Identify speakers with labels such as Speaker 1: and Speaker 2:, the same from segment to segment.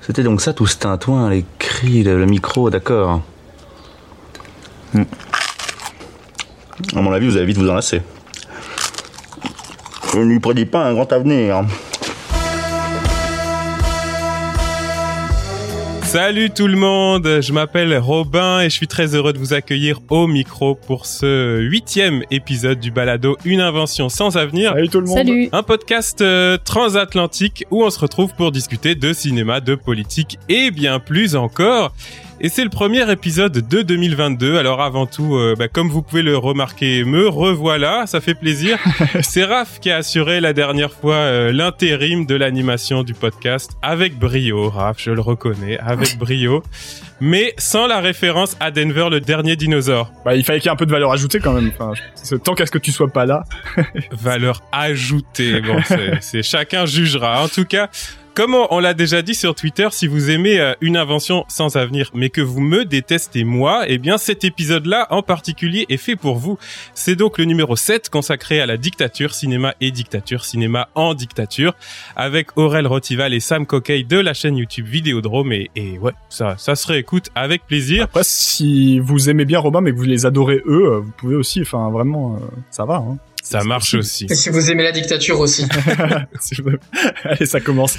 Speaker 1: C'était donc ça tout ce tintouin, les cris, le, le micro, d'accord. Hmm. À mon avis, vous allez vite vous enlacer. Je ne lui prédis pas un grand avenir.
Speaker 2: Salut tout le monde, je m'appelle Robin et je suis très heureux de vous accueillir au micro pour ce huitième épisode du balado Une invention sans avenir.
Speaker 3: Salut tout le monde.
Speaker 4: Salut.
Speaker 2: Un podcast euh, transatlantique où on se retrouve pour discuter de cinéma, de politique et bien plus encore. Et c'est le premier épisode de 2022. Alors avant tout, euh, bah, comme vous pouvez le remarquer, me revoilà, ça fait plaisir. c'est Raph qui a assuré la dernière fois euh, l'intérim de l'animation du podcast avec brio. Raph, je le reconnais, avec brio, mais sans la référence à Denver, le dernier dinosaure.
Speaker 3: Bah, il fallait qu'il y ait un peu de valeur ajoutée quand même. Enfin, je- tant qu'à ce que tu sois pas là.
Speaker 2: valeur ajoutée. Bon, c'est- c'est chacun jugera. En tout cas, comme on, on l'a déjà dit sur Twitter, si vous aimez euh, une invention sans avenir, mais que vous me détestez moi, eh bien cet épisode-là en particulier est fait pour vous. C'est donc le numéro 7 consacré à la dictature, cinéma et dictature, cinéma en dictature, avec Aurel Rotival et Sam Coquet de la chaîne YouTube Vidéodrome. Et, et ouais, ça, ça se réécoute avec plaisir.
Speaker 3: Après, si vous aimez bien Robin mais que vous les adorez eux, euh, vous pouvez aussi. Enfin, vraiment, euh, ça va. Hein.
Speaker 2: Ça marche aussi.
Speaker 5: Et si vous aimez la dictature aussi.
Speaker 3: C'est vrai. Allez, ça commence.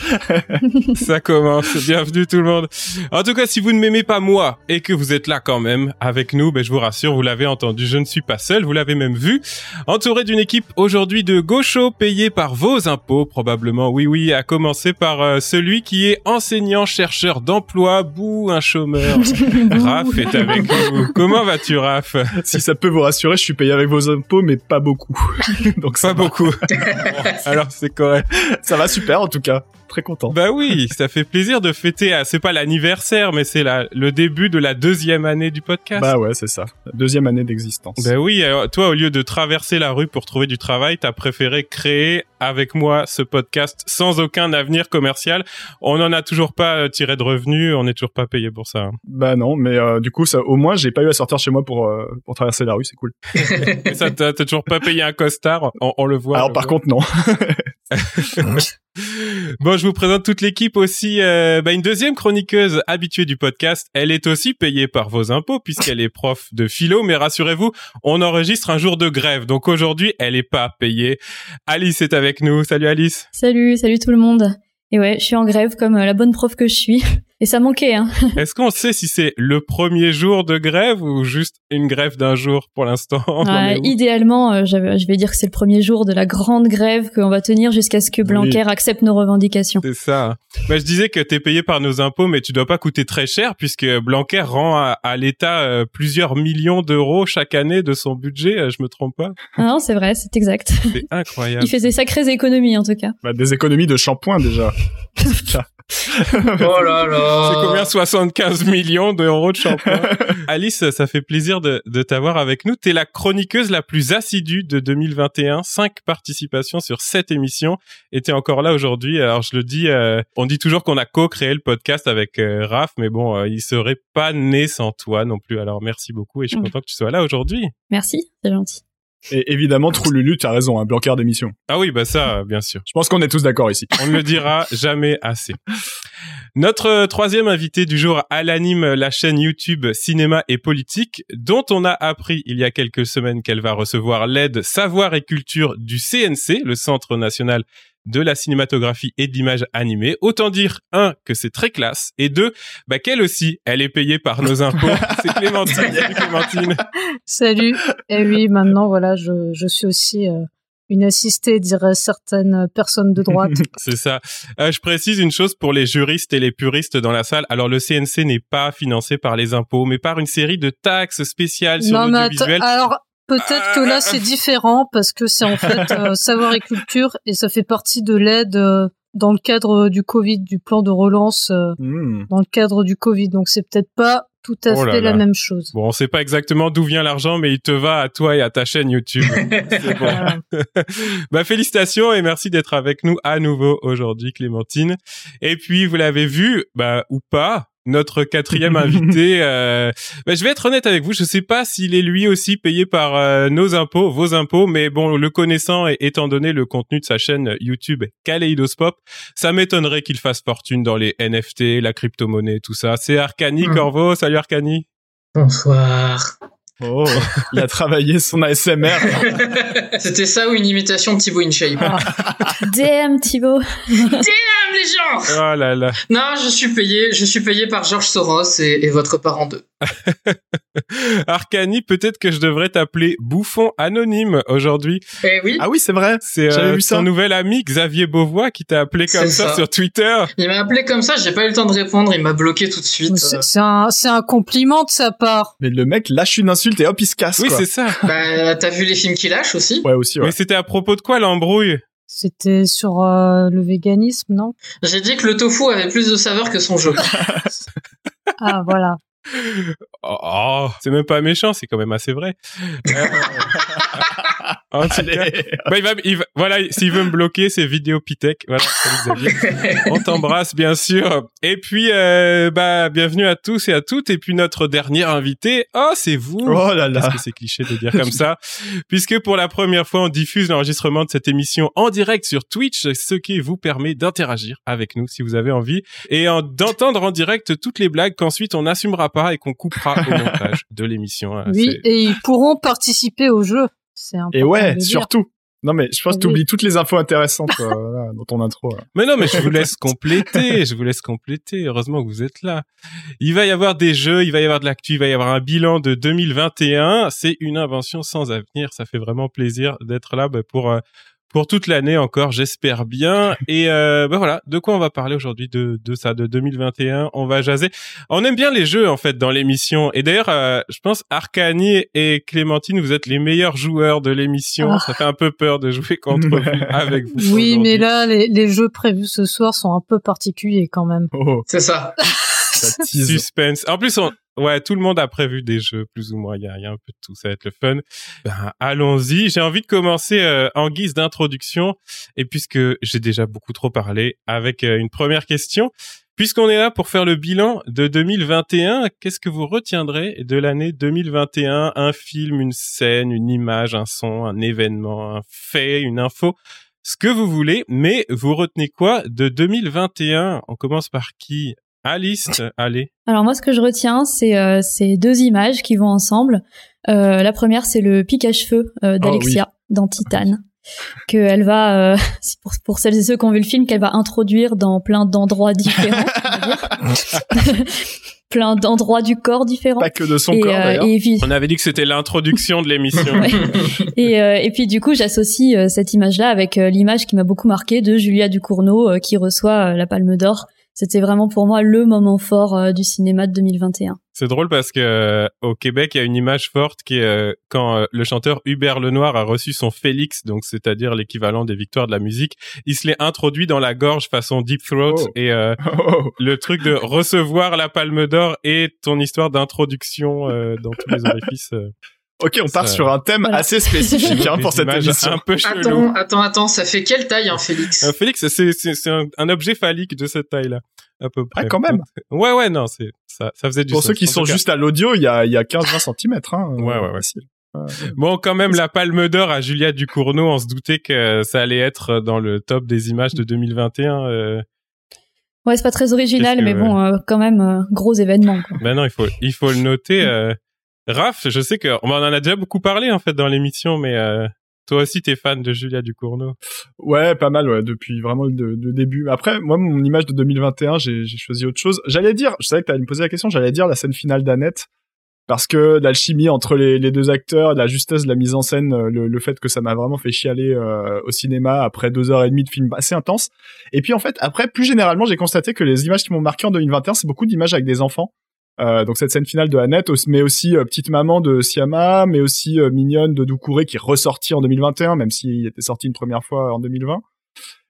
Speaker 2: Ça commence. Bienvenue tout le monde. En tout cas, si vous ne m'aimez pas moi et que vous êtes là quand même avec nous, ben, je vous rassure, vous l'avez entendu, je ne suis pas seul, vous l'avez même vu. Entouré d'une équipe aujourd'hui de gauchos payés par vos impôts, probablement. Oui, oui, à commencer par euh, celui qui est enseignant, chercheur d'emploi, bouh, un chômeur. Raph est avec nous. Comment vas-tu, Raph?
Speaker 3: si ça peut vous rassurer, je suis payé avec vos impôts, mais pas beaucoup. Donc ça,
Speaker 2: Pas beaucoup. Alors, c'est correct.
Speaker 3: ça va super en tout cas. Très content.
Speaker 2: Bah oui, ça fait plaisir de fêter. euh, C'est pas l'anniversaire, mais c'est la, le début de la deuxième année du podcast.
Speaker 3: Bah ouais, c'est ça. Deuxième année d'existence.
Speaker 2: Ben oui, alors, toi, au lieu de traverser la rue pour trouver du travail, t'as préféré créer avec moi ce podcast sans aucun avenir commercial. On n'en a toujours pas euh, tiré de revenus, on n'est toujours pas payé pour ça. hein.
Speaker 3: Bah non, mais euh, du coup, ça, au moins, j'ai pas eu à sortir chez moi pour, euh, pour traverser la rue, c'est cool.
Speaker 5: Oh
Speaker 2: Et ça, t'as t'as toujours pas payé un costard, on, on le voit. on
Speaker 3: Alors
Speaker 2: le
Speaker 3: par
Speaker 2: voit.
Speaker 3: contre, non.
Speaker 2: Bon, je vous présente toute l'équipe aussi. euh, bah, une deuxième chroniqueuse habituée du podcast. Elle est aussi payée par vos impôts puisqu'elle est prof de philo. Mais rassurez-vous, on enregistre un jour de grève. Donc aujourd'hui, elle est pas payée. Alice est avec nous. Salut Alice.
Speaker 4: Salut, salut tout le monde. Et ouais, je suis en grève comme euh, la bonne prof que je suis. Et ça manquait, hein.
Speaker 2: Est-ce qu'on sait si c'est le premier jour de grève ou juste une grève d'un jour pour l'instant On en
Speaker 4: Ouais,
Speaker 2: est où
Speaker 4: idéalement, euh, j'avais- je vais dire que c'est le premier jour de la grande grève qu'on va tenir jusqu'à ce que Blanquer accepte nos revendications.
Speaker 2: C'est ça. Bah, je disais que t'es payé par nos impôts, mais tu dois pas coûter très cher puisque Blanquer rend à, à l'État euh, plusieurs millions d'euros chaque année de son budget. euh, Je me trompe pas
Speaker 4: Ah non, c'est vrai, c'est exact.
Speaker 2: C'est incroyable.
Speaker 4: Il fait des sacrées économies en tout cas.
Speaker 3: Bah, des économies de shampoing déjà.
Speaker 5: Oh là là.
Speaker 2: C'est combien 75 millions d'euros de shampoing. Alice, ça fait plaisir de, de t'avoir avec nous. T'es la chroniqueuse la plus assidue de 2021. Cinq participations sur sept émissions. Et t'es encore là aujourd'hui. Alors je le dis, euh, on dit toujours qu'on a co-créé le podcast avec euh, Raph, mais bon, euh, il serait pas né sans toi non plus. Alors merci beaucoup et je suis
Speaker 4: Mm.
Speaker 2: content que tu sois là aujourd'hui.
Speaker 4: Merci, c'est gentil.
Speaker 3: Et évidemment, Troululu, t'as raison, un bloqueur d'émission.
Speaker 2: Ah oui, bah ça, euh, bien sûr.
Speaker 3: Je pense qu'on est tous d'accord ici.
Speaker 2: On ne le dira jamais assez. Notre euh, troisième invité du jour à l'anime la chaîne YouTube Cinéma et Politique, dont on a appris il y a quelques semaines qu'elle va recevoir l'aide Savoir et Culture du CNC, le Centre National de la cinématographie et de l'image animée. Autant dire, un, que c'est très classe, et deux, bah, qu'elle aussi, elle est payée par nos impôts. C'est Clémentine. Salut Clémentine.
Speaker 6: Salut. Et oui, maintenant, voilà, je, je suis aussi euh, une assistée, diraient certaines personnes de droite.
Speaker 2: C'est ça. Euh, je précise une chose pour les juristes et les puristes dans la salle. Alors le CNC n'est pas financé par les impôts, mais par une série de taxes spéciales sur
Speaker 6: non, mais atta-
Speaker 2: l'audiovisuel.
Speaker 6: alors, peut-être que là, c'est différent parce que c'est en fait euh, savoir et culture et ça fait partie de l'aide euh, dans le cadre du Covid, du plan de relance euh,
Speaker 3: Hmm.
Speaker 6: dans le cadre du Covid. Donc, c'est peut-être pas tout à
Speaker 2: Oh là
Speaker 6: fait la
Speaker 2: là.
Speaker 6: même chose.
Speaker 2: Bon, on sait pas exactement d'où vient l'argent, mais il te va à toi et à ta chaîne YouTube. C'est bon.
Speaker 6: Voilà.
Speaker 2: bah, félicitations et merci d'être avec nous à nouveau aujourd'hui, Clémentine. Et puis, vous l'avez vu, bah, ou pas, notre quatrième invité. euh, bah, je vais être honnête avec vous, je sais pas s'il est lui aussi payé par euh, nos impôts, vos impôts, mais bon, le connaissant et étant donné le contenu de sa chaîne YouTube Kaleidoscope, ça m'étonnerait qu'il fasse fortune dans les NFT, la crypto-monnaie, tout ça. C'est Arcani
Speaker 5: Hmm.
Speaker 2: Corvo, salut Arcani.
Speaker 5: Bonsoir.
Speaker 3: Oh, il a travaillé son ASMR.
Speaker 5: C'était ça ou une imitation de Thibaut InShape Damn
Speaker 4: DM Thibaut.
Speaker 5: les gens
Speaker 2: Oh là là.
Speaker 5: Non, je suis payé, je suis payé par Georges Soros et, et votre parent d'eux.
Speaker 2: Arcani, peut-être que je devrais t'appeler bouffon anonyme aujourd'hui.
Speaker 5: Eh oui,
Speaker 3: Ah oui, c'est vrai.
Speaker 2: C'est
Speaker 3: J'avais
Speaker 2: euh,
Speaker 3: vu ça.
Speaker 2: ton nouvel ami Xavier Beauvois qui t'a appelé comme
Speaker 5: C'est
Speaker 2: ça,
Speaker 5: ça.
Speaker 2: sur Twitter.
Speaker 5: il m'a appelé comme ça, j'ai pas eu le temps de répondre, il m'a bloqué tout de suite. Euh,
Speaker 6: C'est c'est un, c'est un compliment de sa part.
Speaker 3: Mais le mec lâche une insulte et hop, il se casse.
Speaker 2: Oui,
Speaker 3: quoi.
Speaker 2: c'est ça.
Speaker 5: Bah, t'as vu les films qu'il lâche aussi
Speaker 3: Ouais, aussi, ouais.
Speaker 2: Mais c'était à propos de quoi l'embrouille
Speaker 6: C'était sur euh, le véganisme, non
Speaker 5: J'ai dit que le tofu avait plus de saveur que son jeu.
Speaker 6: Ah voilà.
Speaker 2: Oh, oh, c'est même pas méchant, c'est quand même assez vrai. Euh, en tout cas, bah, il va, il va- voilà, s'il veut me bloquer, c'est Vidéopithèque. Voilà, salut Xavier. On t'embrasse, bien sûr. Et puis, euh, bah, bienvenue à tous et à toutes. Et puis, notre dernier invité, oh, c'est vous.
Speaker 3: Oh là
Speaker 2: Parce
Speaker 3: là.
Speaker 2: que c'est cliché de dire comme ça. Puisque pour la première fois, on diffuse l'enregistrement de cette émission en direct sur Twitch, ce qui vous permet d'interagir avec nous si vous avez envie et en- d'entendre en direct toutes les blagues qu'ensuite on n'assumera pas et qu'on coupera au montage de l'émission. hein.
Speaker 6: Oui,
Speaker 2: C'est-
Speaker 6: et ils pourront participer au jeu. C'est important
Speaker 3: Et
Speaker 6: de
Speaker 3: ouais,
Speaker 6: le dire.
Speaker 3: surtout. Non, mais je pense que
Speaker 6: Oui.
Speaker 3: t'oublies toutes les infos intéressantes euh, voilà, dans ton intro. hein. là.
Speaker 2: Mais non, mais je vous laisse compléter, je vous laisse compléter. Heureusement que vous êtes là. Il va y avoir des jeux, il va y avoir de l'actu, il va y avoir un bilan de 2021. C'est une invention sans avenir. Ça fait vraiment plaisir d'être là bah, pour euh, pour toute l'année encore, j'espère bien. Et euh, bah, voilà, de quoi on va parler aujourd'hui de de ça, de 2021. On va jaser. On aime bien les jeux en fait dans l'émission. Et d'ailleurs, euh, je pense Arcani et Clémentine, vous êtes les meilleurs joueurs de l'émission.
Speaker 6: Ah.
Speaker 2: Ça fait un peu peur de jouer contre vous, avec vous.
Speaker 6: Oui,
Speaker 2: aujourd'hui.
Speaker 6: mais là, les, les jeux prévus ce soir sont un peu particuliers quand même.
Speaker 3: Oh,
Speaker 5: C'est ça.
Speaker 3: ça tease.
Speaker 2: Suspense. En plus, on- ouais, tout le monde a prévu des jeux, plus ou moins. Il y a, il y a un peu de tout. Ça va être le fun. Ben, allons-y. J'ai envie de commencer euh, en guise d'introduction. Et puisque j'ai déjà beaucoup trop parlé, avec euh, une première question. Puisqu'on est là pour faire le bilan de 2021, qu'est-ce que vous retiendrez de l'année 2021 Un film, une scène, une image, un son, un événement, un fait, une info ce que vous voulez, mais vous retenez quoi de 2021 On commence par qui Alice, euh, allez.
Speaker 4: Alors moi, ce que je retiens, c'est euh, ces deux images qui vont ensemble. Euh, la première, c'est le pic à cheveux
Speaker 3: Ah
Speaker 4: euh, d'Alexia dans Titan, que elle va, euh, c'est pour, pour celles et ceux qui ont vu le film, qu'elle va introduire dans plein d'endroits différents, on va dire. plein d'endroits du corps différents.
Speaker 3: Pas que de son
Speaker 4: et,
Speaker 3: corps,
Speaker 4: euh,
Speaker 3: d'ailleurs.
Speaker 4: et évi-
Speaker 2: On avait dit que c'était l'introduction de l'émission.
Speaker 4: Ouais. et, euh, et puis du coup, j'associe euh, cette image-là avec euh, l'image qui m'a beaucoup marquée de Julia Ducournau euh, qui reçoit euh, la Palme d'Or. C'était vraiment pour moi le moment fort euh, du cinéma de 2021.
Speaker 2: C'est drôle parce que euh, au Québec, il y a une image forte qui est euh, quand euh, le chanteur Hubert Lenoir a reçu son Félix, donc c'est-à-dire l'équivalent des victoires de la musique, il se l'est introduit dans la gorge façon deep throat
Speaker 3: Oh.
Speaker 2: et euh,
Speaker 3: Oh,
Speaker 2: le truc de recevoir la Palme d'Or et ton histoire d'introduction euh, dans tous les orifices. euh.
Speaker 3: Ok, on part
Speaker 2: Ça-
Speaker 3: sur un thème
Speaker 4: Voilà.
Speaker 3: assez spécifique hein, pour
Speaker 2: Des
Speaker 3: cette
Speaker 2: images un
Speaker 3: émission.
Speaker 2: peu chelou.
Speaker 5: Attends, attends, attends, ça fait quelle taille, hein, Félix
Speaker 2: Euh, Félix, c'est c'est- c'est un, un objet phallique de cette taille-là, à peu près.
Speaker 3: Ah, quand même.
Speaker 2: Ouais, ouais, non, c'est ça, ça faisait du
Speaker 3: Pour
Speaker 2: sens.
Speaker 3: ceux qui
Speaker 2: En
Speaker 3: sont
Speaker 2: tout cas,
Speaker 3: juste à l'audio, il y a, il y a 15-20 cm. Hein,
Speaker 2: Ouais, ouais, ouais.
Speaker 3: Facile.
Speaker 2: Bon, quand même, la Palme d'Or à Julia Ducournau, on se doutait que ça allait être dans le top des images de 2021. euh,
Speaker 4: Ouais, c'est pas très original,
Speaker 2: Qu'est-ce que-
Speaker 4: mais bon, euh, quand même, euh, gros événement. Quoi.
Speaker 2: Ben non, il faut, il faut le noter. euh, Raph, je sais que on en a déjà beaucoup parlé en fait dans l'émission, mais euh, toi aussi t'es fan de Julia Ducournau.
Speaker 3: Ouais, pas mal, ouais, depuis vraiment le, le début. Après, moi, mon image de 2021, j'ai j'ai choisi autre chose. J'allais dire, je savais que t'allais me poser la question, j'allais dire la scène finale d'Annette, parce que l'alchimie entre les, les deux acteurs, la justesse de la mise en scène, euh, le, le fait que ça m'a vraiment fait chialer euh, au cinéma après deux heures et demie de film assez intense. Et puis, en fait, après, plus généralement, j'ai constaté que les images qui m'ont marqué en 2021, c'est beaucoup d'images avec des enfants. Euh, donc cette scène finale de Annette, aussi- mais aussi euh, petite maman de Siama, mais aussi euh, mignonne de Doucouré qui est ressorti en 2021, même s'il était sorti une première fois en 2020.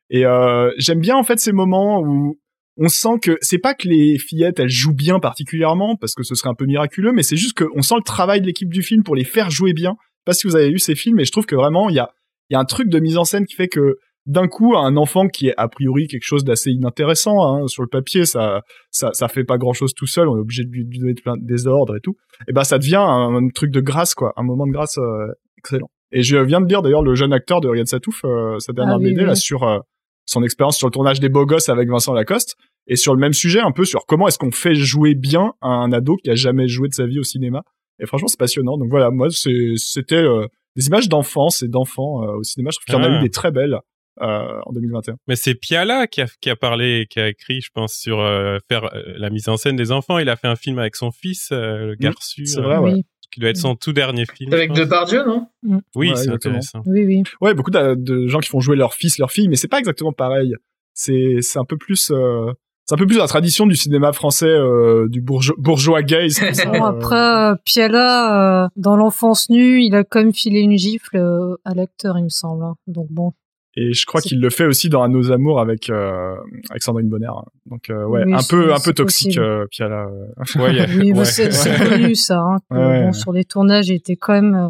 Speaker 3: Et euh, j'aime bien en fait ces moments où on sent que c'est pas que les fillettes elles jouent bien particulièrement parce que ce serait un peu miraculeux, mais c'est juste qu'on sent le travail de l'équipe du film pour les faire jouer bien. Je sais pas si vous avez vu ces films, mais je trouve que vraiment il y a il y a un truc de mise en scène qui fait que d'un coup à un enfant qui est a priori quelque chose d'assez inintéressant hein, sur le papier, ça, ça ça fait pas grand chose tout seul, on est obligé de lui, de lui donner plein de désordres et tout. Et ben ça devient un, un truc de grâce quoi, un moment de grâce euh, excellent. Et je viens de lire d'ailleurs le jeune acteur de Riyad Satouf, euh, sa dernière
Speaker 6: Ah oui,
Speaker 3: BD là
Speaker 6: oui.
Speaker 3: sur euh, son expérience sur le tournage des Beaux Gosses avec Vincent Lacoste et sur le même sujet un peu sur comment est-ce qu'on fait jouer bien à un ado qui a jamais joué de sa vie au cinéma. Et franchement c'est passionnant. Donc voilà, moi c'est- c'était euh, des images d'enfance et d'enfants euh, au cinéma. Je trouve qu'il y en a
Speaker 2: Ah.
Speaker 3: eu des très belles euh, en 2021.
Speaker 2: Mais c'est Piala qui a, qui a parlé, qui a écrit, je pense, sur euh, faire euh, la mise en scène des enfants. Il a fait un film avec son fils, euh, le Garçu,
Speaker 3: c'est
Speaker 2: euh,
Speaker 3: vrai, Ah ouais.
Speaker 6: oui,
Speaker 2: qui doit être son tout dernier film. je
Speaker 5: Avec
Speaker 2: pense.
Speaker 5: Depardieu, non
Speaker 2: Oui,
Speaker 3: Ouais,
Speaker 2: c'est
Speaker 3: exactement.
Speaker 2: intéressant.
Speaker 6: oui, oui.
Speaker 3: Ouais, beaucoup de, de gens qui font jouer leur fils, leur fille, mais c'est pas exactement pareil. C'est c'est un peu plus euh, c'est un peu plus la tradition du cinéma français euh, du bourgeois, bourgeois gay. c'est tout ça,
Speaker 6: Bon,
Speaker 3: euh.
Speaker 6: après, euh, Piala, euh, dans l'enfance nue, il a quand même filé une gifle euh, à l'acteur, il me semble. hein. Donc bon.
Speaker 3: Et je crois
Speaker 6: c'est-
Speaker 3: qu'il le fait aussi dans À nos amours avec euh, avec Sandrine Bonner. Donc euh, ouais,
Speaker 6: Oui,
Speaker 3: un
Speaker 6: c'est-
Speaker 3: peu un
Speaker 6: c'est
Speaker 3: peu toxique
Speaker 6: possible.
Speaker 3: euh, Piala. euh.
Speaker 2: Ouais, il y a-
Speaker 6: Mais bon,
Speaker 2: ouais.
Speaker 6: c'est c'est connu, ça. hein, que,
Speaker 3: Ouais.
Speaker 6: bon, sur les tournages, il était quand même. euh,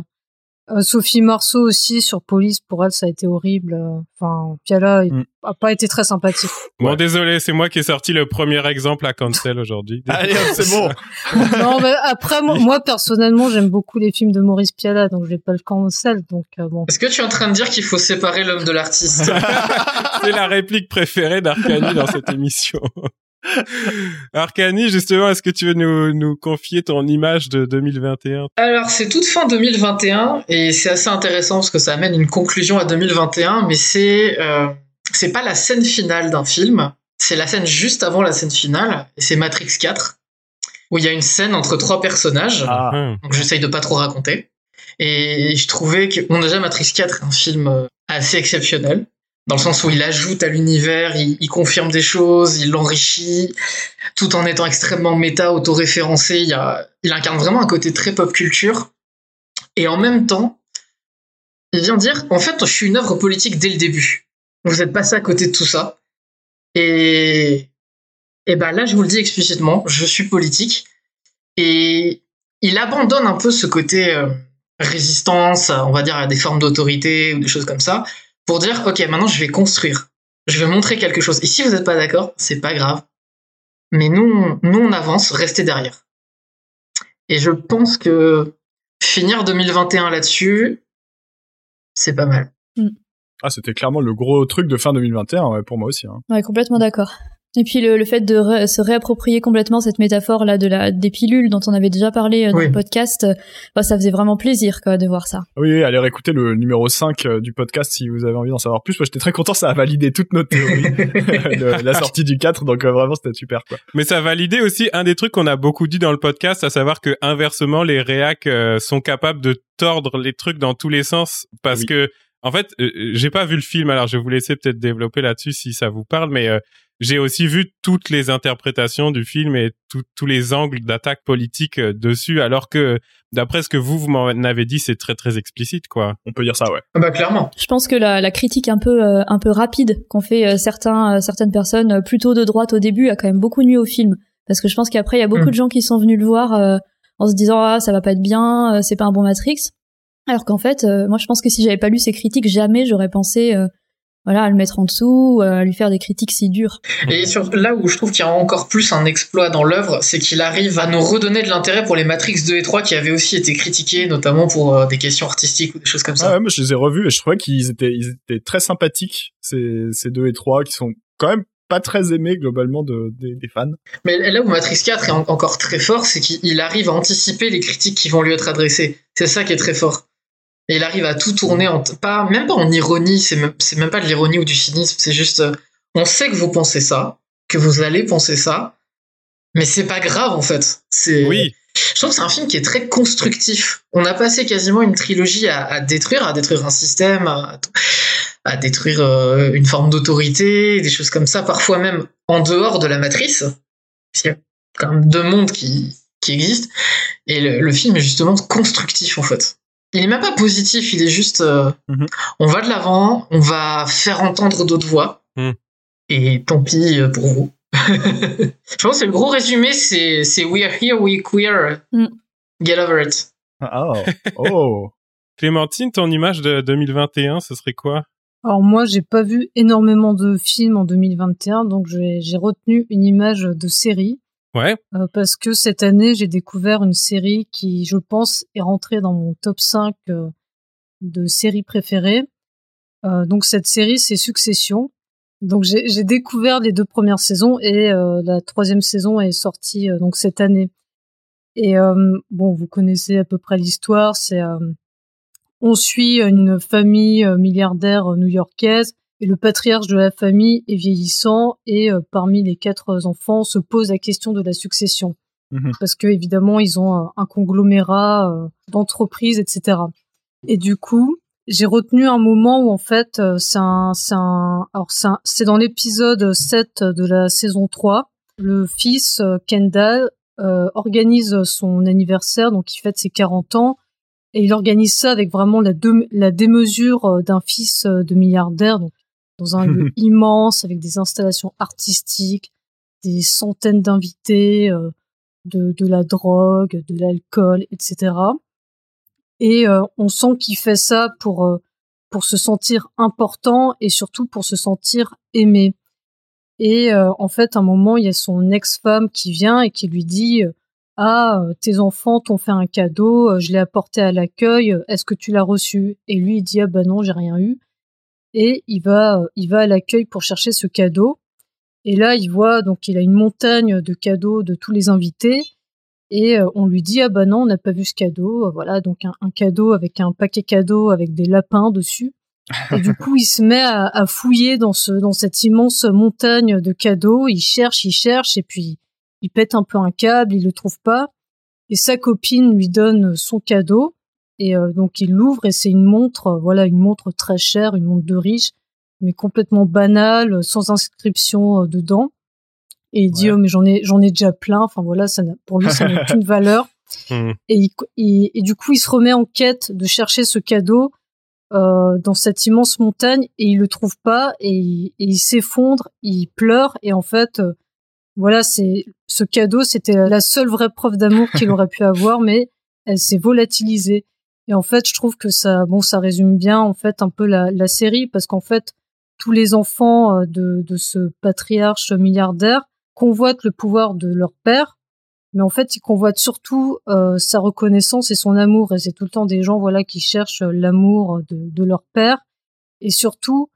Speaker 6: euh, Sophie Marceau aussi, sur Police, pour elle, ça a été horrible. euh. Enfin, Piala il
Speaker 3: Mm.
Speaker 6: a pas été très sympathique.
Speaker 2: Bon,
Speaker 3: Ouais.
Speaker 2: désolé, c'est moi qui ai sorti le premier exemple à Cancel aujourd'hui.
Speaker 3: Allez, hop, c'est bon.
Speaker 6: non, mais après, moi, moi, personnellement, j'aime beaucoup les films de Maurice Piala, donc je vais pas le cancel. Donc euh, bon.
Speaker 5: Est-ce que tu es en train de dire qu'il faut séparer l'homme de l'artiste
Speaker 2: C'est la réplique préférée d'Arcani dans cette émission. Arcani, justement, est-ce que tu veux nous, nous confier ton image de 2021
Speaker 5: Alors, c'est toute fin 2021 et c'est assez intéressant parce que ça amène une conclusion à 2021, mais c'est euh, c'est pas la scène finale d'un film, c'est la scène juste avant la scène finale et c'est Matrix 4 où il y a une scène entre trois personnages.
Speaker 3: Ah.
Speaker 2: Hum.
Speaker 5: Donc j'essaye de pas trop raconter. Et je trouvais que, bon, déjà Matrix 4 est un film euh, assez exceptionnel, dans le sens où il ajoute à l'univers, il, il confirme des choses, il l'enrichit, tout en étant extrêmement méta, autoréférencé. Il, y a, il incarne vraiment un côté très pop culture. Et en même temps, il vient dire, en fait, je suis une œuvre politique dès le début. Vous êtes passé à côté de tout ça. Et, et ben là, je vous le dis explicitement, je suis politique. Et il abandonne un peu ce côté euh, résistance, on va dire, à des formes d'autorité ou des choses comme ça, pour dire, ok, maintenant je vais construire, je vais montrer quelque chose. Et si vous n'êtes pas d'accord, c'est pas grave. Mais nous, on- nous, on avance, restez derrière. Et je pense que finir 2021 là-dessus, c'est pas mal.
Speaker 3: Ah, c'était clairement le gros truc de fin 2021 ouais, pour moi aussi. Hein.
Speaker 4: Ouais, complètement d'accord. Et puis le, le fait de ré- se réapproprier complètement cette métaphore là de la des pilules dont on avait déjà parlé euh, dans
Speaker 5: Oui.
Speaker 4: le podcast, euh, bah, ça faisait vraiment plaisir quoi de voir ça.
Speaker 3: Ah Oui, oui, allez réécouter le numéro 5 euh, du podcast si vous avez envie d'en savoir plus. Moi, j'étais très content, ça a validé toutes nos théories. Le- la sortie du 4, donc euh, vraiment, c'était super. Quoi.
Speaker 2: Mais ça validait aussi un des trucs qu'on a beaucoup dit dans le podcast, à savoir que inversement, les réacs euh, sont capables de tordre les trucs dans tous les sens parce
Speaker 3: Oui.
Speaker 2: que, en fait, euh, euh, j'ai pas vu le film, alors je vais vous laisser peut-être développer là-dessus si ça vous parle, mais euh, j'ai aussi vu toutes les interprétations du film et tout- tous les angles d'attaque politique euh, dessus, alors que d'après ce que vous, vous m'en avez dit, c'est très très explicite, quoi.
Speaker 3: On peut dire ça, ouais.
Speaker 5: Ah Bah clairement.
Speaker 4: Je pense que la, la critique un peu euh, un peu rapide qu'ont fait euh, certains euh, certaines personnes euh, plutôt de droite au début a quand même beaucoup nu au film parce que je pense qu'après il y a beaucoup
Speaker 5: Mm.
Speaker 4: de gens qui sont venus le voir euh, en se disant ah ça va pas être bien, euh, c'est pas un bon Matrix. Alors qu'en fait euh, moi je pense que si j'avais pas lu ces critiques jamais j'aurais pensé euh, voilà à le mettre en dessous, euh, à lui faire des critiques si dures.
Speaker 5: Et sur, là où je trouve qu'il y a encore plus un exploit dans l'œuvre, c'est qu'il arrive à nous redonner de l'intérêt pour les Matrix 2 et 3 qui avaient aussi été critiqués, notamment pour euh, des questions artistiques ou des choses comme ça.
Speaker 3: Ah ouais, moi, je les ai revus et je trouvais qu'ils étaient, ils étaient très sympathiques, ces, ces deux et trois, qui sont quand même pas très aimés globalement de, des, des fans.
Speaker 5: Mais là où Matrix 4 est en- encore très fort, c'est qu'il il arrive à anticiper les critiques qui vont lui être adressées. C'est ça qui est très fort. Et il arrive à tout tourner, en t- pas, même pas en ironie, c'est même, c'est même pas de l'ironie ou du cynisme, c'est juste, euh, on sait que vous pensez ça, que vous allez penser ça, mais c'est pas grave en fait. C'est-
Speaker 2: Oui.
Speaker 5: Je trouve que c'est un film qui est très constructif. On a passé quasiment une trilogie à, à détruire, à détruire un système, à, à détruire euh, une forme d'autorité, des choses comme ça, parfois même en dehors de la matrice. Parce qu'il y a quand même deux mondes qui, qui existent. Et le, le film est justement constructif, en fait. Il est même pas positif, il est juste. euh,
Speaker 3: Mhm.
Speaker 5: On va de l'avant, on va faire entendre d'autres voix.
Speaker 2: Mm.
Speaker 5: Et tant pis euh, pour vous. Je pense que le gros résumé, c'est c'est We are here, we queer.
Speaker 4: Mm.
Speaker 5: Get over it.
Speaker 3: Ah, oh,
Speaker 2: Clémentine, ton image de 2021, ce serait quoi
Speaker 6: Alors moi, j'ai pas vu énormément de films en 2021, donc j'ai j'ai retenu une image de série
Speaker 2: Ouais.
Speaker 6: euh, parce que cette année, j'ai découvert une série qui, je pense, est rentrée dans mon top 5 euh, de séries préférées. Euh, donc cette série, c'est Succession. Donc j'ai j'ai découvert les deux premières saisons et euh, la troisième saison est sortie euh, donc cette année. Et euh, bon, vous connaissez à peu près l'histoire. C'est euh, on suit une famille euh, milliardaire euh, new-yorkaise et le patriarche de la famille est vieillissant et euh, parmi les quatre enfants se pose la question de la succession
Speaker 3: Mhm.
Speaker 6: parce que évidemment ils ont un, un conglomérat euh, d'entreprises etc. Et du coup j'ai retenu un moment où en fait euh, c'est un, c'est un- alors c'est un- c'est dans l'épisode 7 de la saison 3 le fils euh, Kendall euh, organise son anniversaire donc il fête ses 40 ans et il organise ça avec vraiment la, dé- la démesure euh, d'un fils euh, de milliardaire, donc dans un lieu immense, avec des installations artistiques, des centaines d'invités, euh, de, de la drogue, de l'alcool, etc. Et euh, on sent qu'il fait ça pour, euh, pour se sentir important et surtout pour se sentir aimé. Et euh, en fait, à un moment, il y a son ex-femme qui vient et qui lui dit euh, Ah, euh, tes enfants t'ont fait un cadeau, euh, je l'ai apporté à l'accueil, euh, est-ce que tu l'as reçu Et lui, il dit Ah bah non, j'ai rien eu. Et il va, euh, il va à l'accueil pour chercher ce cadeau. Et là, il voit, donc il a une montagne de cadeaux de tous les invités. Et euh, on lui dit Ah bah non, on n'a pas vu ce cadeau. Euh, Voilà, donc un, un cadeau avec un paquet cadeau avec des lapins dessus. Et du coup, il se met à, à fouiller dans, ce, dans cette immense montagne de cadeaux. Il cherche, il cherche, et puis il pète un peu un câble, il le trouve pas. Et sa copine lui donne son cadeau. Et euh, donc il l'ouvre et c'est une montre, euh, voilà, une montre très chère, une montre de riche, mais complètement banale, euh, sans inscription euh, dedans. Et il dit
Speaker 3: Ouais.
Speaker 6: oh mais j'en ai j'en ai déjà plein. Enfin voilà, ça n'a- pour lui ça n'a aucune valeur
Speaker 2: Hmm.
Speaker 6: et, il- il- et du coup il se remet en quête de chercher ce cadeau euh, dans cette immense montagne et il le trouve pas et il, et il s'effondre, il pleure et en fait euh, voilà c'est ce cadeau c'était la seule vraie preuve d'amour qu'il aurait pu avoir mais elle s'est volatilisée et en fait je trouve que ça bon ça résume bien en fait un peu la, la série parce qu'en fait tous les enfants euh, de, de ce patriarche milliardaire convoitent le pouvoir de leur père mais en fait, il convoite surtout euh, sa reconnaissance et son amour. Et c'est tout le temps des gens, voilà, qui cherchent euh, l'amour de, de leur père. Et surtout,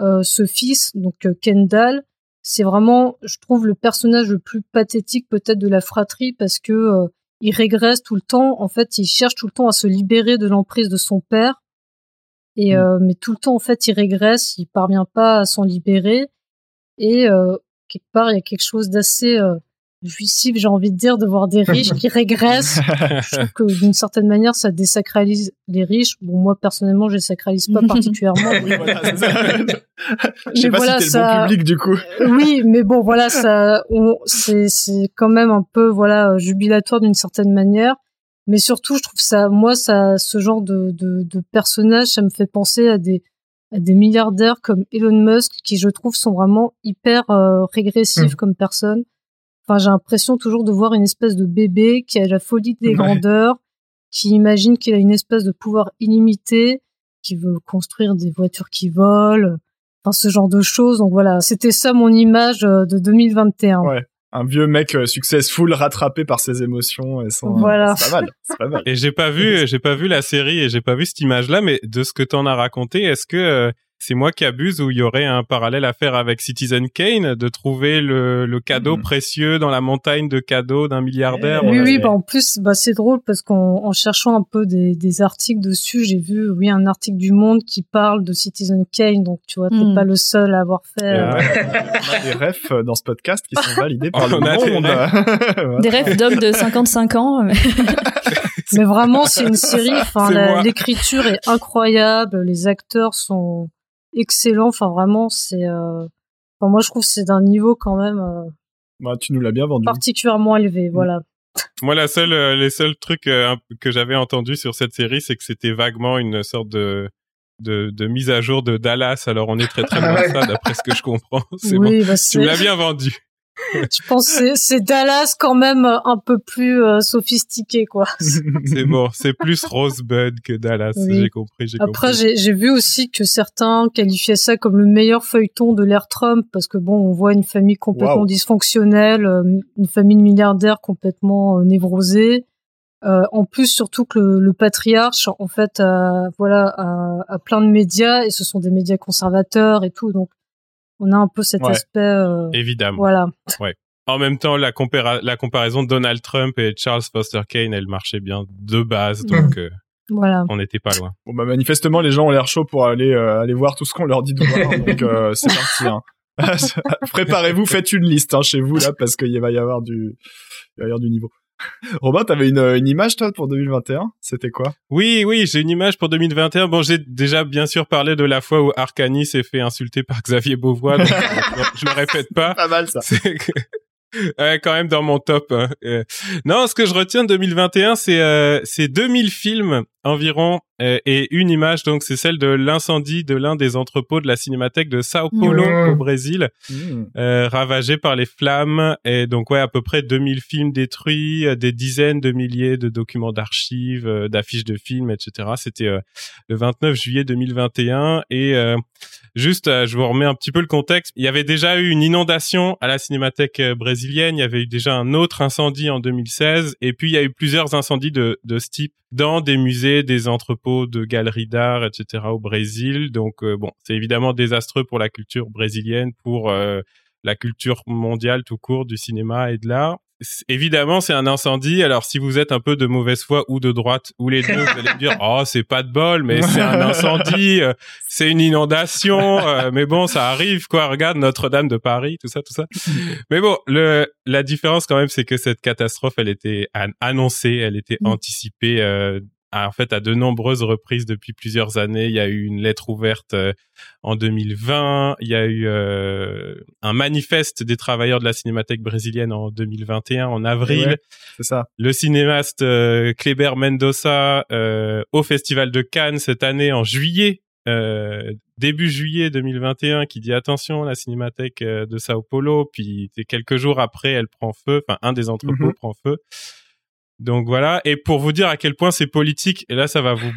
Speaker 6: euh, ce fils, donc euh, Kendall, c'est vraiment, je trouve, le personnage le plus pathétique peut-être de la fratrie parce que euh, il régresse tout le temps. En fait, il cherche tout le temps à se libérer de l'emprise de son père. Et euh, mais tout le temps, en fait, il régresse. Il parvient pas à s'en libérer. Et euh, quelque part, il y a quelque chose d'assez euh, jouissif, j'ai envie de dire, de voir des riches qui régressent. Je trouve que d'une certaine manière, ça désacralise les riches. Bon, moi, personnellement, je les sacralise pas particulièrement.
Speaker 3: Oui, voilà, c'est ça. Je sais
Speaker 6: Mais
Speaker 3: pas
Speaker 6: voilà,
Speaker 3: si t'es le
Speaker 6: ça-
Speaker 3: bon public du coup.
Speaker 6: oui, mais bon, voilà, ça, on- c'est, c'est quand même un peu, voilà, jubilatoire d'une certaine manière. Mais surtout, je trouve ça, moi, ça, ce genre de, de, de personnage, ça me fait penser à des, à des milliardaires comme Elon Musk, qui, je trouve, sont vraiment hyper euh, régressifs comme personne. Enfin, j'ai l'impression toujours de voir une espèce de bébé qui a la folie des
Speaker 3: Ouais.
Speaker 6: grandeurs, qui imagine qu'il a une espèce de pouvoir illimité, qui veut construire des voitures qui volent, enfin ce genre de choses. Donc voilà, c'était ça mon image euh, de 2021.
Speaker 3: Ouais. Un vieux mec euh, successful rattrapé par ses émotions et sans.
Speaker 6: Voilà.
Speaker 3: C'est pas mal. C'est pas mal.
Speaker 2: Et j'ai pas vu, j'ai pas vu la série et j'ai pas vu cette image-là, mais de ce que t'en as raconté, est-ce que euh, c'est moi qui abuse ou il y aurait un parallèle à faire avec Citizen Kane, de trouver le, le cadeau
Speaker 6: Hmm.
Speaker 3: Mhm.
Speaker 2: précieux dans la montagne de cadeaux d'un milliardaire
Speaker 3: Eh
Speaker 2: on
Speaker 6: Oui,
Speaker 2: a-
Speaker 6: oui,
Speaker 3: c'est-
Speaker 6: bah en plus, bah, c'est drôle parce qu'en en cherchant un peu des, des articles dessus, j'ai vu, oui, un article du Monde qui parle de Citizen Kane, donc tu vois, t'es
Speaker 4: Hmm.
Speaker 6: pas le seul à avoir fait.
Speaker 3: Et
Speaker 6: euh,
Speaker 3: ouais, on a des refs euh, dans ce podcast qui sont validés par le
Speaker 2: On a des
Speaker 3: monde. Voilà.
Speaker 4: Des rêves d'hommes de 55 ans. euh, mais-
Speaker 6: Mais vraiment, c'est une série. Enfin,
Speaker 2: C'est
Speaker 6: la-
Speaker 2: moi.
Speaker 6: l'écriture est incroyable, les acteurs sont excellents. Enfin, vraiment, c'est. euh, Enfin, moi, je trouve que c'est d'un niveau quand même euh,
Speaker 3: Bah, tu nous l'as bien
Speaker 2: Hmm.
Speaker 3: vendu.
Speaker 6: particulièrement élevé. Voilà.
Speaker 2: Moi, la seule, euh, les seuls trucs euh, un- que j'avais entendus sur cette série, c'est que c'était vaguement une sorte de, de, de mise à jour de Dallas. Alors, on est très très loin de ça, d'après ce que je comprends. C'est bon.
Speaker 6: Ah oui, bah,
Speaker 2: Tu
Speaker 6: c'est.
Speaker 2: me l'as bien vendu.
Speaker 6: Je pense que c'est- c'est Dallas quand même euh, un peu plus euh, sophistiqué, quoi.
Speaker 2: C'est bon, c'est plus Rosebud que Dallas.
Speaker 6: Oui.
Speaker 2: J'ai compris, j'ai
Speaker 6: Après,
Speaker 2: compris.
Speaker 6: j'ai j'ai vu aussi que certains qualifiaient ça comme le meilleur feuilleton de l'ère Trump, parce que bon, on voit une famille complètement
Speaker 3: Waouh.
Speaker 6: dysfonctionnelle, euh, une famille de milliardaires complètement euh, névrosée. Euh, en plus, surtout que le, le patriarche, en fait, a, voilà, a, a plein de médias, et ce sont des médias conservateurs et tout, donc on a un peu cet
Speaker 3: Ouais.
Speaker 6: aspect, euh,
Speaker 2: Évidemment.
Speaker 6: voilà.
Speaker 2: En même temps, la, compara- la comparaison de Donald Trump et Charles Foster Kane, elle marchait bien de base, donc euh,
Speaker 6: Voilà.
Speaker 2: on n'était pas loin.
Speaker 3: Bon bah manifestement les gens ont l'air chauds pour aller euh, aller voir tout ce qu'on leur dit de voir, donc euh, c'est parti. hein. Préparez-vous, faites une liste hein, chez vous là parce qu'il va y avoir du il va y avoir du niveau. Robin, t'avais une, euh, une image toi pour 2021 C'était quoi
Speaker 2: Oui, oui, j'ai une image pour 2021. Bon, j'ai déjà bien sûr parlé de la fois où Arcani s'est fait insulter par Xavier Beauvois, donc euh, je- je le répète pas.
Speaker 3: Pas mal ça.
Speaker 2: C'est que- Ouais, quand même dans mon top. hein. Euh, Non, ce que je retiens de 2021, c'est euh, c'est 2000 films environ euh, et une image. Donc, c'est celle de l'incendie de l'un des entrepôts de la Cinémathèque de Sao Paulo
Speaker 5: Mmh.
Speaker 2: au Brésil,
Speaker 3: Hmm,
Speaker 2: euh, ravagé par les flammes. Et donc, ouais, à peu près 2000 films détruits, euh, des dizaines de milliers de documents d'archives, euh, d'affiches de films, etc. C'était euh, le 29 juillet 2021 et euh, Juste, euh, je vous remets un petit peu le contexte. Il y avait déjà eu une inondation à la Cinémathèque euh, brésilienne. Il y avait eu déjà un autre incendie en 2016. Et puis, il y a eu plusieurs incendies de, de ce type dans des musées, des entrepôts de galeries d'art, etc. au Brésil. Donc, euh, bon, c'est évidemment désastreux pour la culture brésilienne, pour euh, la culture mondiale tout court du cinéma et de l'art. C'est- Évidemment, c'est un incendie. Alors, si vous êtes un peu de mauvaise foi ou de droite ou les deux, vous allez me dire, oh, c'est pas de bol, mais c'est un incendie. euh, c'est une inondation, euh, mais bon, ça arrive, quoi. Regarde Notre-Dame de Paris, tout ça, tout ça. Mais bon, le, la différence quand même, c'est que cette catastrophe, elle était an- annoncée, elle était
Speaker 6: Mm.
Speaker 2: anticipée. euh, à- en fait, à de nombreuses reprises depuis plusieurs années, il y a eu une lettre ouverte euh, en 2020, il y a eu euh, un manifeste des travailleurs de la Cinémathèque brésilienne en 2021, en avril
Speaker 3: Ouais. C'est ça.
Speaker 2: le cinéaste euh, Kleber Mendoza euh, au Festival de Cannes cette année en juillet, euh, début juillet 2021, qui dit attention, la cinémathèque euh, de Sao Paulo, puis c'est quelques jours après, elle prend feu, enfin un des entrepôts
Speaker 3: Mhm.
Speaker 2: prend feu. Donc voilà, et pour vous dire à quel point c'est politique, et là ça va vous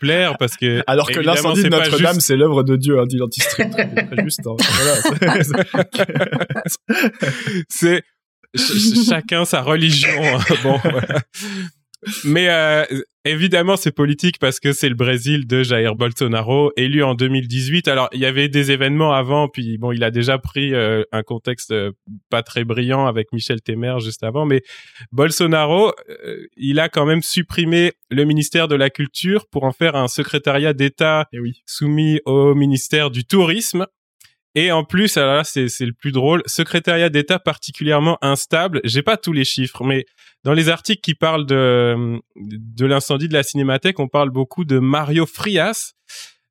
Speaker 2: plaire parce que
Speaker 3: Alors que
Speaker 2: évidemment,
Speaker 3: l'incendie de
Speaker 2: c'est pas
Speaker 3: Notre-Dame,
Speaker 2: juste-
Speaker 3: c'est l'œuvre de Dieu, hein, dit l'antistrip. C'est très juste. hein. Voilà, c'est-
Speaker 2: c'est ch- ch- chacun sa religion. hein. bon, voilà. Mais euh, évidemment, c'est politique parce que c'est le Brésil de Jair Bolsonaro, élu en 2018. Alors, il y avait des événements avant, puis bon, il a déjà pris euh, un contexte euh, pas très brillant avec Michel Temer juste avant, mais Bolsonaro, euh, il a quand même supprimé le ministère de la Culture pour en faire un secrétariat d'État
Speaker 3: Et Eh oui.
Speaker 2: soumis au ministère du Tourisme. Et en plus, alors là, c'est c'est le plus drôle, secrétariat d'État particulièrement instable. J'ai pas tous les chiffres, mais dans les articles qui parlent de, de l'incendie de la Cinémathèque, on parle beaucoup de Mario Frias,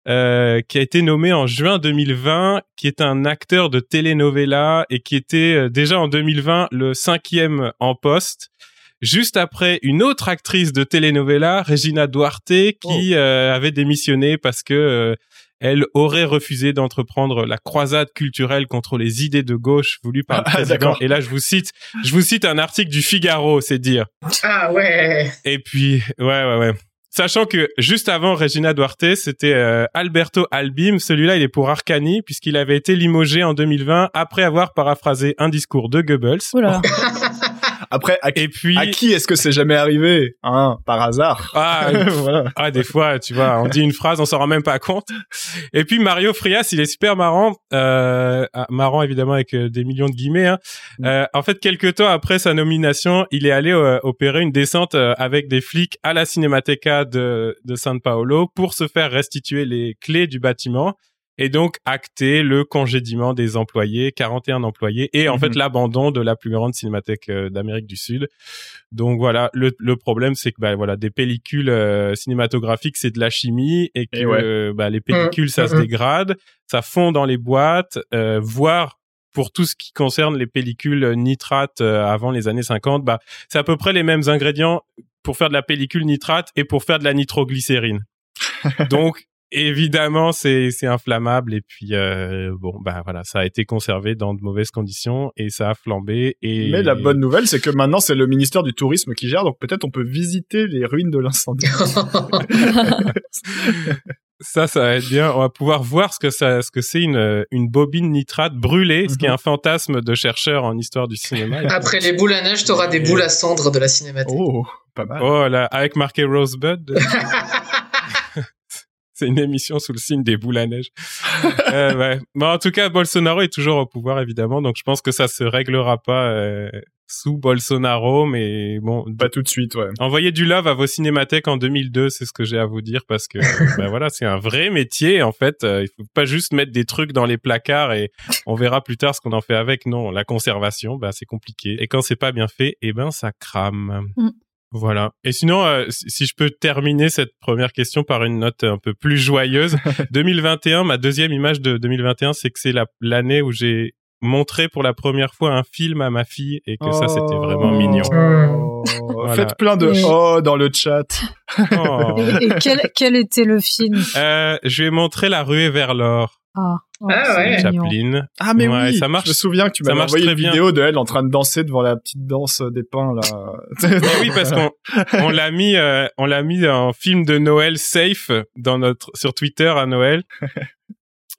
Speaker 2: euh, qui a été nommé en juin 2020, qui est un acteur de telenovela et qui était euh, déjà en 2020 le cinquième en poste. Juste après, une autre actrice de telenovela, Regina Duarte, qui
Speaker 3: Oh.
Speaker 2: euh, avait démissionné parce que euh, elle aurait refusé d'entreprendre la croisade culturelle contre les idées de gauche voulues par le
Speaker 3: Ah,
Speaker 2: président.
Speaker 3: d'accord.
Speaker 2: Et là, je vous cite, je vous cite un article du Figaro, c'est dire.
Speaker 5: Ah ouais.
Speaker 2: Et puis, ouais, ouais, ouais. Sachant que juste avant Regina Duarte, c'était euh, Alberto Albim. Celui-là, il est pour Arcani, puisqu'il avait été limogé en 2020 après avoir paraphrasé un discours de Goebbels.
Speaker 4: Oula.
Speaker 3: Après, à,
Speaker 2: Et puis,
Speaker 3: à qui est-ce que c'est jamais arrivé hein, Par hasard.
Speaker 2: ah,
Speaker 3: voilà.
Speaker 2: Ah, des fois, tu vois, on dit une phrase, on s'en rend même pas compte. Et puis Mario Frias, il est super marrant, euh, ah, marrant évidemment avec euh, des millions de guillemets. hein. Euh, en fait, quelques temps après sa nomination, il est allé euh, opérer une descente euh, avec des flics à la Cinémateca de, de San Paolo pour se faire restituer les clés du bâtiment et donc acter le congédiement des employés, 41 employés, et en
Speaker 3: Mhm.
Speaker 2: fait l'abandon de la plus grande cinémathèque euh, d'Amérique du Sud. Donc voilà, le, le problème c'est que bah, voilà, des pellicules euh, cinématographiques c'est de la chimie et que
Speaker 3: Et ouais. Mmh,
Speaker 2: euh, bah, les pellicules ça se
Speaker 5: Mhm.
Speaker 2: dégrade, ça fond dans les boîtes, euh, voire pour tout ce qui concerne les pellicules nitrates euh, avant les années 50, bah, c'est à peu près les mêmes ingrédients pour faire de la pellicule nitrate et pour faire de la nitroglycérine. Donc évidemment, c'est c'est inflammable et puis euh, bon bah voilà, ça a été conservé dans de mauvaises conditions et ça a flambé et
Speaker 3: Mais la bonne nouvelle, c'est que maintenant c'est le ministère du tourisme qui gère, donc peut-être on peut visiter les ruines de l'incendie.
Speaker 2: ça, ça va être bien. On va pouvoir voir ce que ça, ce que c'est une, une bobine nitrate brûlée, ce qui est un fantasme de chercheur en histoire du cinéma. là.
Speaker 5: Après les boules à neige, t'auras des boules à cendre de la cinémathèque.
Speaker 3: Oh, pas mal.
Speaker 2: Oh là, avec marqué Rosebud. C'est une émission sous le signe des boules à neige. Euh, ouais. Mais en tout cas, Bolsonaro est toujours au pouvoir, évidemment. Donc, je pense que ça se réglera pas euh, sous Bolsonaro. Mais bon,
Speaker 3: Pas tout de suite, ouais.
Speaker 2: envoyez du love à vos cinémathèques en 2002, c'est ce que j'ai à vous dire parce que euh, bah voilà, c'est un vrai métier en fait. Euh, Il faut pas juste mettre des trucs dans les placards et on verra plus tard ce qu'on en fait avec. Non, la conservation, bah c'est compliqué. Et quand c'est pas bien fait, eh ben ça crame.
Speaker 4: Mm.
Speaker 2: Voilà. Et sinon, euh, si si je peux terminer cette première question par une note un peu plus joyeuse, 2021, ma deuxième image de 2021, c'est que c'est la- l'année où j'ai montré pour la première fois un film à ma fille et que ça, c'était vraiment
Speaker 3: Oh.
Speaker 2: mignon.
Speaker 3: Oh.
Speaker 2: Voilà.
Speaker 3: Faites plein de
Speaker 4: Oui.
Speaker 3: oh dans le chat.
Speaker 2: Oh.
Speaker 6: Et quel, quel était le film
Speaker 2: Euh, je lui ai montré La ruée vers l'or,
Speaker 6: Ah, oh,
Speaker 5: Ah
Speaker 6: c'est
Speaker 5: ouais.
Speaker 6: mignon.
Speaker 2: Chaplin.
Speaker 3: Ah mais
Speaker 2: Ouais,
Speaker 3: oui,
Speaker 2: ça marche.
Speaker 3: je me souviens que tu
Speaker 2: Ça
Speaker 3: m'avais
Speaker 2: marche
Speaker 3: envoyé
Speaker 2: très
Speaker 3: une
Speaker 2: bien.
Speaker 3: vidéo de elle en train de danser devant la petite danse des pins là.
Speaker 2: Mais oui, parce qu'on on l'a mis, euh, on l'a mis en film de Noël safe dans notre sur Twitter à Noël.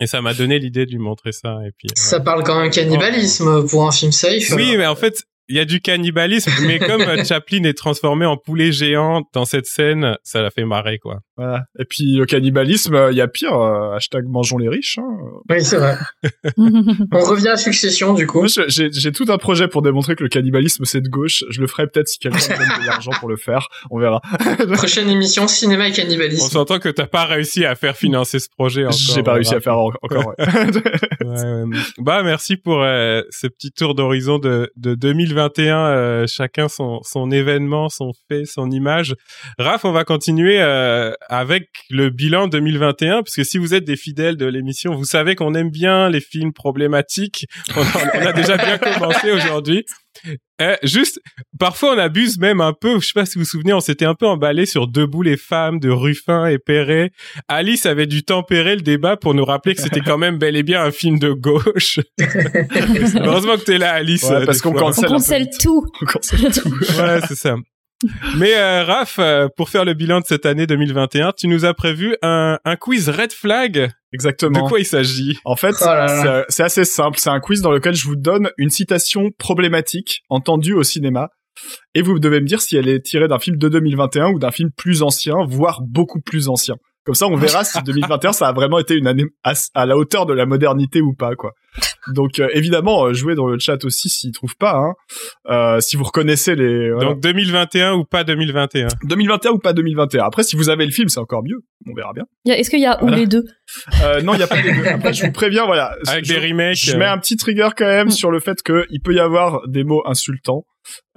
Speaker 2: Et ça m'a donné l'idée de lui montrer ça. Et puis. euh.
Speaker 5: Ça parle quand même cannibalisme pour un film safe.
Speaker 2: Oui, mais en fait, il y a du cannibalisme, mais comme euh, Chaplin est transformé en poulet géant dans cette scène, ça l'a fait marrer, quoi.
Speaker 3: Voilà. Et puis le cannibalisme, euh, il y a pire. euh, hashtag mangeons les riches. hein.
Speaker 5: Oui, c'est vrai. On revient à Succession, du coup.
Speaker 3: Moi, je- j'ai j'ai tout un projet pour démontrer que le cannibalisme c'est de gauche. Je le ferai peut-être si quelqu'un me donne de l'argent pour le faire. On verra.
Speaker 5: Prochaine émission, cinéma et
Speaker 2: On
Speaker 5: cannibalisme.
Speaker 2: s'entend que t'as pas réussi à faire financer ce projet encore.
Speaker 3: J'ai pas réussi à faire en- encore. ouais.
Speaker 2: Ouais, ouais. Bah merci pour euh, ce petit tour d'horizon de, de 2021. euh, chacun son, son événement, son fait, son image. Raph, on va continuer euh, avec le bilan 2021, parce que si vous êtes des fidèles de l'émission, vous savez qu'on aime bien les films problématiques. On a, on a déjà bien commencé aujourd'hui. Euh, juste, parfois on abuse même un peu. Je sais pas si vous vous souvenez, on s'était un peu emballé sur Debout les femmes de Ruffin et Perret. Alice avait dû tempérer le débat pour nous rappeler que c'était quand même bel et bien un film de gauche. Heureusement que t'es là, Alice.
Speaker 3: Ouais,
Speaker 2: euh,
Speaker 3: parce
Speaker 2: des
Speaker 3: qu'on
Speaker 2: fois.
Speaker 4: On
Speaker 3: cancelle. un peu
Speaker 4: cancelle tout.
Speaker 3: Encore, c'est tout.
Speaker 2: Ouais, c'est ça. Mais euh, Raph, euh, pour faire le bilan de cette année 2021, tu nous as prévu un, un quiz Red Flag. De
Speaker 3: Exactement.
Speaker 2: quoi il s'agit
Speaker 3: En fait,
Speaker 5: Oh là là.
Speaker 3: c'est- c'est assez simple. C'est un quiz dans lequel je vous donne une citation problématique entendue au cinéma. Et vous devez me dire si elle est tirée d'un film de 2021 ou d'un film plus ancien, voire beaucoup plus ancien. Comme ça, on verra si 2021, ça a vraiment été une année à, à la hauteur de la modernité ou pas, quoi. Donc, euh, évidemment, euh, jouez dans le chat aussi s'ils trouvent pas, hein. Euh, si vous reconnaissez les... euh, voilà.
Speaker 2: Donc 2021 ou pas 2021
Speaker 3: 2021 ou pas 2021. Après, si vous avez le film, c'est encore mieux. On verra bien.
Speaker 4: Y a- Est-ce qu'il y a ou
Speaker 3: Voilà.
Speaker 4: les deux
Speaker 3: Euh, non, il y a pas les deux. Après, je vous préviens, voilà.
Speaker 2: Avec
Speaker 3: Je-
Speaker 2: des remakes.
Speaker 3: je mets
Speaker 2: euh,
Speaker 3: un petit trigger quand même sur le fait que il peut y avoir des mots insultants.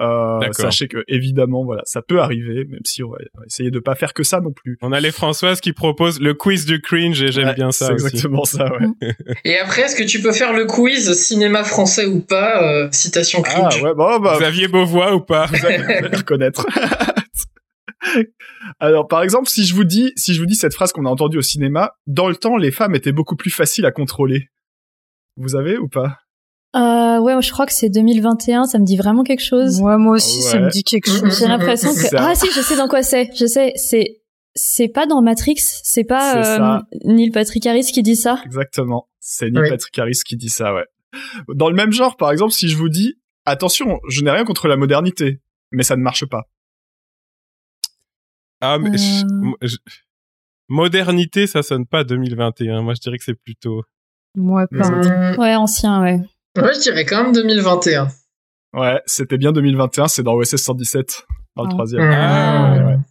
Speaker 3: Euh,
Speaker 2: D'accord.
Speaker 3: sachez que évidemment, voilà, ça peut arriver, même si on va on va essayer de pas faire que ça non plus.
Speaker 2: On a les Françoises qui proposent le quiz du cringe et j'aime
Speaker 3: Ouais,
Speaker 2: bien ça
Speaker 3: C'est
Speaker 2: aussi.
Speaker 3: exactement ça. Ouais.
Speaker 5: Et après, est-ce que tu peux faire le quiz cinéma français ou pas euh, Citation
Speaker 3: Ah
Speaker 5: cringe.
Speaker 3: ouais, bon, bah,
Speaker 2: Xavier Beauvois ou pas
Speaker 3: vous allez vous allez reconnaître. Alors, par exemple, si je vous dis, si je vous dis cette phrase qu'on a entendue au cinéma, dans le temps, les femmes étaient beaucoup plus faciles à contrôler. Vous avez ou pas
Speaker 4: euh, Ouais, je crois que c'est 2021. Ça me dit vraiment quelque chose.
Speaker 6: Ouais, moi aussi, ça
Speaker 3: Ouais. Mm,
Speaker 6: me dit quelque chose.
Speaker 4: J'ai l'impression que
Speaker 3: C'est ça.
Speaker 4: ah si, je sais dans quoi c'est. Je sais, c'est c'est pas dans Matrix. C'est pas
Speaker 3: C'est
Speaker 4: euh,
Speaker 3: ça.
Speaker 4: Neil Patrick Harris qui dit ça.
Speaker 3: Exactement. C'est Neil
Speaker 5: Oui.
Speaker 3: Patrick Harris qui dit ça, ouais. Dans le même genre, par exemple, si je vous dis, attention, je n'ai rien contre la modernité, mais ça ne marche pas.
Speaker 2: Ah, mais je-
Speaker 4: Euh.
Speaker 2: mo- je- modernité, ça sonne pas 2021. Moi, je dirais que c'est plutôt.
Speaker 6: Ouais,
Speaker 3: Mm.
Speaker 6: pareil.
Speaker 5: Hum,
Speaker 4: Ouais, ancien, ouais.
Speaker 5: ouais, je dirais quand même 2021.
Speaker 3: Ouais, c'était bien 2021, c'est dans OSS 117, dans le
Speaker 6: Ah.
Speaker 5: Mm.
Speaker 3: troisième.
Speaker 2: Ah,
Speaker 3: ouais, ouais.
Speaker 5: Hmm.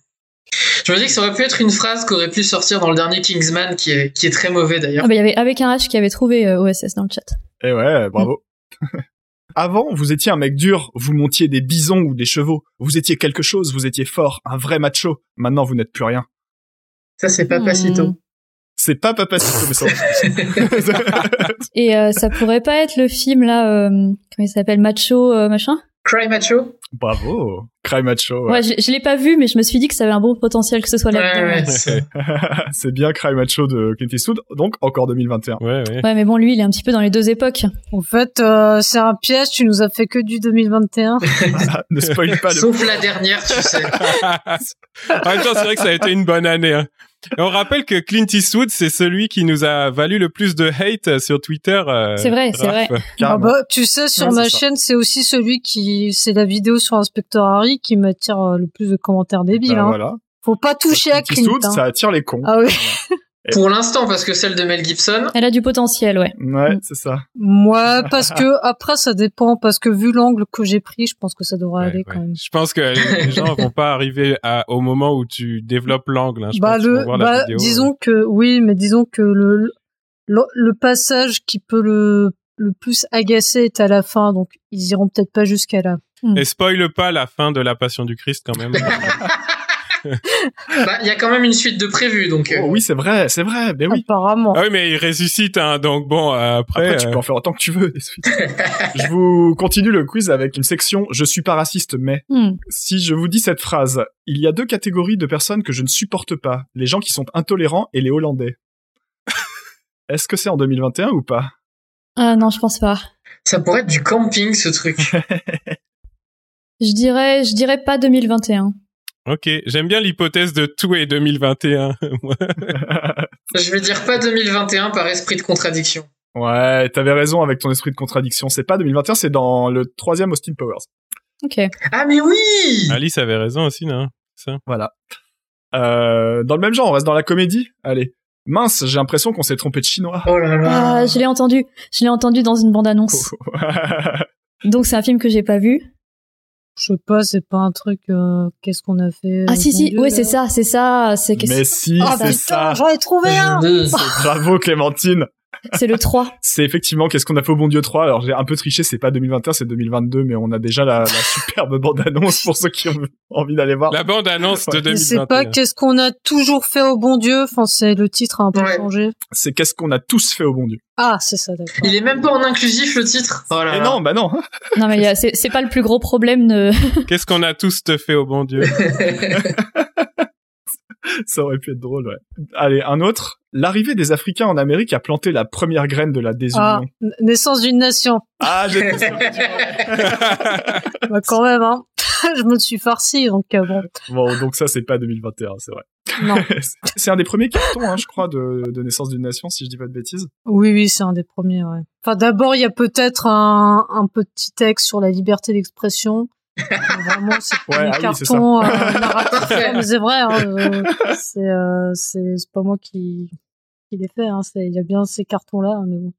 Speaker 5: Je me dis que ça aurait pu être une phrase qui aurait pu sortir dans le dernier Kingsman, qui est, qui est très mauvais
Speaker 4: Ah
Speaker 5: d'ailleurs.
Speaker 4: bah il y avait avec un H qui avait trouvé euh, OSS dans le chat.
Speaker 3: Et Eh ouais, bravo. Avant, vous étiez un mec dur, vous montiez des bisons ou des chevaux, vous étiez quelque chose, vous étiez fort, un vrai macho. Maintenant, vous n'êtes plus rien.
Speaker 5: Ça, c'est pas
Speaker 4: Hmm.
Speaker 5: Papacito.
Speaker 3: C'est pas Papacito, mais ça-
Speaker 4: Et euh, ça pourrait pas être le film là, euh, comment il s'appelle, Macho euh, machin
Speaker 5: Cry Macho
Speaker 3: Bravo. Cry Macho.
Speaker 4: Ouais, je, je l'ai pas vu, mais je me suis dit que ça avait un bon potentiel que ce soit là-dedans.
Speaker 5: Ouais, ouais, c'est-
Speaker 3: c'est bien Cry Macho de Clint Eastwood, donc encore 2021.
Speaker 2: Ouais, ouais.
Speaker 4: Ouais, mais bon, lui, il est un petit peu dans les deux époques.
Speaker 6: En fait, euh, c'est un piège, tu nous as fait que du 2021.
Speaker 3: ne spoil pas le...
Speaker 5: Sauf la dernière, tu sais.
Speaker 2: en même temps, c'est vrai que ça a été une bonne année. hein. Et on rappelle que Clint Eastwood, c'est celui qui nous a valu le plus de hate euh, sur Twitter. euh,
Speaker 4: C'est vrai, c'est
Speaker 2: Raph.
Speaker 6: Ah
Speaker 3: Carrément.
Speaker 6: bah, tu sais, sur
Speaker 3: Ouais,
Speaker 6: ma
Speaker 3: c'est ça.
Speaker 6: chaîne, c'est aussi celui qui, c'est la vidéo sur Inspector Harry qui m'attire euh, le plus de commentaires débiles.
Speaker 3: Bah,
Speaker 6: hein.
Speaker 3: voilà.
Speaker 6: Faut pas toucher à
Speaker 3: Clint
Speaker 6: Clint.
Speaker 3: Eastwood,
Speaker 6: hein.
Speaker 3: ça attire les cons.
Speaker 6: Ah oui.
Speaker 5: Pour l'instant, parce que celle de Mel Gibson,
Speaker 4: Elle a du potentiel, ouais.
Speaker 3: Ouais, c'est ça.
Speaker 6: Moi, parce que après, ça dépend, parce que vu l'angle que j'ai pris, je pense que ça devrait
Speaker 2: Ouais,
Speaker 6: aller
Speaker 2: ouais.
Speaker 6: quand même.
Speaker 2: Je pense que les les gens vont pas arriver à- au moment où tu développes l'angle. hein. Je
Speaker 6: bah
Speaker 2: pense qu'ils
Speaker 6: le,
Speaker 2: vont voir la
Speaker 6: bah,
Speaker 2: vidéo,
Speaker 6: disons que oui, mais disons que le le, le passage qui peut le le plus agacer est à la fin, donc ils iront peut-être pas jusqu'à là.
Speaker 2: euh. Et spoil pas la fin de la Passion du Christ quand même.
Speaker 5: bah, il y a quand même une suite de prévues, donc. euh,
Speaker 3: Oh, oui, c'est vrai, c'est vrai. Ben oui.
Speaker 6: Apparemment.
Speaker 2: ah oui, mais il ressuscite, hein, donc bon, euh, après,
Speaker 3: Après, tu
Speaker 2: euh,
Speaker 3: peux en faire autant que tu veux. des suites. je vous continue le quiz avec une section Je suis pas raciste, mais
Speaker 4: Hmm.
Speaker 3: si je vous dis cette phrase, il y a deux catégories de personnes que je ne supporte pas les gens qui sont intolérants et les Hollandais. Est-ce que c'est en 2021 ou pas
Speaker 4: Ah non, je pense pas.
Speaker 5: Ça pourrait être du camping, ce truc.
Speaker 4: Je dirais, je dirais pas 2021.
Speaker 2: euh, ok. J'aime bien l'hypothèse de tout est 2021. moi.
Speaker 5: Je vais dire pas 2021 par esprit de contradiction.
Speaker 3: Ouais, t'avais raison avec ton esprit de contradiction. C'est pas 2021, c'est dans le troisième Austin Powers.
Speaker 4: Ok.
Speaker 5: Ah, mais oui!
Speaker 2: Alice avait raison aussi, non
Speaker 3: Voilà. Euh, dans le même genre, on reste dans la comédie. Allez. Mince, j'ai l'impression qu'on s'est trompé de chinois.
Speaker 5: Oh là là.
Speaker 4: Ah, je l'ai entendu. Je l'ai entendu dans une bande-annonce.
Speaker 3: Oh,
Speaker 4: Donc c'est un film que j'ai pas vu.
Speaker 6: Je sais pas, c'est pas un truc. euh, Qu'est-ce qu'on a fait
Speaker 4: Ah
Speaker 6: euh,
Speaker 4: si
Speaker 6: mon
Speaker 4: si,
Speaker 6: Dieu,
Speaker 4: ouais
Speaker 6: là
Speaker 4: c'est ça, c'est ça, c'est
Speaker 3: Mais si,
Speaker 6: Ah
Speaker 3: c'est ça. Euh,
Speaker 6: putain, j'en ai trouvé un.
Speaker 5: Deux.
Speaker 3: Bravo Clémentine.
Speaker 4: c'est le 3.
Speaker 3: C'est effectivement qu'est-ce qu'on a fait au bon Dieu 3. Alors j'ai un peu triché, c'est pas 2021, c'est 2022, mais on a déjà la, la superbe bande-annonce pour ceux qui ont envie d'aller
Speaker 6: Oh.
Speaker 3: voir.
Speaker 2: La bande annonce de
Speaker 3: Ouais.
Speaker 6: Je sais
Speaker 2: 2021.
Speaker 6: pas qu'est-ce qu'on a toujours fait au bon Dieu. Enfin, c'est le titre a un peu
Speaker 5: Ouais.
Speaker 6: changé.
Speaker 3: C'est qu'est-ce qu'on a tous fait au bon Dieu.
Speaker 6: Ah, c'est ça, d'accord.
Speaker 5: Il est même pas en inclusif, le titre. Oh là
Speaker 3: Et
Speaker 5: là.
Speaker 3: non, bah non.
Speaker 4: Non mais il y a- c'est c'est pas le plus gros problème de
Speaker 2: Qu'est-ce qu'on a tous te fait au bon Dieu
Speaker 3: Ça aurait pu être drôle, ouais. Allez, un autre. L'arrivée des Africains en Amérique a planté la première graine de la
Speaker 6: Ah,
Speaker 3: désunion.
Speaker 6: n- naissance d'une nation.
Speaker 3: Ah, j'étais sûr.
Speaker 6: Bah, quand même, hein. je me suis farci, donc euh, bon.
Speaker 3: Bon, donc ça, c'est pas 2021, c'est vrai.
Speaker 6: Non.
Speaker 3: c'est un des premiers cartons, hein, je crois, de, de Naissance d'une Nation, si je dis pas de bêtises.
Speaker 6: Oui, oui, c'est un des premiers. Ouais. Enfin, d'abord, il y a peut-être un, un petit texte sur la liberté d'expression. Mais Vraiment, c'est pas
Speaker 3: Ouais,
Speaker 6: un
Speaker 3: ah oui, c'est ça.
Speaker 6: carton euh, narratif.
Speaker 5: Parfait.
Speaker 6: Non, mais c'est vrai, hein, euh, c'est euh, c'est c'est pas moi qui qui l'ai fait. Hein, c'est- il y a bien ces cartons-là, hein, mais bon.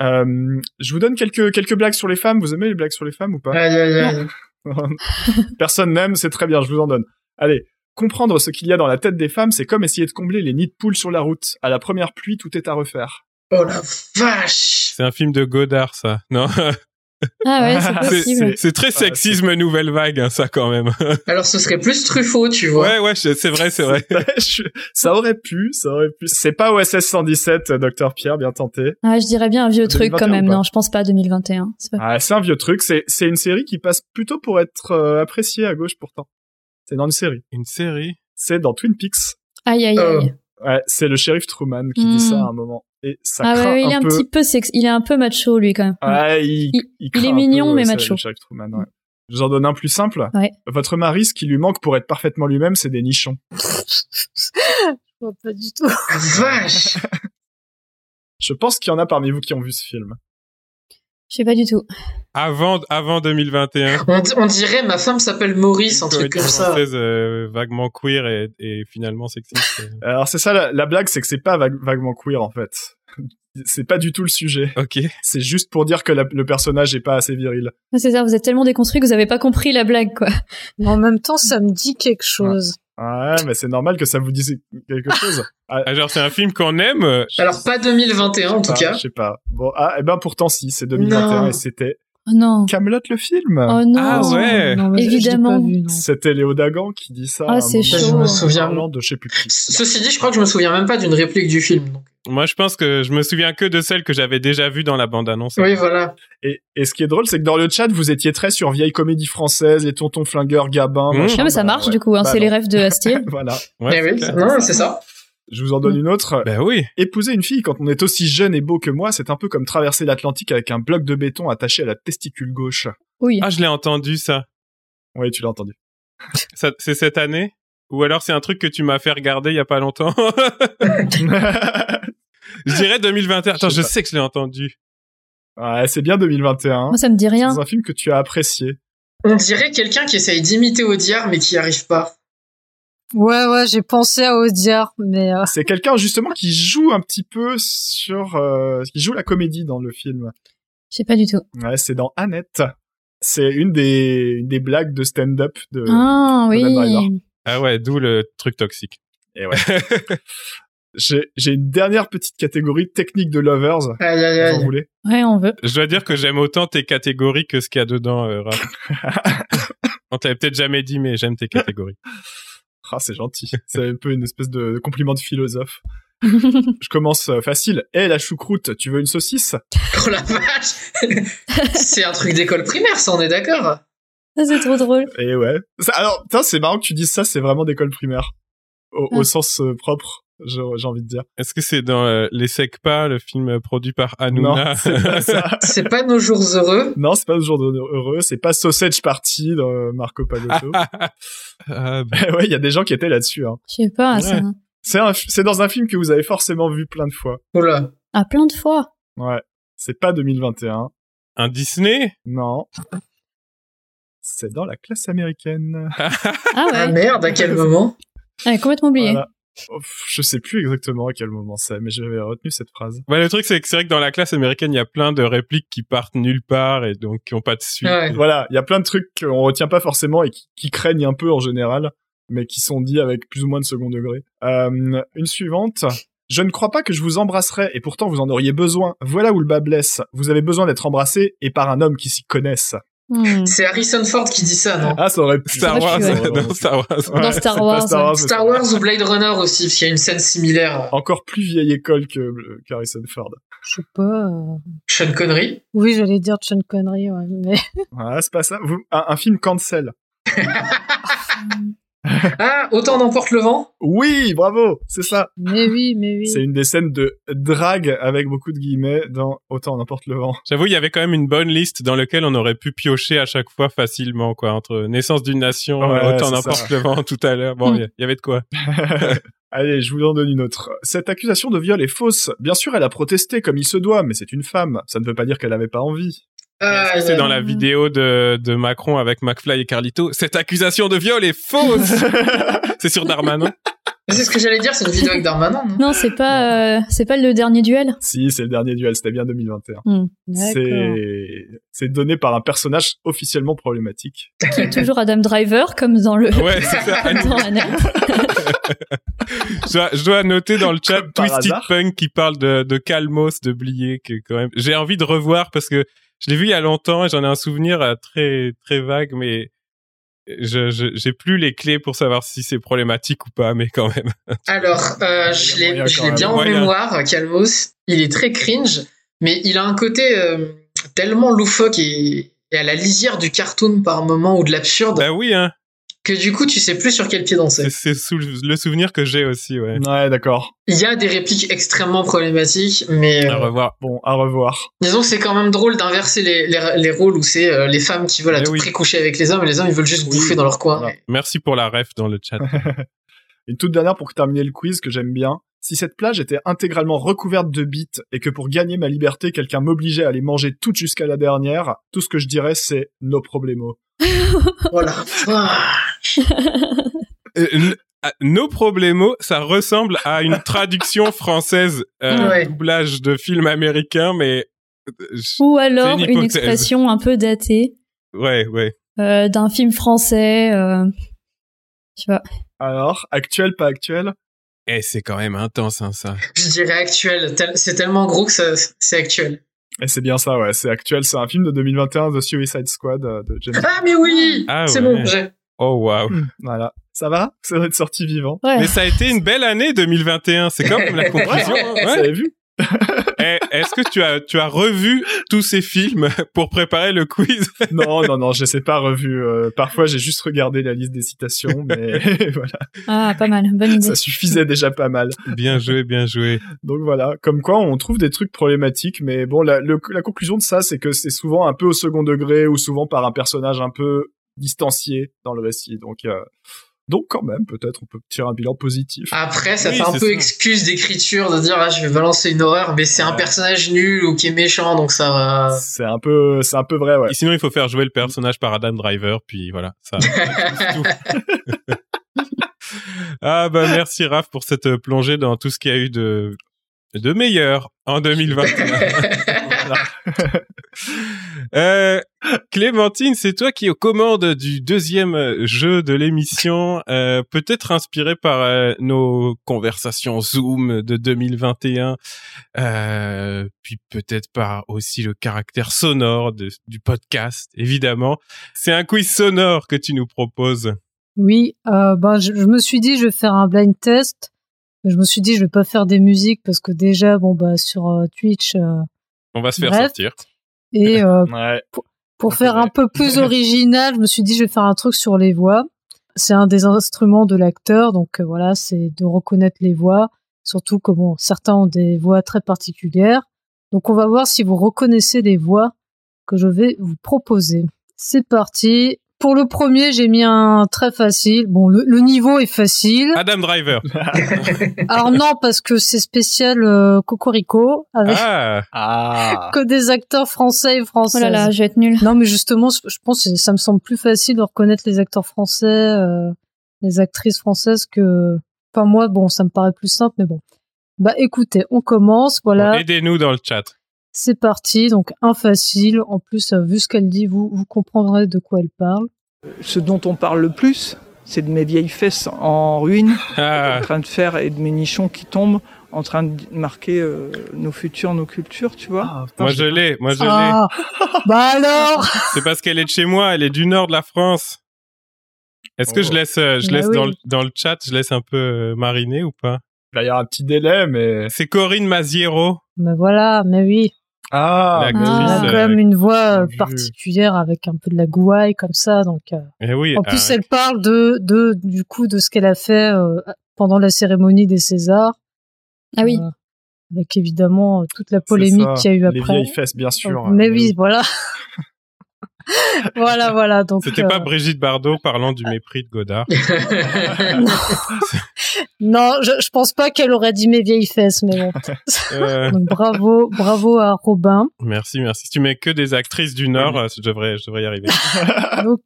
Speaker 3: Euh, je vous donne quelques, quelques blagues sur les femmes. Vous aimez les blagues sur les femmes ou pas
Speaker 5: Aïe, aïe, aïe.
Speaker 3: Personne n'aime, c'est très bien, je vous en donne. Allez, comprendre ce qu'il y a dans la tête des femmes, c'est comme essayer de combler les nids de poules sur la route. À la première pluie, tout est à refaire.
Speaker 5: Oh la vache.
Speaker 2: C'est un film de Godard, ça. Non,
Speaker 4: Ah ouais, c'est
Speaker 2: c'est-
Speaker 4: possible.
Speaker 2: c'est très sexisme nouvelle vague, hein, ça quand même.
Speaker 5: Alors, ce serait plus Truffaut, tu vois.
Speaker 2: Ouais, ouais, je- c'est vrai, c'est vrai.
Speaker 3: Je suis- ça aurait pu, ça aurait pu. C'est pas OSS 117, euh, docteur Pierre, bien tenté.
Speaker 4: Ah, je dirais bien un vieux truc quand
Speaker 3: 2021
Speaker 4: même.
Speaker 3: ou pas
Speaker 4: Non, je pense pas 2021. C'est pas-
Speaker 3: Ah, c'est un vieux truc. C'est, c'est une série qui passe plutôt pour être euh, appréciée à gauche pourtant. C'est dans une série.
Speaker 2: Une série.
Speaker 3: C'est dans Twin Peaks.
Speaker 4: Aïe aïe
Speaker 3: Euh,
Speaker 5: Oh.
Speaker 4: aïe.
Speaker 3: Ouais, c'est le shérif Truman qui
Speaker 4: Mm.
Speaker 3: dit ça à un moment. Et ça
Speaker 4: Ah
Speaker 3: craint
Speaker 4: ouais, il est
Speaker 3: un
Speaker 4: un
Speaker 3: peu.
Speaker 4: petit peu sex... il est un peu macho lui quand même.
Speaker 3: Ouais, Ah, il,
Speaker 4: Il-
Speaker 3: craint
Speaker 4: est
Speaker 3: un
Speaker 4: mignon,
Speaker 3: peu,
Speaker 4: mais
Speaker 3: ça,
Speaker 4: macho. Mm.
Speaker 3: le Shaq Truman, ouais. Je vous en donne un plus simple.
Speaker 4: Ouais.
Speaker 3: Votre mari, ce qui lui manque pour être parfaitement lui-même, c'est des nichons.
Speaker 6: Je vois pas du tout.
Speaker 5: La vache.
Speaker 3: Je pense qu'il y en a parmi vous qui ont vu ce film.
Speaker 4: Je sais pas du tout.
Speaker 2: Avant, avant 2021.
Speaker 5: On, di- on dirait ma femme s'appelle Maurice, un truc
Speaker 2: Comédie
Speaker 5: comme ça.
Speaker 2: française, euh, vaguement queer et, et finalement sexiste. euh.
Speaker 3: Alors c'est ça la, la blague, c'est que c'est pas vague- vaguement queer en fait. C'est pas du tout le sujet.
Speaker 2: ok.
Speaker 3: C'est juste pour dire que la- le personnage est pas assez viril.
Speaker 4: Ouais, Ah, C'est ça, vous êtes tellement déconstruit que vous avez pas compris la blague quoi.
Speaker 6: Mais en même temps, ça me dit quelque chose.
Speaker 3: Ouais, mais c'est normal que ça vous dise quelque chose. Ah,
Speaker 2: Ah, genre, c'est un film qu'on aime. euh,
Speaker 5: Alors, pas 2021, en tout
Speaker 3: ah,
Speaker 5: cas.
Speaker 3: Je sais pas. Bon, ah, et ben pourtant si, c'est 2021
Speaker 5: Non.
Speaker 3: et c'était
Speaker 4: Oh non.
Speaker 3: Camelot le film.
Speaker 4: Oh non.
Speaker 2: Ah ouais.
Speaker 6: Non, mais je- je l'ai
Speaker 4: Évidemment.
Speaker 6: pas vu, non.
Speaker 3: C'était Léo Dagan qui dit ça.
Speaker 4: Ah,
Speaker 3: à un
Speaker 4: c'est
Speaker 3: moment,
Speaker 4: chaud. Je me
Speaker 3: en
Speaker 5: souviens.
Speaker 3: parlant de je sais plus qui.
Speaker 5: Ceci dit, je crois que je me souviens même pas d'une réplique du film. donc.
Speaker 2: Moi, je pense que je me souviens que de celle que j'avais déjà vue dans la bande-annonce.
Speaker 5: Oui, voilà.
Speaker 3: Et, et ce qui est drôle, c'est que dans le chat, vous étiez très sur vieille comédie française, les tontons flingueurs, Gabin.
Speaker 2: Mmh.
Speaker 3: machin,
Speaker 4: Non, mais ça
Speaker 3: voilà,
Speaker 4: marche
Speaker 3: ouais.
Speaker 4: du coup, hein,
Speaker 3: Bah
Speaker 4: c'est les
Speaker 3: non.
Speaker 4: rêves de Astier.
Speaker 3: voilà.
Speaker 2: Ouais,
Speaker 5: Eh
Speaker 2: c'est
Speaker 5: oui,
Speaker 2: clair.
Speaker 5: non, c'est ça.
Speaker 3: Je vous en
Speaker 4: Mmh.
Speaker 3: donne une autre.
Speaker 2: Ben oui.
Speaker 3: Épouser une fille quand on est aussi jeune et beau que moi, c'est un peu comme traverser l'Atlantique avec un bloc de béton attaché à la testicule gauche.
Speaker 4: Oui.
Speaker 2: Ah, je l'ai entendu ça.
Speaker 3: Oui, tu l'as entendu.
Speaker 2: Ça- c'est cette année Ou alors c'est un truc que tu m'as fait regarder il y a pas longtemps Je dirais 2021. Attends,
Speaker 3: Je sais
Speaker 2: je
Speaker 3: pas.
Speaker 2: sais que je l'ai entendu.
Speaker 3: ouais, c'est bien 2021.
Speaker 4: Moi, ça me dit rien.
Speaker 3: C'est un film que tu as apprécié.
Speaker 5: On dirait quelqu'un qui essaye d'imiter Audiard mais qui n'y arrive pas.
Speaker 6: Ouais, ouais, j'ai pensé à Audiard, mais euh,
Speaker 3: C'est quelqu'un justement qui joue un petit peu sur, euh, qui joue la comédie dans le film.
Speaker 4: Je sais pas du tout.
Speaker 3: Ouais, c'est dans Annette. C'est une des, une des blagues de stand-up de.
Speaker 4: Ah oui.
Speaker 3: Conan Driver.
Speaker 2: Ah ouais, d'où le truc toxique.
Speaker 3: J'ai j'ai une dernière petite catégorie technique de lovers.
Speaker 5: Aïe, aïe,
Speaker 3: Vous en
Speaker 5: aïe.
Speaker 3: voulez
Speaker 4: Ouais, on veut.
Speaker 2: Je dois dire que j'aime autant tes catégories que ce qu'il y a dedans, euh, Raph. On te l'avait peut-être jamais dit, mais j'aime tes catégories.
Speaker 3: Ah, c'est gentil. C'est un peu une espèce de compliment de philosophe. Je commence euh, facile. Eh la choucroute, tu veux une saucisse
Speaker 5: Oh la vache C'est un truc d'école primaire, ça, on est d'accord
Speaker 4: Ah, c'est trop drôle.
Speaker 3: Et Eh, ouais. Ça- alors, putain, c'est marrant que tu dises ça, c'est vraiment d'école primaire. Au, au
Speaker 4: Ah.
Speaker 3: sens euh, propre, j'ai j'ai envie de dire.
Speaker 2: Est-ce que c'est dans euh, Les Secpas, le film euh, produit par Hanouna
Speaker 3: Non, c'est pas ça.
Speaker 5: C'est pas nos jours heureux.
Speaker 3: Non, c'est pas le jour d'honneur heureux, c'est pas Sausage Party de Marco Pagotto.
Speaker 2: Ah, bah,
Speaker 3: Eh ouais, il y a des gens qui étaient là-dessus. Hein.
Speaker 4: Je sais pas. ça-
Speaker 3: C'est un- c'est dans un film que vous avez forcément vu plein de fois.
Speaker 5: Oula.
Speaker 4: Ah, plein de fois.
Speaker 3: Ouais. C'est pas 2021.
Speaker 2: Un Disney
Speaker 3: Non. C'est dans la classe américaine.
Speaker 4: Ah
Speaker 5: Ah
Speaker 4: ouais.
Speaker 5: merde, à quel moment
Speaker 4: Ouais, complètement oublié.
Speaker 3: Voilà. Oh, pff, je sais plus exactement à quel moment c'est, mais j'avais retenu cette phrase.
Speaker 2: Ouais, le truc, c'est que c'est vrai que dans la classe américaine, il y a plein de répliques qui partent nulle part et donc qui ont pas de suite.
Speaker 5: Ouais.
Speaker 3: Voilà, il y a plein de trucs qu'on retient pas forcément et qui, qui craignent un peu en général, mais qui sont dits avec plus ou moins de second degré. Euh, une suivante. Je ne crois pas que je vous embrasserai et pourtant vous en auriez besoin. Voilà où le bas blesse. Vous avez besoin d'être embrassé et par un homme qui s'y connaisse.
Speaker 4: Hmm.
Speaker 5: C'est Harrison Ford qui dit ça, non
Speaker 3: Ah, ça aurait pu.
Speaker 2: Star
Speaker 4: Ouais,
Speaker 2: Wars,
Speaker 4: je suis,
Speaker 3: ouais.
Speaker 2: non, Star Wars.
Speaker 4: Dans Star
Speaker 3: c'est pas
Speaker 4: Wars, ouais.
Speaker 3: mais
Speaker 5: Star
Speaker 3: c'est
Speaker 5: Wars ou Blade Runner aussi, parce qu'il y a une scène similaire. euh,
Speaker 3: Encore plus vieille école que euh, Harrison Ford.
Speaker 6: je sais pas. euh,
Speaker 5: Sean Connery.
Speaker 6: Oui, j'allais dire Sean Connery, ouais, mais
Speaker 3: Ah, c'est pas ça. Vous- un, un film cancel.
Speaker 5: Ah, autant d'emporte le vent
Speaker 3: Oui, bravo, c'est ça.
Speaker 6: mais oui, mais oui.
Speaker 3: C'est une des scènes de drague avec beaucoup de guillemets dans Autant n'importe le vent.
Speaker 2: J'avoue, il y avait quand même une bonne liste dans laquelle on aurait pu piocher à chaque fois facilement, quoi, entre Naissance d'une Nation,
Speaker 3: Ouais, ouais,
Speaker 2: Autant
Speaker 3: c'est
Speaker 2: n'importe
Speaker 3: ça.
Speaker 2: le vent tout à l'heure. Bon,
Speaker 4: Mm.
Speaker 2: il y- y avait de quoi.
Speaker 3: Allez, je vous en donne une autre. Cette accusation de viol est fausse. Bien sûr, elle a protesté comme il se doit, mais c'est une femme. Ça ne veut pas dire qu'elle n'avait pas envie.
Speaker 5: Ah,
Speaker 2: Est-ce que c'est dans la vidéo de, de Macron avec McFly et Carlito Cette accusation de viol est fausse C'est sur Darmanin
Speaker 5: C'est ce que j'allais dire, c'est une vidéo avec Darmanin, non
Speaker 4: Non, c'est pas, euh, c'est pas le dernier duel.
Speaker 3: Si, c'est le dernier duel, c'était bien 2021.
Speaker 6: D'accord.
Speaker 3: C'est, c'est donné par un personnage officiellement problématique.
Speaker 4: Qui est toujours Adam Driver, comme dans le.
Speaker 2: Ouais, c'est ça.
Speaker 4: comme dans Annette.
Speaker 2: Je dois, je dois noter dans le chat
Speaker 3: Comme par
Speaker 2: Twisted
Speaker 3: hasard.
Speaker 2: Punk qui parle de, de Calmos, de Blier, que quand même, j'ai envie de revoir parce que je l'ai vu il y a longtemps et j'en ai un souvenir euh, très, très vague, mais je, je- j'ai plus les clés pour savoir si c'est problématique ou pas, mais quand même.
Speaker 5: Alors, euh, je
Speaker 3: Ah, Il y a moyen
Speaker 5: l'ai je
Speaker 3: quand
Speaker 5: l'ai
Speaker 3: même.
Speaker 5: bien en
Speaker 2: Moyen.
Speaker 5: mémoire, Calmos. Il est très cringe, mais il a un côté euh, tellement loufoque et, et à la lisière du cartoon par moment ou de l'absurde
Speaker 2: Bah oui, hein.
Speaker 5: que du coup, tu sais plus sur quel pied danser.
Speaker 2: C'est, c'est sous le le souvenir que j'ai aussi, ouais.
Speaker 3: Ouais, d'accord.
Speaker 5: Il y a des répliques extrêmement problématiques, mais euh,
Speaker 3: Ah
Speaker 2: À revoir.
Speaker 3: Bon, à revoir.
Speaker 5: disons que c'est quand même drôle d'inverser les, les- les rôles où c'est euh, les femmes qui veulent à
Speaker 2: Eh
Speaker 5: tout
Speaker 2: oui.
Speaker 5: prix coucher avec les hommes et les hommes ils veulent juste
Speaker 3: Oui,
Speaker 5: bouffer dans leur coin.
Speaker 3: voilà.
Speaker 2: Merci pour la ref dans le chat.
Speaker 3: Une toute dernière pour terminer le quiz que j'aime bien. Si cette plage était intégralement recouverte de bites et que pour gagner ma liberté, quelqu'un m'obligeait à les manger toutes jusqu'à la dernière, tout ce que je dirais, c'est no problemo.
Speaker 5: Voilà. Ah,
Speaker 2: Euh, n- ah, Nos problemos, ça ressemble à une traduction française, euh,
Speaker 5: Ouais.
Speaker 2: doublage de film américain, mais euh, je-
Speaker 4: Ou alors
Speaker 2: C'est une
Speaker 4: une,
Speaker 2: hypothèse.
Speaker 4: expression un peu datée
Speaker 2: ouais, ouais.
Speaker 4: euh, d'un film français. Euh... Je sais pas.
Speaker 3: Alors, actuel, pas actuel?
Speaker 2: Eh, c'est quand même intense, hein, ça.
Speaker 5: Je dirais actuel. Tel- C'est tellement gros que ça- c'est actuel.
Speaker 3: Et Eh, c'est bien ça, ouais, c'est actuel, c'est un film de 2021, The Suicide Squad euh, de James.
Speaker 5: Ah mais oui
Speaker 2: Ah
Speaker 5: C'est
Speaker 2: ouais.
Speaker 5: bon, j'ai.
Speaker 2: Oh, waouh.
Speaker 3: Voilà, Ça va Ça doit être sorti vivant.
Speaker 4: Ouais.
Speaker 2: Mais ça a été une belle année 2021. C'est comme la conclusion.
Speaker 3: Ouais,
Speaker 2: hein.
Speaker 3: Vous
Speaker 2: Ouais.
Speaker 3: avez vu
Speaker 2: Eh, Est-ce que tu as, tu as revu tous ces films pour préparer le quiz
Speaker 3: Non, non, non, je ne sais pas revu. euh, parfois, j'ai juste regardé la liste des citations, mais voilà,
Speaker 4: Ah, pas mal. Bonne idée.
Speaker 3: ça suffisait déjà pas mal.
Speaker 2: Bien joué, bien joué.
Speaker 3: Donc voilà, comme quoi on trouve des trucs problématiques, mais bon, la, le- la conclusion de ça, c'est que c'est souvent un peu au second degré ou souvent par un personnage un peu distancié dans le récit. Donc, euh, donc quand même, peut-être on peut tirer un bilan positif.
Speaker 5: Après, ça
Speaker 2: Oui,
Speaker 5: fait un
Speaker 2: c'est
Speaker 5: peu
Speaker 2: ça.
Speaker 5: excuse d'écriture de dire ah, je vais balancer une horreur, mais c'est un
Speaker 3: Ouais.
Speaker 5: personnage nul ou qui est méchant, donc ça
Speaker 6: Ah.
Speaker 5: va.
Speaker 3: C'est un peu, c'est un peu vrai, ouais.
Speaker 2: Et Sinon, il faut faire jouer le personnage par Adam Driver, puis voilà, ça. c'est tout. ah bah merci Raph pour cette euh, plongée dans tout ce qu'il y a eu de de meilleur en 2021. Euh, Clémentine, c'est toi qui est aux commandes du deuxième euh, jeu de l'émission, euh, peut-être inspiré par euh, nos conversations Zoom de 2021, euh, puis peut-être par aussi le caractère sonore de- du podcast, évidemment. C'est un quiz sonore que tu nous proposes.
Speaker 6: Oui, euh, ben, je, je me suis dit, je vais faire un blind test. Je me suis dit, je vais pas faire des musiques parce que déjà, bon, bah, sur euh, Twitch, euh,
Speaker 2: On va se faire
Speaker 6: Bref.
Speaker 2: sortir.
Speaker 6: et euh,
Speaker 3: Ouais.
Speaker 6: pour
Speaker 3: Ah, C'est
Speaker 6: faire un
Speaker 3: vrai.
Speaker 6: peu plus original, je me suis dit, je vais faire un truc sur les voix. C'est un des instruments de l'acteur, donc euh, voilà, c'est de reconnaître les voix, surtout que bon, certains ont des voix très particulières. Donc on va voir si vous reconnaissez les voix que je vais vous proposer. C'est parti. Pour le premier, j'ai mis un très facile. Bon, le, le niveau est facile.
Speaker 2: Adam Driver.
Speaker 6: Alors non, parce que c'est spécial euh, Cocorico, avec
Speaker 2: Ah,
Speaker 3: Ah.
Speaker 6: que des acteurs français et
Speaker 4: Oh
Speaker 6: françaises.
Speaker 4: là là, je vais être nulle.
Speaker 6: Non, mais justement, je je pense que ça me semble plus facile de reconnaître les acteurs français, euh, les actrices françaises que... Enfin, moi, bon, ça me paraît plus simple, mais bon. Bah écoutez, on commence, voilà,
Speaker 2: Bon, aidez-nous dans le chat.
Speaker 6: c'est parti. Donc, un facile. En plus, euh, vu ce qu'elle dit, vous, vous comprendrez de quoi elle parle.
Speaker 7: Ce dont on parle le plus, c'est de mes vieilles fesses en ruine,
Speaker 2: Ah,
Speaker 7: en train de faire et de mes nichons qui tombent, en train de marquer euh, nos futurs, nos cultures, tu vois.
Speaker 3: Ah, putain,
Speaker 2: moi je
Speaker 3: j'ai-
Speaker 2: l'ai, moi je l'ai.
Speaker 6: Ah Bah alors
Speaker 2: C'est parce qu'elle est de chez moi, elle est du nord de la France. Est-ce que
Speaker 3: Oh.
Speaker 2: je laisse, euh, je
Speaker 6: Bah
Speaker 2: laisse
Speaker 6: oui.
Speaker 2: dans, le, dans le chat, je laisse un peu euh, mariner ou pas
Speaker 3: Il va y avoir un petit délai, mais
Speaker 2: C'est Corinne Maziero.
Speaker 6: Mais voilà, mais oui.
Speaker 3: ah,
Speaker 2: La
Speaker 3: mais
Speaker 6: Elle a
Speaker 2: actrice,
Speaker 3: oui.
Speaker 6: quand
Speaker 2: euh,
Speaker 6: même une voix euh,
Speaker 3: j'ai vu.
Speaker 6: particulière avec un peu de la gouaille comme ça, donc... euh,
Speaker 2: Eh oui.
Speaker 6: En
Speaker 2: ah,
Speaker 6: plus, elle parle de, de du coup de ce qu'elle a fait euh, pendant la cérémonie des Césars.
Speaker 4: Ah oui.
Speaker 6: Euh, avec évidemment euh, toute la
Speaker 3: C'est
Speaker 6: polémique
Speaker 3: ça,
Speaker 6: qu'il y a eu
Speaker 3: Les
Speaker 6: après.
Speaker 3: vieilles fesses, bien sûr.
Speaker 6: Donc, mais oui, voilà. voilà, voilà. Donc
Speaker 2: C'était
Speaker 6: euh,
Speaker 2: pas Brigitte Bardot parlant du mépris de Godard.
Speaker 6: non, je, je pense pas qu'elle aurait dit mes vieilles fesses, mais bon.
Speaker 2: Euh,
Speaker 6: Donc, bravo, bravo à Robin.
Speaker 2: merci, merci. Si tu mets que des actrices du Nord, euh, je devrais, je devrais y arriver.
Speaker 6: Donc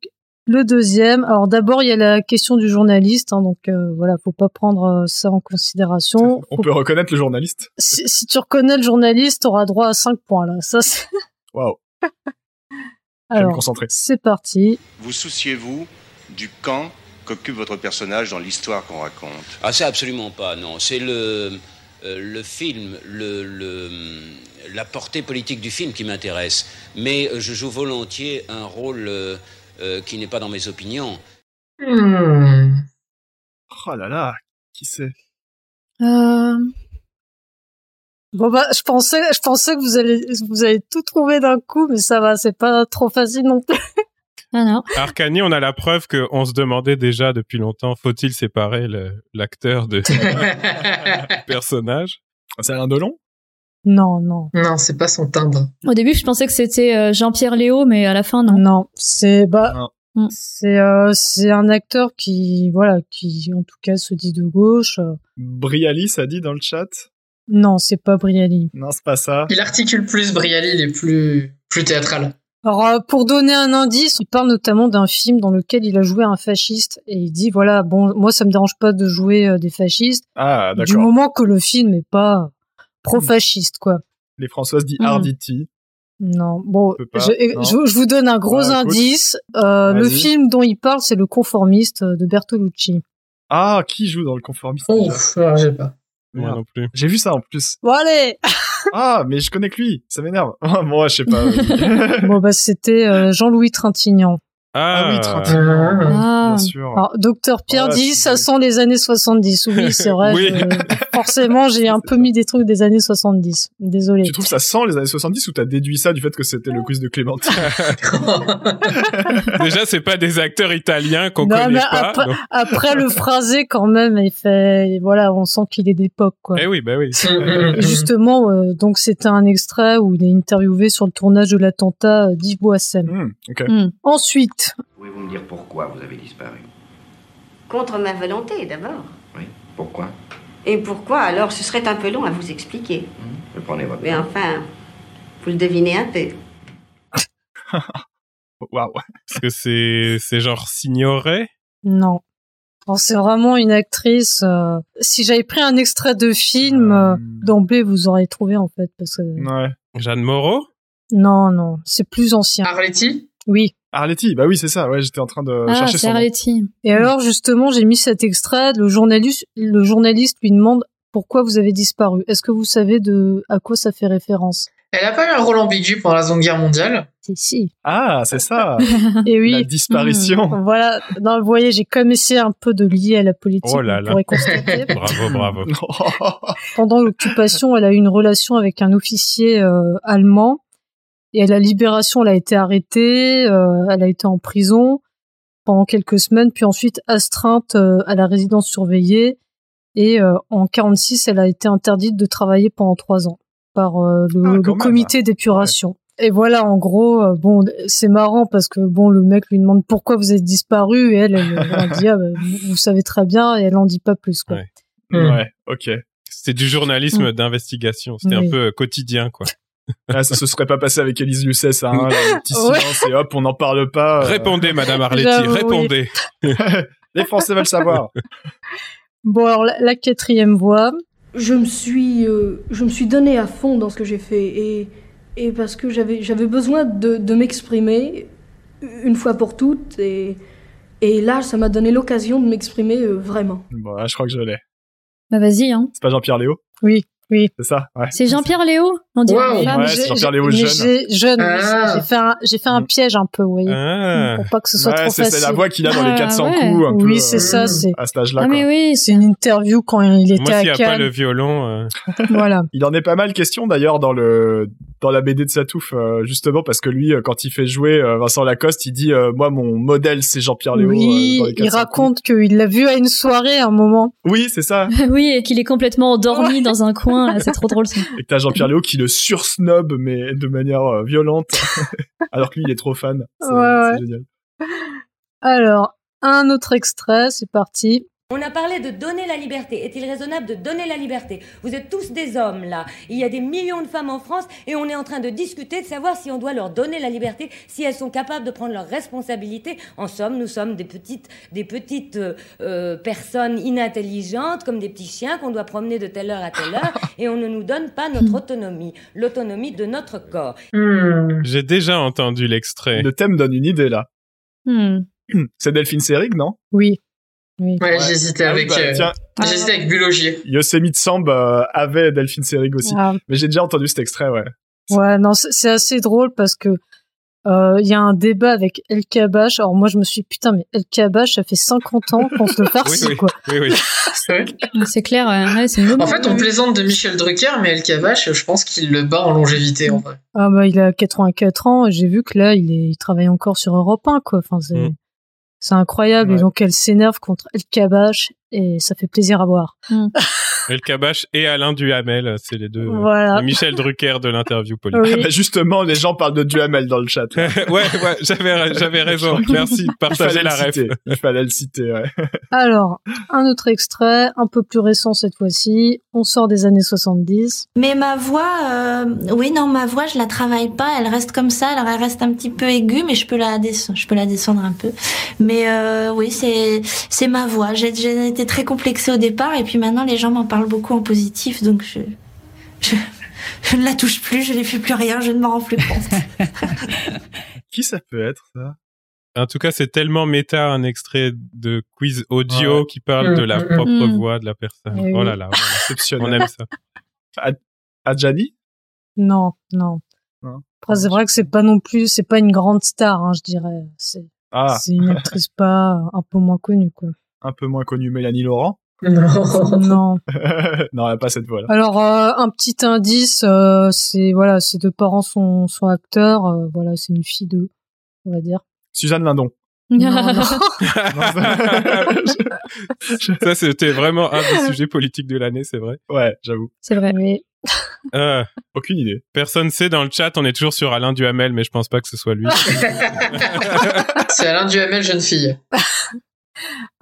Speaker 6: le deuxième. Alors d'abord, il y a la question du journaliste. hein, donc euh, voilà, faut pas prendre euh, ça en considération.
Speaker 3: On
Speaker 6: Faut-
Speaker 3: peut reconnaître le journaliste.
Speaker 6: si, si tu reconnais le journaliste, t'auras droit à 5 points là. Ça, c'est-
Speaker 3: Waouh, je vais me
Speaker 6: Alors,
Speaker 3: concentrer.
Speaker 6: c'est parti.
Speaker 8: Vous souciez-vous du camp qu'occupe votre personnage dans l'histoire qu'on raconte
Speaker 9: Ah, ça, absolument pas, non. C'est le, euh, le film, le, le, la portée politique du film qui m'intéresse. Mais euh, je joue volontiers un rôle euh, euh, qui n'est pas dans mes opinions.
Speaker 5: Hmm.
Speaker 3: Oh là là, qui c'est
Speaker 4: Euh,
Speaker 6: Bon bah, je pensais, je pensais que vous allez, vous allez tout trouver d'un coup, mais ça va, c'est pas trop facile non plus.
Speaker 4: ah non.
Speaker 2: Arcani, on a la preuve qu'on se demandait déjà depuis longtemps, faut-il séparer le- l'acteur de personnage
Speaker 3: C'est Alain Delon
Speaker 6: Non, non,
Speaker 5: non, c'est pas son timbre.
Speaker 4: Au début, je pensais que c'était euh, Jean-Pierre Léo, mais à la fin, non.
Speaker 6: non, c'est bah,
Speaker 4: Non.
Speaker 6: c'est, euh, c'est un acteur qui, voilà, qui en tout cas se dit de gauche. Euh,
Speaker 3: Brialis a dit dans le chat.
Speaker 6: Non, c'est pas Brialy.
Speaker 3: Non, c'est pas ça.
Speaker 5: Il articule plus Briali, il est plus, plus théâtral.
Speaker 6: Alors, euh, pour donner un indice, il parle notamment d'un film dans lequel il a joué un fasciste et il dit voilà, bon, moi ça me dérange pas de jouer euh, des fascistes
Speaker 3: Ah,
Speaker 6: du
Speaker 3: d'accord.
Speaker 6: moment que le film est pas pro-fasciste quoi.
Speaker 3: Les Françoises dit
Speaker 4: Mm.
Speaker 3: Arditi.
Speaker 6: Non, bon,
Speaker 3: peut pas,
Speaker 6: je, eh,
Speaker 3: non.
Speaker 6: je, je vous donne un gros
Speaker 3: Bah, écoute.
Speaker 6: indice. Euh, le
Speaker 3: Vas-y.
Speaker 6: film dont il parle, c'est Le Conformiste euh, de Bertolucci.
Speaker 3: Ah, qui joue dans le conformiste
Speaker 6: Oh.
Speaker 3: déjà
Speaker 5: Ouf, alors, j'ai pas.
Speaker 2: Moi
Speaker 3: Merde.
Speaker 2: non plus.
Speaker 3: J'ai vu ça en plus.
Speaker 6: Bon, allez
Speaker 3: Ah, mais je connais que lui. Ça m'énerve. Ah, Moi, je sais pas.
Speaker 6: Bon, bah, c'était euh, Jean-Louis Trintignant.
Speaker 3: Ah, oui, 31.
Speaker 6: Ah.
Speaker 3: Bien sûr.
Speaker 6: Alors, docteur Pierre
Speaker 3: Ah,
Speaker 6: dit,
Speaker 3: c'est-
Speaker 6: ça sent les années 70. Oui, c'est vrai.
Speaker 2: Oui.
Speaker 6: je- Forcément, j'ai un peu mis des trucs des années 70. Désolé.
Speaker 3: Tu trouves ça sent les années 70 ou t'as déduit ça du fait que c'était le quiz de Clémentine
Speaker 2: Déjà, c'est pas des acteurs italiens qu'on
Speaker 6: Non,
Speaker 2: connaît
Speaker 6: mais
Speaker 2: pas.
Speaker 6: après-
Speaker 2: donc-
Speaker 6: Après le phrasé, quand même, il fait, voilà, on sent qu'il est d'époque, quoi.
Speaker 2: Eh oui, bah oui.
Speaker 6: Et justement, euh, donc c'était un extrait où il est interviewé sur le tournage de l'attentat euh, d'Yves Boissel.
Speaker 3: Hmm, Ok.
Speaker 6: Ensuite,
Speaker 10: Pouvez-vous me dire pourquoi vous avez disparu
Speaker 11: Contre ma volonté, d'abord.
Speaker 10: Pourquoi
Speaker 11: Et pourquoi alors Ce serait un peu long à vous expliquer.
Speaker 3: Mmh.
Speaker 10: Prenez votre
Speaker 11: Mais enfin, vous le devinez un peu.
Speaker 3: Waouh.
Speaker 2: Parce que c'est, c'est genre s'ignorer.
Speaker 6: non. Alors, c'est vraiment une actrice. euh, si j'avais pris un extrait de film, euh, d'emblée, vous auriez trouvé, en fait, parce que...
Speaker 3: Hmm. Ouais.
Speaker 2: Jeanne Moreau.
Speaker 6: Non, non, c'est plus ancien.
Speaker 5: Arletty
Speaker 6: Oui.
Speaker 3: Arletty, bah oui, c'est ça. Ouais, j'étais en train de
Speaker 4: Ah,
Speaker 3: chercher
Speaker 4: c'est
Speaker 3: Euh, son nom.
Speaker 4: Arletty.
Speaker 6: Et alors, justement, j'ai mis cet extrait. Le journaliste, le journaliste lui demande pourquoi vous avez disparu. Est-ce que vous savez de à quoi ça fait référence
Speaker 5: Elle a pas eu un rôle ambigu pendant la Seconde Guerre mondiale.
Speaker 6: Si, si.
Speaker 3: Ah, c'est ça.
Speaker 6: Et
Speaker 3: La
Speaker 6: oui. Hmm.
Speaker 3: disparition.
Speaker 6: Voilà. Non, vous voyez, j'ai comme essayé un peu de lier à la politique.
Speaker 2: Oh là
Speaker 6: vous
Speaker 2: là.
Speaker 6: pourrez constater.
Speaker 2: Bravo, bravo.
Speaker 6: Pendant l'occupation, elle a eu une relation avec un officier euh, allemand. Et à la libération, elle a été arrêtée. euh, elle a été en prison pendant quelques semaines, puis ensuite astreinte euh, à la résidence surveillée. Et euh, en 46, elle a été interdite de travailler pendant trois ans par euh, le,
Speaker 3: Ah,
Speaker 6: le
Speaker 3: quand même.
Speaker 6: comité d'épuration. Et voilà, en gros, euh, bon, c'est marrant parce que bon, le mec lui demande pourquoi vous êtes disparu et elle, elle, elle dit ah, bah, vous, vous savez très bien et elle en dit pas plus quoi.
Speaker 2: Ouais.
Speaker 6: Hmm.
Speaker 5: Hmm.
Speaker 3: ouais, ok.
Speaker 2: C'était du journalisme d'investigation. C'était
Speaker 6: Oui.
Speaker 2: un peu euh, quotidien, quoi.
Speaker 3: Ah, ça se serait pas passé avec Elise Lucet, hein, le petit
Speaker 6: Ouais.
Speaker 3: silence et hop, on n'en parle pas. Euh,
Speaker 2: Répondez, Madame Arletty,
Speaker 6: J'avoue, oui.
Speaker 2: répondez.
Speaker 3: Les Français veulent savoir.
Speaker 6: Bon, alors la, la quatrième voix.
Speaker 11: Je me suis, euh, je me suis donné à fond dans ce que j'ai fait et, et parce que j'avais, j'avais besoin de, de m'exprimer une fois pour toutes et, et là ça m'a donné l'occasion de m'exprimer euh, vraiment.
Speaker 3: Bon, là, je crois que je l'ai.
Speaker 4: Bah vas-y, hein.
Speaker 3: C'est pas Jean-Pierre Léo
Speaker 6: Oui, oui.
Speaker 3: C'est ça Ouais.
Speaker 4: C'est Jean-Pierre Léo On dirait
Speaker 5: Wow.
Speaker 4: une femme.
Speaker 3: Ouais,
Speaker 6: j'ai-
Speaker 3: c'est Jean-Pierre
Speaker 6: j'ai-
Speaker 3: Léo
Speaker 6: mais
Speaker 3: jeune.
Speaker 6: j'ai- jeune,
Speaker 5: Ah.
Speaker 6: j'ai fait un, j'ai fait un
Speaker 3: Mm.
Speaker 6: piège un peu, vous voyez,
Speaker 2: Ah.
Speaker 6: pour pas que ce soit
Speaker 3: Ouais,
Speaker 6: trop
Speaker 3: c'est
Speaker 6: facile.
Speaker 3: c'est la voix qu'il a dans
Speaker 4: Ah,
Speaker 3: les 400
Speaker 4: ouais.
Speaker 3: coups, un peu.
Speaker 6: oui,
Speaker 3: euh,
Speaker 6: c'est ça, c'est
Speaker 3: À cet âge-là,
Speaker 4: Ah
Speaker 3: quoi.
Speaker 4: mais oui,
Speaker 6: c'est une interview quand il était
Speaker 2: Moi, s'il n'y
Speaker 6: à
Speaker 2: a pas
Speaker 6: Cannes.
Speaker 2: le violon, euh,
Speaker 6: Voilà.
Speaker 3: Il en est pas mal question d'ailleurs dans le dans la BD de Satouf euh, justement parce que lui euh, quand il fait jouer euh, Vincent Lacoste il dit euh, moi mon modèle c'est Jean-Pierre Léo euh,
Speaker 6: Oui,
Speaker 3: dans les
Speaker 6: il
Speaker 3: 400 coups.
Speaker 6: raconte qu'il l'a vu à une soirée à un moment.
Speaker 3: oui c'est ça
Speaker 4: oui, et qu'il est complètement endormi dans un coin. là, C'est trop drôle ça.
Speaker 3: et que t'as Jean-Pierre Léo qui le sursnobe mais de manière euh, violente alors que lui il est trop fan c'est
Speaker 6: Ouais, ouais.
Speaker 3: c'est génial
Speaker 6: Alors, un autre extrait, c'est parti.
Speaker 11: On a parlé de donner la liberté. Est-il raisonnable de donner la liberté Vous êtes tous des hommes là. Il y a des millions de femmes en France et on est en train de discuter de savoir si on doit leur donner la liberté, si elles sont capables de prendre leurs responsabilités. En somme, nous sommes des petites, des petites euh, euh, personnes inintelligentes, comme des petits chiens qu'on doit promener de telle heure à telle heure, et on ne nous donne pas notre autonomie, l'autonomie de notre corps.
Speaker 5: Hmm.
Speaker 2: j'ai déjà entendu l'extrait.
Speaker 3: le thème donne une idée là
Speaker 4: Hmm.
Speaker 3: c'est Delphine Seyrig non
Speaker 6: Oui.
Speaker 5: Ouais, j'hésitais
Speaker 3: Ah oui,
Speaker 5: avec,
Speaker 3: bah,
Speaker 5: euh,
Speaker 3: tiens
Speaker 5: j'hésitais avec Bulogier.
Speaker 3: Yosemite Sam euh, avait Delphine Seyrig aussi
Speaker 6: Ah,
Speaker 3: mais j'ai déjà entendu cet extrait ouais
Speaker 6: ouais, non, c'est c'est assez drôle parce que euh, il y a un débat avec El Kabash. Alors moi, je me suis dit, putain, mais El Kabash, ça fait 50 ans qu'on se le farcit,
Speaker 2: oui.
Speaker 6: quoi.
Speaker 2: Oui, oui.
Speaker 4: Donc, C'est clair, euh, ouais, ouais, c'est une bonne
Speaker 5: En fait, on plaisante de Michel Drucker, mais El Kavache, je pense qu'il le bat en longévité en vrai.
Speaker 6: Ah bah il a 84 ans et j'ai vu que là il, est, il travaille encore sur Europe 1 quoi. Enfin c'est
Speaker 2: Mm.
Speaker 6: c'est incroyable. Et
Speaker 3: Ouais.
Speaker 6: donc elle s'énerve contre El Kabash et ça fait plaisir à voir.
Speaker 2: El Kabash et Alain Duhamel, c'est les deux. euh,
Speaker 6: Voilà.
Speaker 2: les Michel Drucker de l'interview politique.
Speaker 6: Oui.
Speaker 3: Bah, justement les gens parlent de Duhamel dans le chat
Speaker 2: ouais, ouais, j'avais, j'avais raison. Merci de
Speaker 3: il
Speaker 2: partager
Speaker 3: fallait,
Speaker 2: la
Speaker 3: le
Speaker 2: ref.
Speaker 3: citer. il fallait le citer ouais
Speaker 6: Alors un autre extrait, un peu plus récent cette fois-ci. On sort des années 70.
Speaker 11: Mais ma voix, euh, oui non, ma voix, je la travaille pas. Elle reste comme ça. Alors elle reste un petit peu aiguë, mais je peux la descendre. Je peux la descendre un peu. Mais euh, oui, c'est c'est ma voix. J'ai été très complexée au départ, et puis maintenant les gens m'en parlent beaucoup en positif, donc je je, ne la touche plus. Je ne fais plus rien. Je ne m'en rends plus compte.
Speaker 3: qui ça peut être ça
Speaker 2: En tout cas, c'est tellement méta un extrait de quiz audio qui parle de la
Speaker 5: Mm, mm,
Speaker 2: propre
Speaker 4: mm.
Speaker 2: voix de la personne.
Speaker 6: Eh
Speaker 2: Oh
Speaker 6: oui.
Speaker 2: là là, voilà.
Speaker 3: exceptionnel
Speaker 2: on aime ça.
Speaker 3: Adjani
Speaker 6: Non non.
Speaker 3: Non.
Speaker 6: Après, c'est vrai que c'est pas non plus c'est pas une grande star hein, je dirais. C'est
Speaker 3: Ah.
Speaker 6: C'est une actrice pas un peu moins connue, quoi.
Speaker 3: Un peu moins connue, Mélanie Laurent.
Speaker 6: non.
Speaker 3: non, elle a pas cette voix-là.
Speaker 6: Alors euh, un petit indice, euh, c'est voilà, ses deux parents sont, sont acteurs, euh, voilà, c'est une fille de, on va dire.
Speaker 3: Suzanne Lindon.
Speaker 6: Non, non.
Speaker 2: Ça, c'était vraiment un des sujets politiques de l'année, c'est vrai.
Speaker 3: Ouais, j'avoue.
Speaker 6: C'est vrai. Oui.
Speaker 2: Euh,
Speaker 3: Aucune idée.
Speaker 2: personne sait dans le chat, on est toujours sur Alain Duhamel, mais je pense pas que ce soit
Speaker 6: Ah,
Speaker 2: lui.
Speaker 5: C'est Alain Duhamel, jeune fille.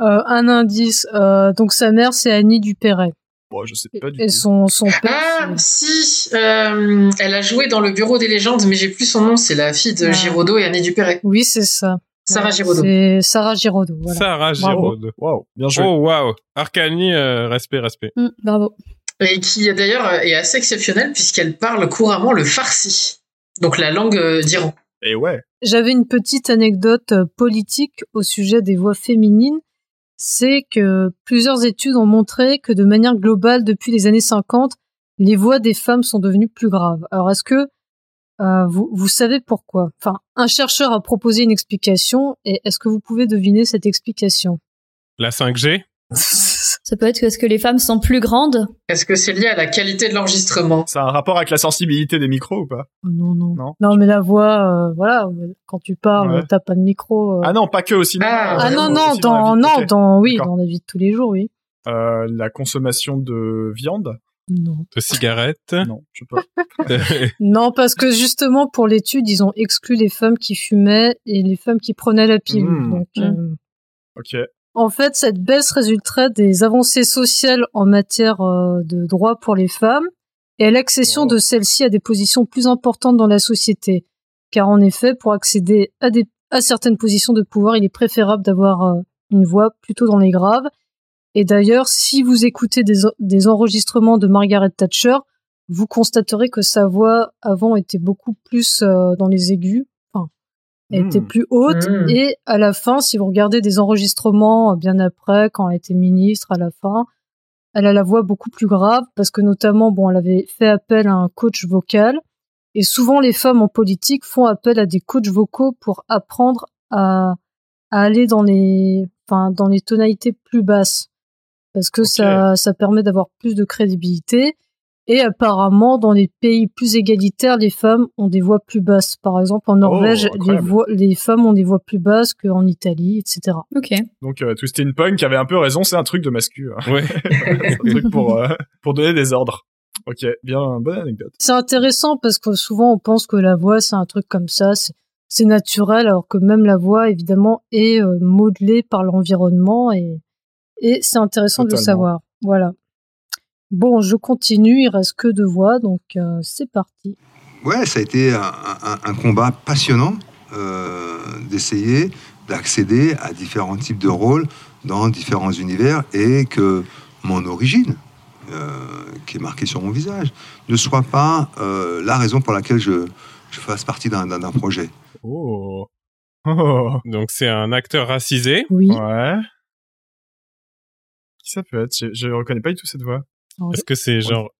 Speaker 6: Euh, un indice, euh, donc sa mère c'est Annie Dupéret
Speaker 3: Bon, je sais pas du
Speaker 6: et
Speaker 3: tout.
Speaker 6: son son père.
Speaker 5: Ah, si, euh, elle a joué dans le Bureau des légendes, mais j'ai plus son nom, c'est la fille de
Speaker 6: Ah.
Speaker 5: Giraudot et Annie Dupéret.
Speaker 6: c'est- Oui, c'est ça.
Speaker 5: Sarah
Speaker 6: Ouais,
Speaker 5: Giraudot.
Speaker 6: C'est Sarah Giraudot. Voilà.
Speaker 2: Sarah
Speaker 6: Bravo.
Speaker 2: Giraud.
Speaker 3: Waouh, bien joué.
Speaker 2: Oh, waouh. Arcani, euh, respect, respect.
Speaker 4: Mm, bravo.
Speaker 5: Et qui d'ailleurs est assez exceptionnelle puisqu'elle parle couramment le farsi, donc la langue euh, d'Iran.
Speaker 3: Et ouais.
Speaker 6: J'avais une petite anecdote euh, politique au sujet des voix féminines. C'est que plusieurs études ont montré que de manière globale, depuis les années 50, les voix des femmes sont devenues plus graves. Alors est-ce que euh, vous, vous savez pourquoi Enfin, un chercheur a proposé une explication et est-ce que vous pouvez deviner cette explication
Speaker 2: La 5G
Speaker 4: Ça peut être parce que les femmes sont plus grandes.
Speaker 5: Est-ce que c'est lié à la qualité de l'enregistrement
Speaker 3: Ça a un rapport avec la sensibilité des micros ou pas
Speaker 6: Oh, Non, non.
Speaker 3: Non.
Speaker 6: mais la voix, euh, voilà, quand tu parles,
Speaker 3: Ouais.
Speaker 6: t'as pas de micro. euh.
Speaker 3: Ah non, pas que au cinéma.
Speaker 5: Ah,
Speaker 6: Ah
Speaker 5: ouais,
Speaker 6: non,
Speaker 3: aussi
Speaker 6: non,
Speaker 3: dans la
Speaker 6: dans,
Speaker 3: vie.
Speaker 6: non,
Speaker 3: Ok.
Speaker 6: dans, oui,
Speaker 3: D'accord.
Speaker 6: dans la vie de tous les jours, oui.
Speaker 3: Euh, la consommation de viande
Speaker 6: Non.
Speaker 2: de Euh, cigarettes.
Speaker 3: Non, je sais pas.
Speaker 6: Non, parce que justement, pour l'étude, ils ont exclu les femmes qui fumaient et les femmes qui prenaient la pilule.
Speaker 3: Mmh.
Speaker 6: Donc,
Speaker 4: Mmh.
Speaker 6: euh,
Speaker 3: Ok.
Speaker 6: en fait, cette baisse résulterait des avancées sociales en matière euh, de droits pour les femmes et à l'accession
Speaker 3: Oh.
Speaker 6: de celles-ci à des positions plus importantes dans la société. Car en effet, pour accéder à, des, à certaines positions de pouvoir, il est préférable d'avoir euh, une voix plutôt dans les graves. Et d'ailleurs, si vous écoutez des, en- des enregistrements de Margaret Thatcher, vous constaterez que sa voix avant était beaucoup plus euh, dans les aigus, enfin, elle était
Speaker 3: Mm.
Speaker 6: plus haute.
Speaker 5: Mm.
Speaker 6: Et à la fin, si vous regardez des enregistrements euh, bien après, quand elle était ministre, à la fin, elle a la voix beaucoup plus grave parce que notamment, bon, elle avait fait appel à un coach vocal. Et souvent, les femmes en politique font appel à des coachs vocaux pour apprendre à, à aller dans les, enfin, dans les tonalités plus basses. Parce que
Speaker 3: Ok.
Speaker 6: ça, ça permet d'avoir plus de crédibilité. Et apparemment, dans les pays plus égalitaires, les femmes ont des voix plus basses. Par exemple, en Norvège, les,
Speaker 3: Oh, incroyable.
Speaker 6: voix, les femmes ont des voix plus basses qu'en Italie, etc.
Speaker 4: Ok.
Speaker 3: Donc, euh, Twisted Punk avait un peu raison, c'est un truc de mascu. hein.
Speaker 2: Ouais.
Speaker 3: C'est un truc pour, euh, pour donner des ordres. Ok, bien, bonne anecdote.
Speaker 6: C'est intéressant parce que souvent, on pense que la voix, c'est un truc comme ça, c'est- c'est naturel, alors que même la voix, évidemment, est euh, modelée par l'environnement et, et c'est intéressant de le
Speaker 3: Totalement.
Speaker 6: savoir. Voilà. Bon, je continue, il reste que deux voix, donc euh, c'est parti.
Speaker 12: Ouais, ça a été un, un- un combat passionnant euh, d'essayer d'accéder à différents types de rôles dans différents univers et que mon origine, euh, qui est marquée sur mon visage, ne soit pas euh, la raison pour laquelle je, je fasse partie d'un- d'un d'un projet.
Speaker 3: Oh. Oh.
Speaker 2: Donc, c'est un acteur racisé.
Speaker 6: Oui.
Speaker 3: Ouais. Qui ça peut être je, je reconnais pas du tout cette voix.
Speaker 2: Est-ce que c'est genre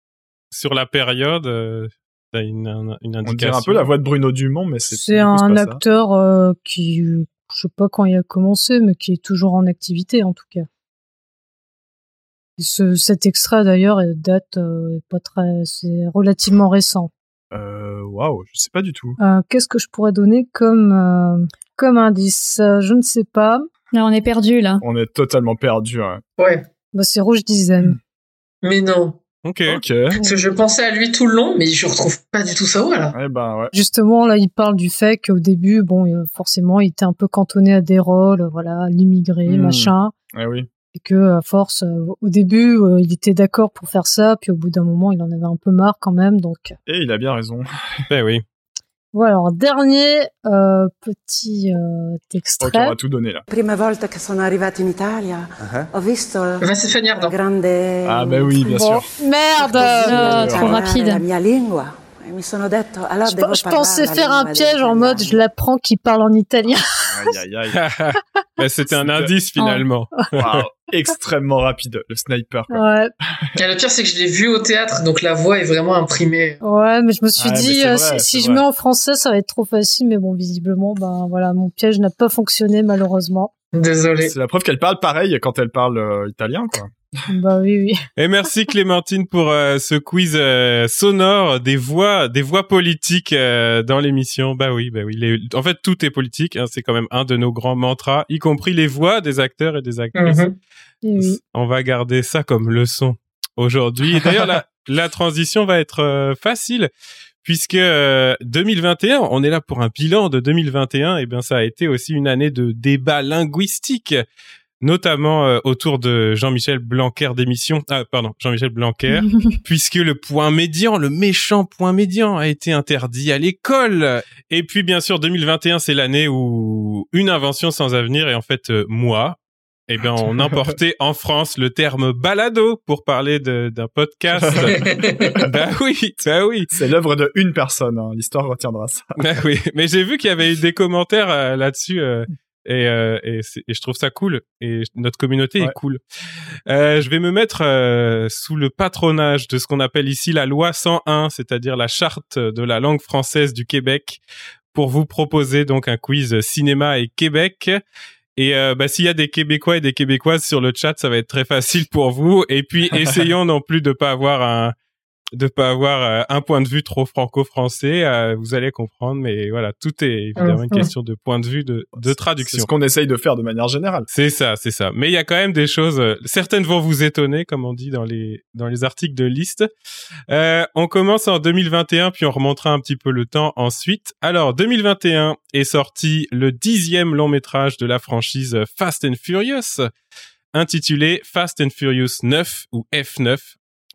Speaker 2: sur la période euh, T'as une, un- une
Speaker 3: On dirait
Speaker 2: indication
Speaker 3: un peu la voix de Bruno Dumont, mais c'est
Speaker 6: C'est
Speaker 3: du coup,
Speaker 6: un
Speaker 3: pas ça.
Speaker 6: acteur euh, qui, euh, je sais pas quand il a commencé, mais qui est toujours en activité en tout cas. Et ce- cet extrait d'ailleurs elle date euh, est pas très, c'est relativement récent.
Speaker 3: Euh, Waouh, je sais pas du tout.
Speaker 6: Euh, Qu'est-ce que je pourrais donner comme euh, comme indice Euh, Je ne sais pas.
Speaker 4: Là, on est perdu là.
Speaker 3: On est totalement perdu. hein.
Speaker 5: Ouais,
Speaker 6: Bah, c'est Rouge
Speaker 3: Hmm.
Speaker 6: Dizaine.
Speaker 5: mais non.
Speaker 2: Ok.
Speaker 3: Ok. Eh
Speaker 5: Parce que je pensais à lui tout le long, mais je retrouve pas du tout sa voix là.
Speaker 3: ben ouais.
Speaker 6: Justement, là, il parle du fait qu'au début, bon, euh, forcément, il était un peu cantonné à des rôles, euh, voilà, l'immigré,
Speaker 3: Hmm.
Speaker 6: machin.
Speaker 3: Eh oui.
Speaker 6: et que à force euh, au début euh, il était d'accord pour faire ça puis au bout d'un moment il en avait un peu marre quand même donc euh,
Speaker 3: Et il a bien raison.
Speaker 2: Ben oui.
Speaker 6: voilà alors dernier euh, petit euh,
Speaker 3: Ok,
Speaker 6: extrait
Speaker 3: on va tout donner là.
Speaker 13: prima volta che sono arrivata in Italia ho visto
Speaker 5: Va se faire dire,
Speaker 13: la
Speaker 5: non.
Speaker 13: grande
Speaker 3: Uh-huh. Ah ben oui, bien
Speaker 6: bon
Speaker 3: sûr.
Speaker 6: merde euh,
Speaker 4: Ah, trop
Speaker 13: parlare
Speaker 4: rapide.
Speaker 13: la mia lingua e mi sono detto allora
Speaker 6: je,
Speaker 13: devo
Speaker 6: pe- je
Speaker 13: parlare
Speaker 6: pensais
Speaker 13: la
Speaker 6: faire
Speaker 13: lingua
Speaker 6: un
Speaker 13: degli
Speaker 6: piège en mode je
Speaker 13: italiani.
Speaker 6: l'apprends qu'il parle en italien
Speaker 3: Aïe aïe aïe.
Speaker 2: Ben, c'était un
Speaker 3: C'était-
Speaker 2: indice finalement.
Speaker 3: Waouh. extrêmement rapide, le sniper. quoi.
Speaker 6: Ouais.
Speaker 5: Et le pire, c'est que je l'ai vu au théâtre, donc la voix est vraiment imprimée.
Speaker 6: Ouais, mais je me suis
Speaker 5: Ouais, mais
Speaker 6: dit,
Speaker 5: c'est
Speaker 6: euh,
Speaker 5: vrai,
Speaker 6: si, si
Speaker 5: c'est
Speaker 6: je mets
Speaker 5: vrai.
Speaker 6: en français, ça va être trop facile, mais bon, visiblement, ben voilà, mon piège n'a pas fonctionné, malheureusement.
Speaker 5: Désolé.
Speaker 3: C'est la preuve qu'elle parle pareil quand elle parle euh, italien, quoi.
Speaker 6: bah oui, oui.
Speaker 2: Et merci Clémentine pour euh, ce quiz euh, sonore des voix, des voix politiques euh, dans l'émission. Bah oui, bah oui. les- en fait, tout est politique. hein, c'est quand même un de nos grands mantras, y compris les voix des acteurs et des actrices.
Speaker 5: Mhm.
Speaker 6: Oui.
Speaker 2: On va garder ça comme leçon aujourd'hui. Et D'ailleurs, la, la transition va être euh, facile puisque euh, 2021, on est là pour un bilan de 2021. Et Eh bien, ça a été aussi une année de débats linguistiques, notamment euh, autour de Jean-Michel Blanquer d'émission. Ah, pardon, Jean-Michel Blanquer, puisque le point médian, le méchant point médian, a été interdit à l'école. Et puis, bien sûr, 2021, c'est l'année où une invention sans avenir et en fait euh, moi. Eh bien, on emportait en France le terme balado pour parler de- d'un podcast. bah oui, bah oui.
Speaker 3: C'est l'œuvre de une personne, hein. l'histoire retiendra ça.
Speaker 2: Bah oui, mais j'ai vu qu'il y avait eu des commentaires euh, là-dessus euh, et, euh, et, c'est- et je trouve ça cool. Et notre communauté
Speaker 3: Ouais.
Speaker 2: est cool. Euh, je vais me mettre euh, sous le patronage de ce qu'on appelle ici la loi 101, c'est-à-dire la charte de la langue française du Québec, pour vous proposer donc un quiz cinéma et Québec. Et euh, bah, s'il y a des Québécois et des Québécoises sur le chat, ça va être très facile pour vous. Et puis essayons non plus de pas avoir un de pas avoir euh, un point de vue trop franco-français. euh, vous allez comprendre, mais voilà, tout est évidemment une
Speaker 3: Mhm.
Speaker 2: question de point de vue de, de
Speaker 3: C'est
Speaker 2: traduction.
Speaker 3: ce qu'on essaye de faire de manière générale.
Speaker 2: C'est ça, c'est ça. Mais il y a quand même des choses. euh, Certaines vont vous étonner, comme on dit dans les dans les articles de liste. Euh, on commence en 2021, puis on remontera un petit peu le temps ensuite. Alors 2021 est sorti le dixième long métrage de la franchise Fast and Furious, intitulé Fast and Furious 9 ou F9.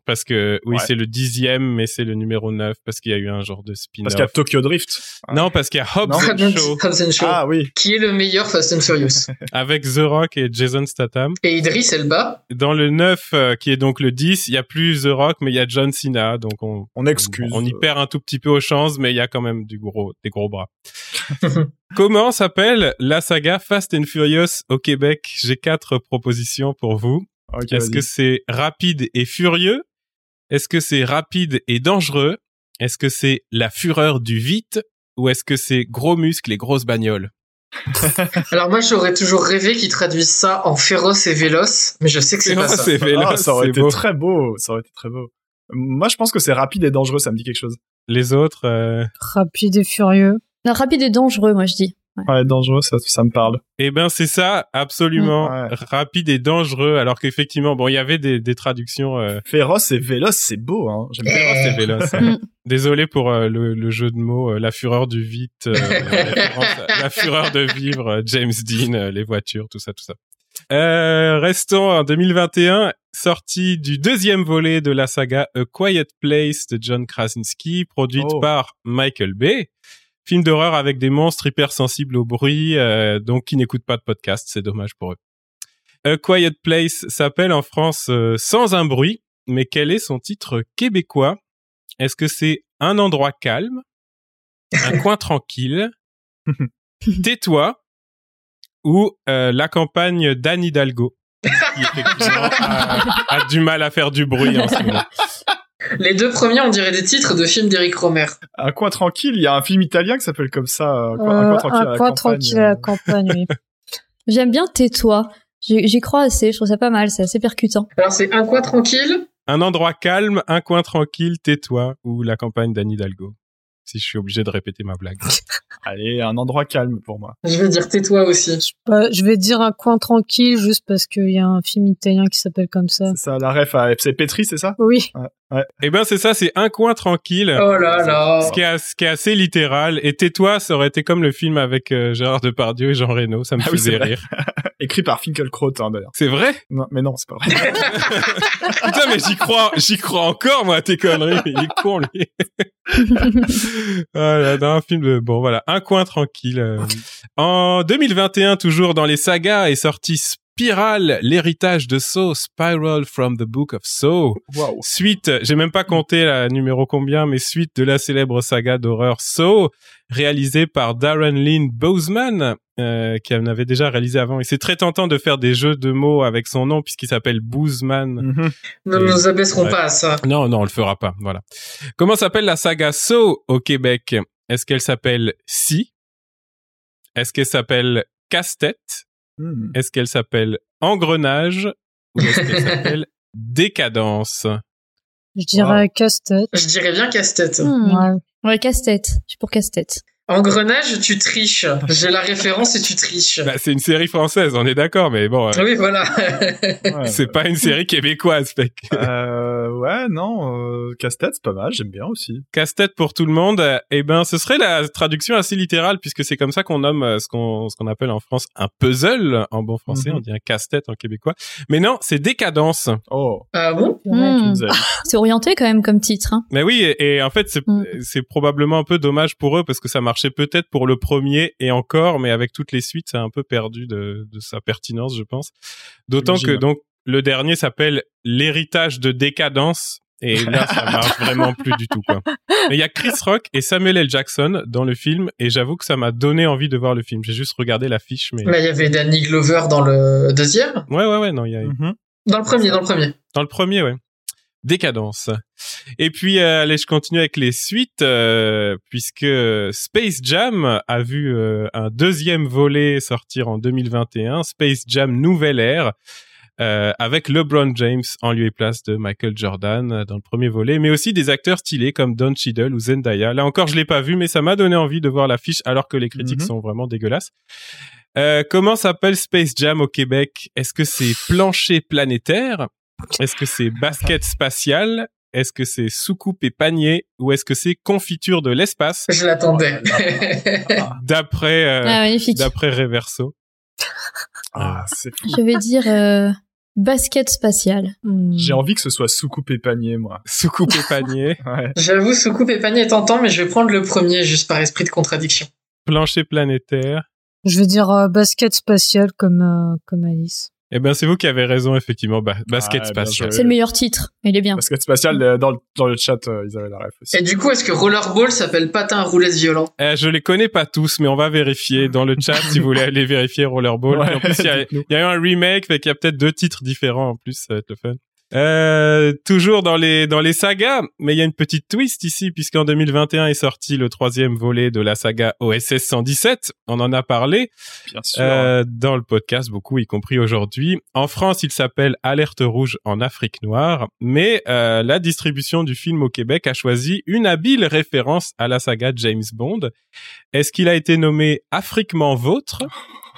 Speaker 2: Parce que oui,
Speaker 3: Ouais.
Speaker 2: c'est le dixième, mais c'est le numéro 9 parce qu'il y a eu un genre de spin-off.
Speaker 3: Parce qu'il y a Tokyo Drift.
Speaker 2: Non, parce qu'il y a Hobbs and
Speaker 5: Hobbs
Speaker 2: Shaw
Speaker 5: Hobbs and Shaw.
Speaker 3: Ah oui.
Speaker 5: Qui est le meilleur Fast and Furious
Speaker 2: avec The Rock et Jason Statham.
Speaker 5: Et Idris Elba.
Speaker 2: Dans le 9, euh, qui est donc le 10, il y a plus The Rock, mais il y a John Cena, donc on,
Speaker 3: on excuse.
Speaker 2: On, y perd un tout petit peu aux chances, mais il y a quand même du gros, des gros bras. Comment s'appelle la saga Fast and Furious au Québec J'ai quatre propositions pour vous.
Speaker 3: Ok,
Speaker 2: Est-ce
Speaker 3: vas-y.
Speaker 2: que c'est rapide et furieux Est-ce que c'est rapide et dangereux Est-ce que c'est la fureur du vite Ou est-ce que c'est gros muscles et grosses bagnoles
Speaker 5: Alors moi, j'aurais toujours rêvé qu'ils traduisent ça en féroce et véloce, mais je sais que c'est pas
Speaker 2: Féroce
Speaker 5: ça.
Speaker 2: et véloce,
Speaker 3: Ah, ça aurait
Speaker 2: c'est
Speaker 3: été
Speaker 2: beau.
Speaker 3: très beau. Ça aurait été très beau. Moi, je pense que c'est rapide et dangereux. Ça me dit quelque chose.
Speaker 2: Les autres. euh,
Speaker 6: Rapide et furieux.
Speaker 4: Non, rapide et dangereux, moi je dis. Ouais.
Speaker 3: Ouais, dangereux, ça, ça me parle.
Speaker 2: Eh ben c'est ça, absolument rapide et dangereux. Alors qu'effectivement, bon, il y avait des, des traductions. euh,
Speaker 3: Féroce et véloce, c'est beau. Hein. J'aime bien.
Speaker 2: féroce et véloce. hein. Désolé pour euh, le, le jeu de mots, euh, la fureur du vite, euh, la, la fureur de vivre, euh, James Dean, euh, les voitures, tout ça, tout ça. Euh, restons en 2021, sortie du deuxième volet de la saga A Quiet Place de John Krasinski, produite
Speaker 3: Oh.
Speaker 2: par Michael Bay. Film d'horreur avec des monstres hypersensibles au bruit, euh, donc qui n'écoutent pas de podcast, c'est dommage pour eux. A Quiet Place s'appelle en France euh, Sans un bruit, mais quel est son titre québécois Est-ce que c'est un endroit calme, un coin tranquille, tais-toi ou euh, la campagne d'Anne Hidalgo qui effectivement a, a du mal à faire du bruit en ce moment.
Speaker 5: Les deux premiers, on dirait des titres de films d'Eric Romer.
Speaker 3: Un coin tranquille. Il y a un film italien qui s'appelle comme ça. euh, quoi- un
Speaker 6: Euh,
Speaker 3: coin tranquille. à la campagne. euh.
Speaker 6: tranquille à la campagne, oui.
Speaker 4: J'aime bien Tais-toi. J'y j'y crois assez, je trouve ça pas mal, c'est assez percutant.
Speaker 5: Alors c'est un coin tranquille.
Speaker 2: Un endroit calme, un coin tranquille, tais-toi ou la campagne d'Anne Hidalgo. Si je suis obligé de répéter ma blague.
Speaker 3: Allez, un endroit calme pour moi.
Speaker 5: Je vais dire tais-toi aussi.
Speaker 6: Bah, je vais dire un coin tranquille juste parce qu'il y a un film italien qui s'appelle comme ça.
Speaker 3: C'est ça, la ref à FC Petri, c'est ça
Speaker 6: Oui.
Speaker 3: Ouais. ouais.
Speaker 2: Eh ben c'est ça, c'est un coin tranquille.
Speaker 5: Oh là là.
Speaker 2: Ah. Ce qui est, ce qui est assez littéral. Et tais-toi, ça aurait été comme le film avec euh, Gérard Depardieu et Jean Reno. Ça me
Speaker 3: Ah oui,
Speaker 2: faisait
Speaker 3: c'est vrai.
Speaker 2: rire.
Speaker 3: Écrit par Finkelkraut, hein, d'ailleurs.
Speaker 2: C'est vrai
Speaker 3: Non, mais non, c'est pas vrai.
Speaker 2: Putain, mais j'y crois, j'y crois encore, moi, à tes conneries. Il est con, lui. Voilà, dans un film de... Bon, voilà, un coin tranquille. euh. En 2021, toujours dans les sagas, est sorti Spiral, l'héritage de Saw, Spiral from the Book of Saw.
Speaker 3: Waouh.
Speaker 2: Suite, j'ai même pas compté la numéro combien, mais suite de la célèbre saga d'horreur Saw, réalisé par Darren Lynn Bozeman, euh, qui en avait déjà réalisé avant. Et c'est très tentant de faire des jeux de mots avec son nom puisqu'il s'appelle Boozman.
Speaker 3: Mhm.
Speaker 5: Ne
Speaker 2: Et-
Speaker 5: nous abaisserons
Speaker 2: Ouais.
Speaker 5: pas à ça.
Speaker 2: Non, non, on le fera pas. Voilà. Comment s'appelle la saga So au Québec Est-ce qu'elle s'appelle Si Est-ce qu'elle s'appelle Casse-tête
Speaker 3: Hmm.
Speaker 2: Est-ce qu'elle s'appelle Engrenage Ou est-ce qu'elle s'appelle Décadence
Speaker 6: Je dirais casse-tête.
Speaker 5: Je dirais bien casse-tête.
Speaker 4: Hmm. Ouais, casse-tête. Je suis pour casse-tête.
Speaker 5: Engrenage, tu triches. J'ai la référence et tu triches.
Speaker 2: Bah, C'est une série française, on est d'accord, mais bon, euh,
Speaker 5: Oui, voilà.
Speaker 2: c'est pas une série québécoise. fait que-
Speaker 3: Euh, ouais, non, euh, casse-tête, c'est pas mal, j'aime bien aussi.
Speaker 2: Casse-tête pour tout le monde, euh, eh ben, ce serait la traduction assez littérale puisque c'est comme ça qu'on nomme euh, ce qu'on ce qu'on appelle en France un puzzle en bon français,
Speaker 3: Mhm.
Speaker 2: on dit un casse-tête en québécois. Mais non, c'est décadence.
Speaker 3: Oh.
Speaker 5: Ah bon
Speaker 4: Hmm.
Speaker 2: nous as dit.
Speaker 4: C'est orienté quand même comme titre. Hein.
Speaker 2: Mais oui, et, et en fait, c'est c'est probablement un peu dommage pour eux parce que ça marchait peut-être pour le premier et encore, mais avec toutes les suites, ça a un peu perdu de, de sa pertinence, je pense. D'autant que
Speaker 1: J'imagine.
Speaker 2: donc le dernier s'appelle l'héritage de décadence. Et là, ça marche vraiment plus du tout. Quoi. Mais il y a Chris Rock et Samuel L. Jackson dans le film, et j'avoue que ça m'a donné envie de voir le film. J'ai juste regardé l'affiche, mais
Speaker 5: Là, Bah, il y avait Danny Glover dans le deuxième
Speaker 2: ouais, ouais, ouais, non, il y a,
Speaker 3: Mhm.
Speaker 5: Dans le premier, dans le premier.
Speaker 2: dans le premier, ouais. Décadence. Et puis, euh, allez, je continue avec les suites, euh, puisque Space Jam a vu euh, un deuxième volet sortir en 2021, Space Jam Nouvelle Ère, euh, avec LeBron James en lieu et place de Michael Jordan euh, dans le premier volet, mais aussi des acteurs stylés comme Don Cheadle ou Zendaya. Là encore, je l'ai pas vu, mais ça m'a donné envie de voir l'affiche, alors que les critiques
Speaker 1: Mhm.
Speaker 2: sont vraiment dégueulasses. Euh, comment s'appelle Space Jam au Québec Est-ce que c'est plancher planétaire Est-ce que c'est basket spatial Est-ce que c'est soucoupe et panier Ou est-ce que c'est confiture de l'espace
Speaker 5: Je l'attendais.
Speaker 2: bah. D'après euh,
Speaker 4: Ah, magnifique.
Speaker 2: d'après Reverso.
Speaker 3: Ah, c'est fou.
Speaker 4: Je vais dire euh, basket spatial. Hmm.
Speaker 3: J'ai envie que ce soit soucoupe et panier, moi.
Speaker 2: Soucoupe et panier.
Speaker 3: ouais.
Speaker 5: J'avoue, Soucoupe et Panier est tentant, mais je vais prendre le premier juste par esprit de contradiction.
Speaker 2: Plancher planétaire.
Speaker 6: Je vais dire euh, basket spatial comme, euh, comme Alice.
Speaker 2: Eh ben, c'est vous qui avez raison, effectivement. Ba- basket
Speaker 3: Ah, bien
Speaker 2: spatial.
Speaker 3: joué.
Speaker 4: C'est le meilleur titre. Il est bien.
Speaker 3: Basket spatial,
Speaker 4: Mm.
Speaker 3: euh, dans le, dans le chat, euh, ils avaient la ref aussi.
Speaker 5: Et du coup, est-ce que Rollerball s'appelle patin à roulette violent
Speaker 2: Euh, je les connais pas tous, mais on va vérifier dans le chat si vous voulez aller vérifier Rollerball.
Speaker 3: Ouais,
Speaker 2: Puis en plus, il y, a-
Speaker 3: dites-nous.
Speaker 2: il y a eu un remake, fait qu'il y a peut-être deux titres différents en plus, ça va être le fun. Euh, toujours dans les dans les sagas, mais il y a une petite twist ici puisqu'en 2021 est sorti le troisième volet de la saga OSS 117. On en a parlé
Speaker 3: Bien sûr.
Speaker 2: euh, dans le podcast beaucoup, y compris aujourd'hui. En France, il s'appelle Alerte rouge en Afrique noire, mais euh, la distribution du film au Québec a choisi une habile référence à la saga James Bond. Est-ce qu'il a été nommé Afriquement vôtre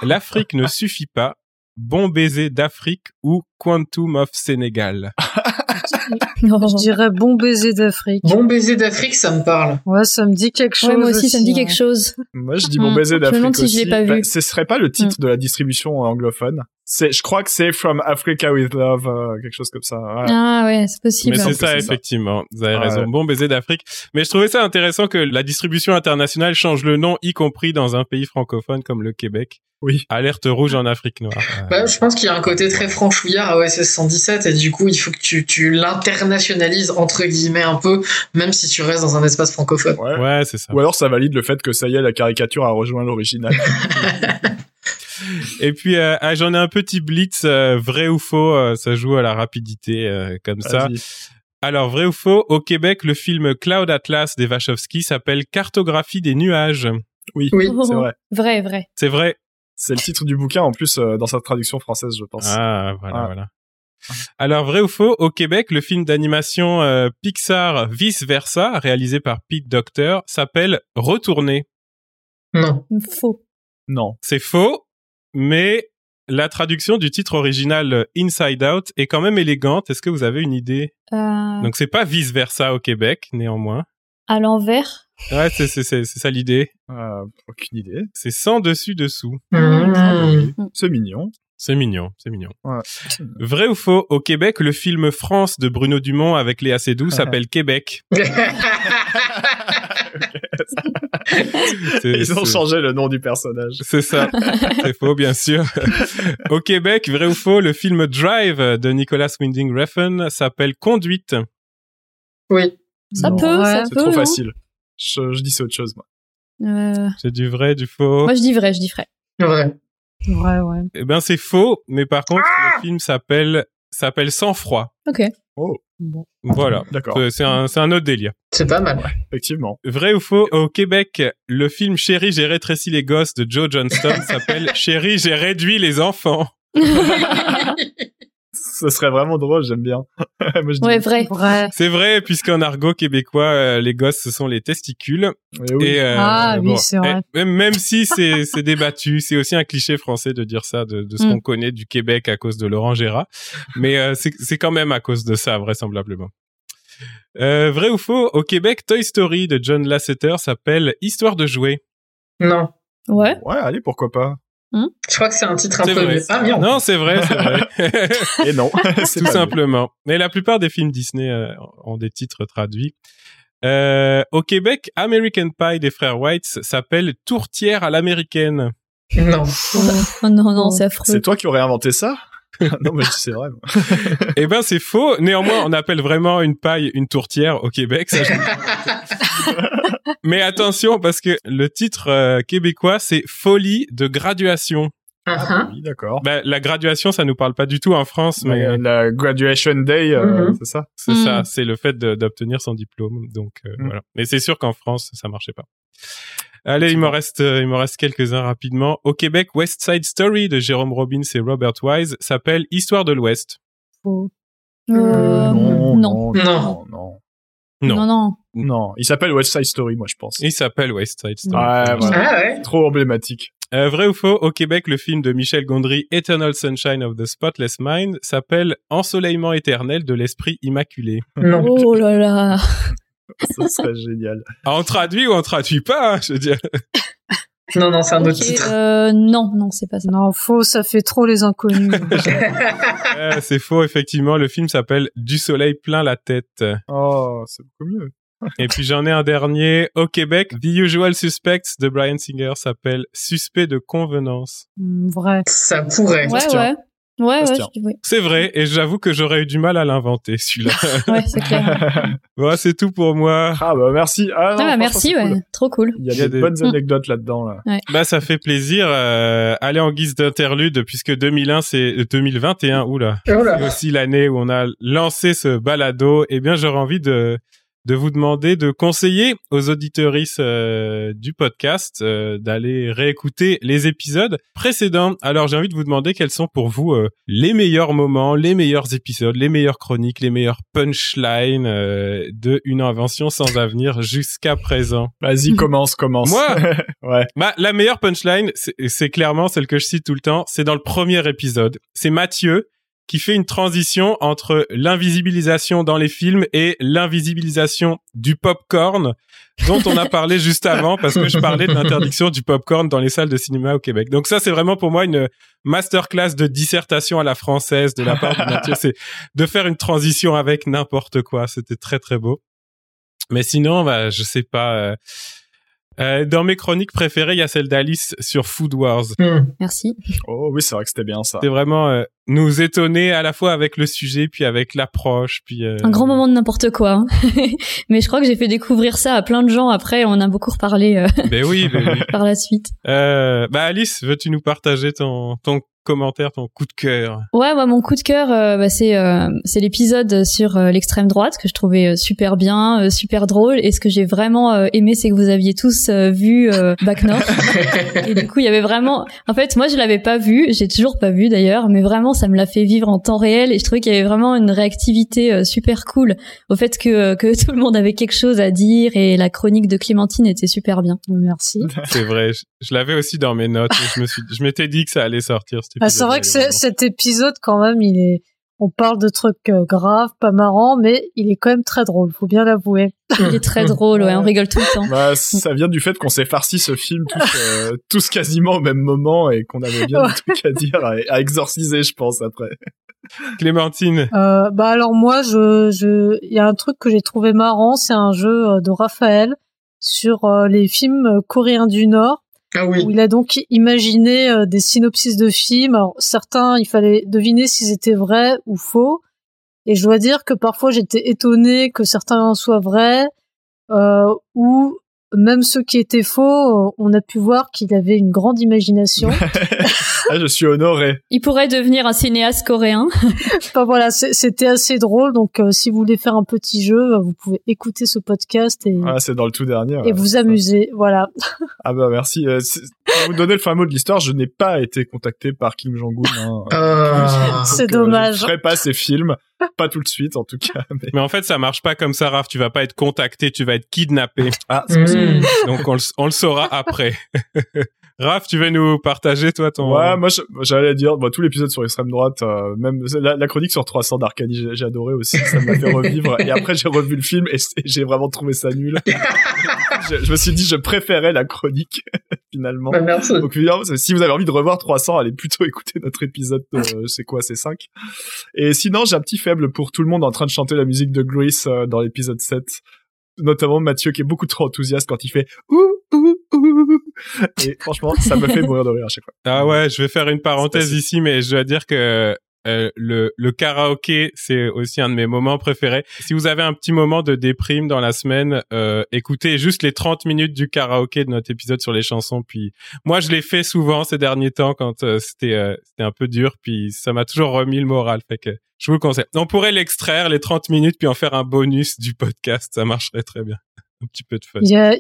Speaker 2: L'Afrique ne suffit pas. Bon baiser d'Afrique ou Quantum of Sénégal.
Speaker 6: Je dirais bon baiser d'Afrique.
Speaker 5: Bon baiser d'Afrique, ça me parle.
Speaker 6: Ouais, ça me dit quelque chose.
Speaker 4: Ouais, moi aussi, ça me dit
Speaker 6: hein. ouais.
Speaker 4: quelque chose.
Speaker 3: Moi, je dis mon
Speaker 4: Hmm,
Speaker 3: baiser
Speaker 4: je me
Speaker 3: d'Afrique
Speaker 4: demande si
Speaker 3: aussi.
Speaker 4: je l'ai pas vu. Mm.
Speaker 3: Bah, ce serait pas le titre de la distribution anglophone. C'est, je crois que c'est From Africa with Love, euh, quelque chose comme ça. Ouais.
Speaker 4: Ah ouais, c'est
Speaker 2: Mais
Speaker 4: possible.
Speaker 2: c'est ça, effectivement. Vous avez
Speaker 3: Ouais.
Speaker 2: raison. Bon baiser d'Afrique. Mais je trouvais ça intéressant que la distribution internationale change le nom, y compris dans un pays francophone comme le Québec.
Speaker 3: Oui.
Speaker 2: Alerte rouge en Afrique noire.
Speaker 5: Bah, je pense qu'il y a un côté très franchouillard à OSS 117 et du coup, il faut que tu, tu l'internationalises entre guillemets un peu, même si tu restes dans un espace francophone.
Speaker 3: Ouais.
Speaker 2: Ouais, c'est ça.
Speaker 3: Ou alors, ça valide le fait que ça y est, la caricature a rejoint l'original.
Speaker 2: Et puis, euh, ah, j'en ai un petit blitz, euh, vrai ou faux, euh, ça joue à la rapidité euh, comme ça.
Speaker 3: Vas-y.
Speaker 2: Alors, vrai ou faux, au Québec, le film Cloud Atlas des Wachowski s'appelle Cartographie des nuages.
Speaker 3: Oui,
Speaker 5: Oui.
Speaker 3: c'est vrai.
Speaker 4: Vrai, vrai.
Speaker 2: C'est vrai
Speaker 3: C'est le titre du bouquin, en plus, euh, dans sa traduction française, je pense.
Speaker 2: Ah, voilà,
Speaker 3: Ah.
Speaker 2: voilà. Alors, vrai ou faux, au Québec, le film d'animation euh, Pixar Vice Versa, réalisé par Pete Docter, s'appelle Retourner.
Speaker 5: Non.
Speaker 6: hein.
Speaker 4: Faux.
Speaker 3: Non.
Speaker 2: C'est faux, mais la traduction du titre original euh, Inside Out est quand même élégante. Est-ce que vous avez une idée
Speaker 4: Euh,
Speaker 2: Donc c'est pas vice versa au Québec, néanmoins.
Speaker 4: à l'envers.
Speaker 2: Ouais, c'est c'est c'est c'est ça l'idée.
Speaker 3: Euh, aucune idée.
Speaker 2: C'est sans dessus dessous.
Speaker 5: Mmh.
Speaker 4: Mm.
Speaker 3: C'est mignon.
Speaker 2: C'est mignon, c'est mignon.
Speaker 3: Ouais.
Speaker 2: Vrai ou faux Au Québec, le film France de Bruno Dumont avec Léa Seydoux s'appelle Québec. C'est-
Speaker 3: Ils ont
Speaker 2: c'est-
Speaker 3: changé le nom du personnage.
Speaker 2: C'est ça. C'est faux, bien sûr. Au Québec, vrai ou faux, le film Drive de Nicolas Winding Refn s'appelle Conduite.
Speaker 5: Oui.
Speaker 4: Ça peut, ça
Speaker 6: Ouais.
Speaker 3: C'est
Speaker 4: peut.
Speaker 3: trop
Speaker 4: non
Speaker 3: facile. Je, je dis c'est autre chose, moi.
Speaker 4: Euh,
Speaker 2: C'est du vrai, du faux.
Speaker 4: Moi, je dis vrai, je dis vrai.
Speaker 5: Vrai.
Speaker 6: Vrai, ouais.
Speaker 2: Eh ben, c'est faux, mais par contre, le film s'appelle s'appelle Sans froid.
Speaker 4: Ok.
Speaker 3: Oh.
Speaker 2: Voilà.
Speaker 3: D'accord.
Speaker 2: Euh, C'est un, c'est un autre délire.
Speaker 5: C'est pas mal.
Speaker 3: Effectivement.
Speaker 2: Vrai ou faux Au Québec, le film Chérie, j'ai rétréci les gosses de Joe Johnston s'appelle Chérie, j'ai réduit les enfants.
Speaker 3: Ce serait vraiment drôle, j'aime bien. Moi, je dis-
Speaker 4: Ouais, vrai. Vrai.
Speaker 2: C'est vrai, puisqu'en argot québécois, euh, les gosses, ce sont les testicules.
Speaker 3: Et oui.
Speaker 6: Ah, oui, c'est vrai.
Speaker 2: et- euh, eh, même- même si c'est c'est débattu, c'est aussi un cliché français de dire ça, de, de ce
Speaker 6: Mm.
Speaker 2: qu'on connaît du Québec à cause de Laurent Gérard. Mais euh, c'est c'est quand même à cause de ça, vraisemblablement. Euh, vrai ou faux, au Québec, Toy Story de John Lasseter s'appelle Histoire de jouer.
Speaker 5: Non.
Speaker 4: Ouais.
Speaker 3: Ouais, allez, pourquoi pas.
Speaker 5: Je crois que c'est un titre un
Speaker 2: C'est
Speaker 5: peu Ah,
Speaker 2: vrai.
Speaker 5: pas bien.
Speaker 2: Non, c'est vrai, c'est vrai.
Speaker 3: Et non. c'est
Speaker 2: Tout
Speaker 3: pas
Speaker 2: simplement. Mais la plupart des films Disney euh, ont des titres traduits. Euh, au Québec, American Pie des frères Whites s'appelle Tourtière à l'américaine.
Speaker 5: Non.
Speaker 4: Oh non, non, c'est affreux.
Speaker 3: C'est toi qui aurais inventé ça Ah, Non, mais c'est vrai. moi.
Speaker 2: eh ben, c'est faux. Néanmoins, on appelle vraiment une paille une tourtière au Québec. ça, je- Mais attention, parce que le titre euh, québécois, c'est Folie de graduation.
Speaker 5: Ah,
Speaker 3: bah Oui, d'accord.
Speaker 2: Ben, la graduation, ça nous parle pas du tout en France, mais euh,
Speaker 3: Mais la graduation day, euh,
Speaker 5: Mhm.
Speaker 3: c'est ça
Speaker 2: c'est
Speaker 4: Mm.
Speaker 2: ça, c'est le fait de- d'obtenir son diplôme. Donc euh,
Speaker 3: Mm.
Speaker 2: voilà. Mais c'est sûr qu'en France, ça marchait pas. Allez, il m'en reste, euh, il m'en reste quelques-uns rapidement. Au Québec, West Side Story de Jérôme Robbins et Robert Wise s'appelle Histoire de l'Ouest.
Speaker 6: Faux.
Speaker 4: Euh,
Speaker 3: non,
Speaker 4: non.
Speaker 3: non,
Speaker 5: Non.
Speaker 3: non.
Speaker 2: Non.
Speaker 4: non, non.
Speaker 3: Non, il s'appelle West Side Story, moi, je pense.
Speaker 2: Il s'appelle West Side Story.
Speaker 3: Ouais, voilà.
Speaker 5: Ah ouais.
Speaker 3: Trop emblématique.
Speaker 2: Euh, vrai ou faux, au Québec, le film de Michel Gondry, Eternal Sunshine of the Spotless Mind, s'appelle Ensoleillement éternel de l'esprit immaculé.
Speaker 5: Non.
Speaker 4: Oh là là.
Speaker 3: Ce serait génial.
Speaker 2: Ah, on traduit ou on traduit pas, hein, je veux dire.
Speaker 5: Non, non, c'est un autre
Speaker 4: Ok,
Speaker 5: titre.
Speaker 4: euh, non, non, c'est pas ça.
Speaker 6: Non, faux, ça fait trop les inconnus.
Speaker 2: Euh, c'est faux, effectivement, le film s'appelle Du soleil plein la tête.
Speaker 3: Oh, c'est beaucoup mieux.
Speaker 2: Et puis j'en ai un dernier. Au Québec, The Usual Suspects de Brian Singer s'appelle Suspect de convenance.
Speaker 6: Hmm, vrai.
Speaker 5: Ça pourrait.
Speaker 4: Ouais,
Speaker 3: Bastien.
Speaker 4: ouais. Ouais, ouais,
Speaker 3: Bastien.
Speaker 4: je dis oui.
Speaker 2: C'est vrai, et j'avoue que j'aurais eu du mal à l'inventer, celui-là.
Speaker 4: Ouais, c'est clair. bah,
Speaker 2: voilà, c'est tout pour moi.
Speaker 3: Ah, bah, merci. Ah, non,
Speaker 4: Ah, bah,
Speaker 3: franchement,
Speaker 4: merci,
Speaker 3: c'est
Speaker 4: ouais.
Speaker 3: cool.
Speaker 4: Trop cool.
Speaker 3: Il y a, des, bonnes anecdotes là-dedans, là.
Speaker 2: Bah, ça fait plaisir. Euh, allez, en guise d'interlude, puisque 2001, c'est euh, 2021, oula.
Speaker 5: Oh là.
Speaker 2: C'est aussi l'année où on a lancé ce balado. Eh bien, j'aurais envie de, de vous demander de conseiller aux auditorices euh, du podcast euh, d'aller réécouter les épisodes précédents. Alors, j'ai envie de vous demander quels sont pour vous euh, les meilleurs moments, les meilleurs épisodes, les meilleures chroniques, les meilleures punchlines euh, de Une invention sans avenir jusqu'à présent.
Speaker 3: Vas-y, commence, commence.
Speaker 2: Moi
Speaker 3: Ouais.
Speaker 2: Bah, la meilleure punchline, c'est- c'est clairement celle que je cite tout le temps. C'est dans le premier épisode. C'est Mathieu qui fait une transition entre l'invisibilisation dans les films et l'invisibilisation du popcorn dont on a parlé juste avant parce que je parlais de l'interdiction du popcorn dans les salles de cinéma au Québec. Donc ça, c'est vraiment pour moi une masterclass de dissertation à la française de la part de Mathieu. C'est de faire une transition avec n'importe quoi. C'était très, très beau. Mais sinon, bah, je sais pas. euh, euh, dans mes chroniques préférées, il y a celle d'Alice sur Food Wars.
Speaker 5: Hmm.
Speaker 4: Merci.
Speaker 3: Oh, oui, c'est vrai que c'était bien, ça.
Speaker 2: C'était vraiment euh, nous étonner à la fois avec le sujet, puis avec l'approche, puis... euh,
Speaker 4: Un grand moment de n'importe quoi. hein. Mais je crois que j'ai fait découvrir ça à plein de gens après. On a beaucoup reparlé euh,
Speaker 2: Ben oui, ben oui.
Speaker 4: par la suite.
Speaker 2: Euh, bah Alice, veux-tu nous partager ton, ton commentaire, ton coup de cœur
Speaker 4: Ouais, moi mon coup de cœur, euh, bah, c'est euh, c'est l'épisode sur euh, l'extrême droite que je trouvais euh, super bien, euh, super drôle. Et ce que j'ai vraiment euh, aimé, c'est que vous aviez tous euh, vu euh, Back North. Et du coup, il y avait vraiment. En fait, moi, je l'avais pas vu. J'ai toujours pas vu d'ailleurs, mais vraiment, ça me l'a fait vivre en temps réel. Et je trouvais qu'il y avait vraiment une réactivité euh, super cool au fait que euh, que tout le monde avait quelque chose à dire et la chronique de Clémentine était super bien.
Speaker 6: Merci.
Speaker 2: C'est vrai, je, je l'avais aussi dans mes notes, mais je me suis, je m'étais dit que ça allait sortir. cet
Speaker 6: Ah, c'est
Speaker 2: épisode,
Speaker 6: vrai que c'est-
Speaker 2: malheureusement.
Speaker 6: cet épisode, quand même, il est. On parle de trucs euh, graves, pas marrants, mais il est quand même très drôle, faut bien l'avouer.
Speaker 4: Il est très drôle. Ouais, on rigole tout le temps.
Speaker 3: Bah, ça vient du fait qu'on s'est farci ce film tous, euh, tous quasiment au même moment et qu'on avait bien des trucs à dire, à, à exorciser, je pense, après.
Speaker 2: Clémentine,
Speaker 6: Euh, bah alors moi, je, je, il y a un truc que j'ai trouvé marrant, c'est un jeu euh, de Raphaël sur euh, les films euh, coréens du Nord,
Speaker 5: Ah oui.
Speaker 6: où il a donc imaginé euh, des synopsis de films. Alors, certains, il fallait deviner s'ils étaient vrais ou faux. Et je dois dire que parfois j'étais étonnée que certains soient vrais euh, ou même ceux qui étaient faux, euh, on a pu voir qu'il avait une grande imagination.
Speaker 3: Ah, je suis honoré.
Speaker 4: Il pourrait devenir un cinéaste coréen.
Speaker 6: Enfin, voilà, c'est- c'était assez drôle. Donc, euh, si vous voulez faire un petit jeu, euh, vous pouvez écouter ce podcast et,
Speaker 3: Ah, c'est dans le tout dernier.
Speaker 6: Mm. et
Speaker 3: ouais.
Speaker 6: vous amuser. Voilà.
Speaker 3: Ah bah merci. Euh, c'est- pour vous donner le fin mot de l'histoire, je n'ai pas été contacté par Kim Jong-un. hein.
Speaker 6: Ah.
Speaker 3: Donc,
Speaker 6: C'est
Speaker 3: euh,
Speaker 6: dommage.
Speaker 3: Je ne ferai pas ces films, pas tout de suite en tout cas. Mais...
Speaker 2: Mais en fait, ça marche pas comme ça, Raph. Tu vas pas être contacté, tu vas être kidnappé.
Speaker 3: Ah,
Speaker 2: c'est
Speaker 5: Hmm.
Speaker 3: possible.
Speaker 2: Donc, on le, on le saura après. Raph, tu vas nous partager, toi, ton...
Speaker 3: Ouais, moi je- j'allais dire, bah, tout l'épisode sur l'extrême droite, euh, même la, la chronique sur 300 d'Arcadie, j'ai- j'ai adoré aussi, ça m'a fait revivre. Et après j'ai revu le film et c'est- j'ai vraiment trouvé ça nul. je, je me suis dit, je préférais la chronique finalement.
Speaker 5: Bah, merci.
Speaker 3: Donc finalement, c'est- si vous avez envie de revoir 300, allez plutôt écouter notre épisode, euh, c'est quoi, c'est 5. Et sinon, j'ai un petit faible pour tout le monde en train de chanter la musique de Grease euh, dans l'épisode 7. Notamment Mathieu qui est beaucoup trop enthousiaste quand il fait ouh ouh ouh et franchement ça me fait mourir de rire à chaque fois.
Speaker 2: Ah ouais, je vais faire une parenthèse ici, mais je dois dire que euh, le, le karaoké, c'est aussi un de mes moments préférés. Si vous avez un petit moment de déprime dans la semaine, euh, écoutez juste les 30 minutes du karaoké de notre épisode sur les chansons. Puis moi, je l'ai fait souvent ces derniers temps quand euh, c'était euh, c'était un peu dur. Puis ça m'a toujours remis le moral. Fait que je vous le conseille. On pourrait l'extraire les 30 minutes puis en faire un bonus du podcast. Ça marcherait très bien. Un petit peu de fun.
Speaker 6: Il y a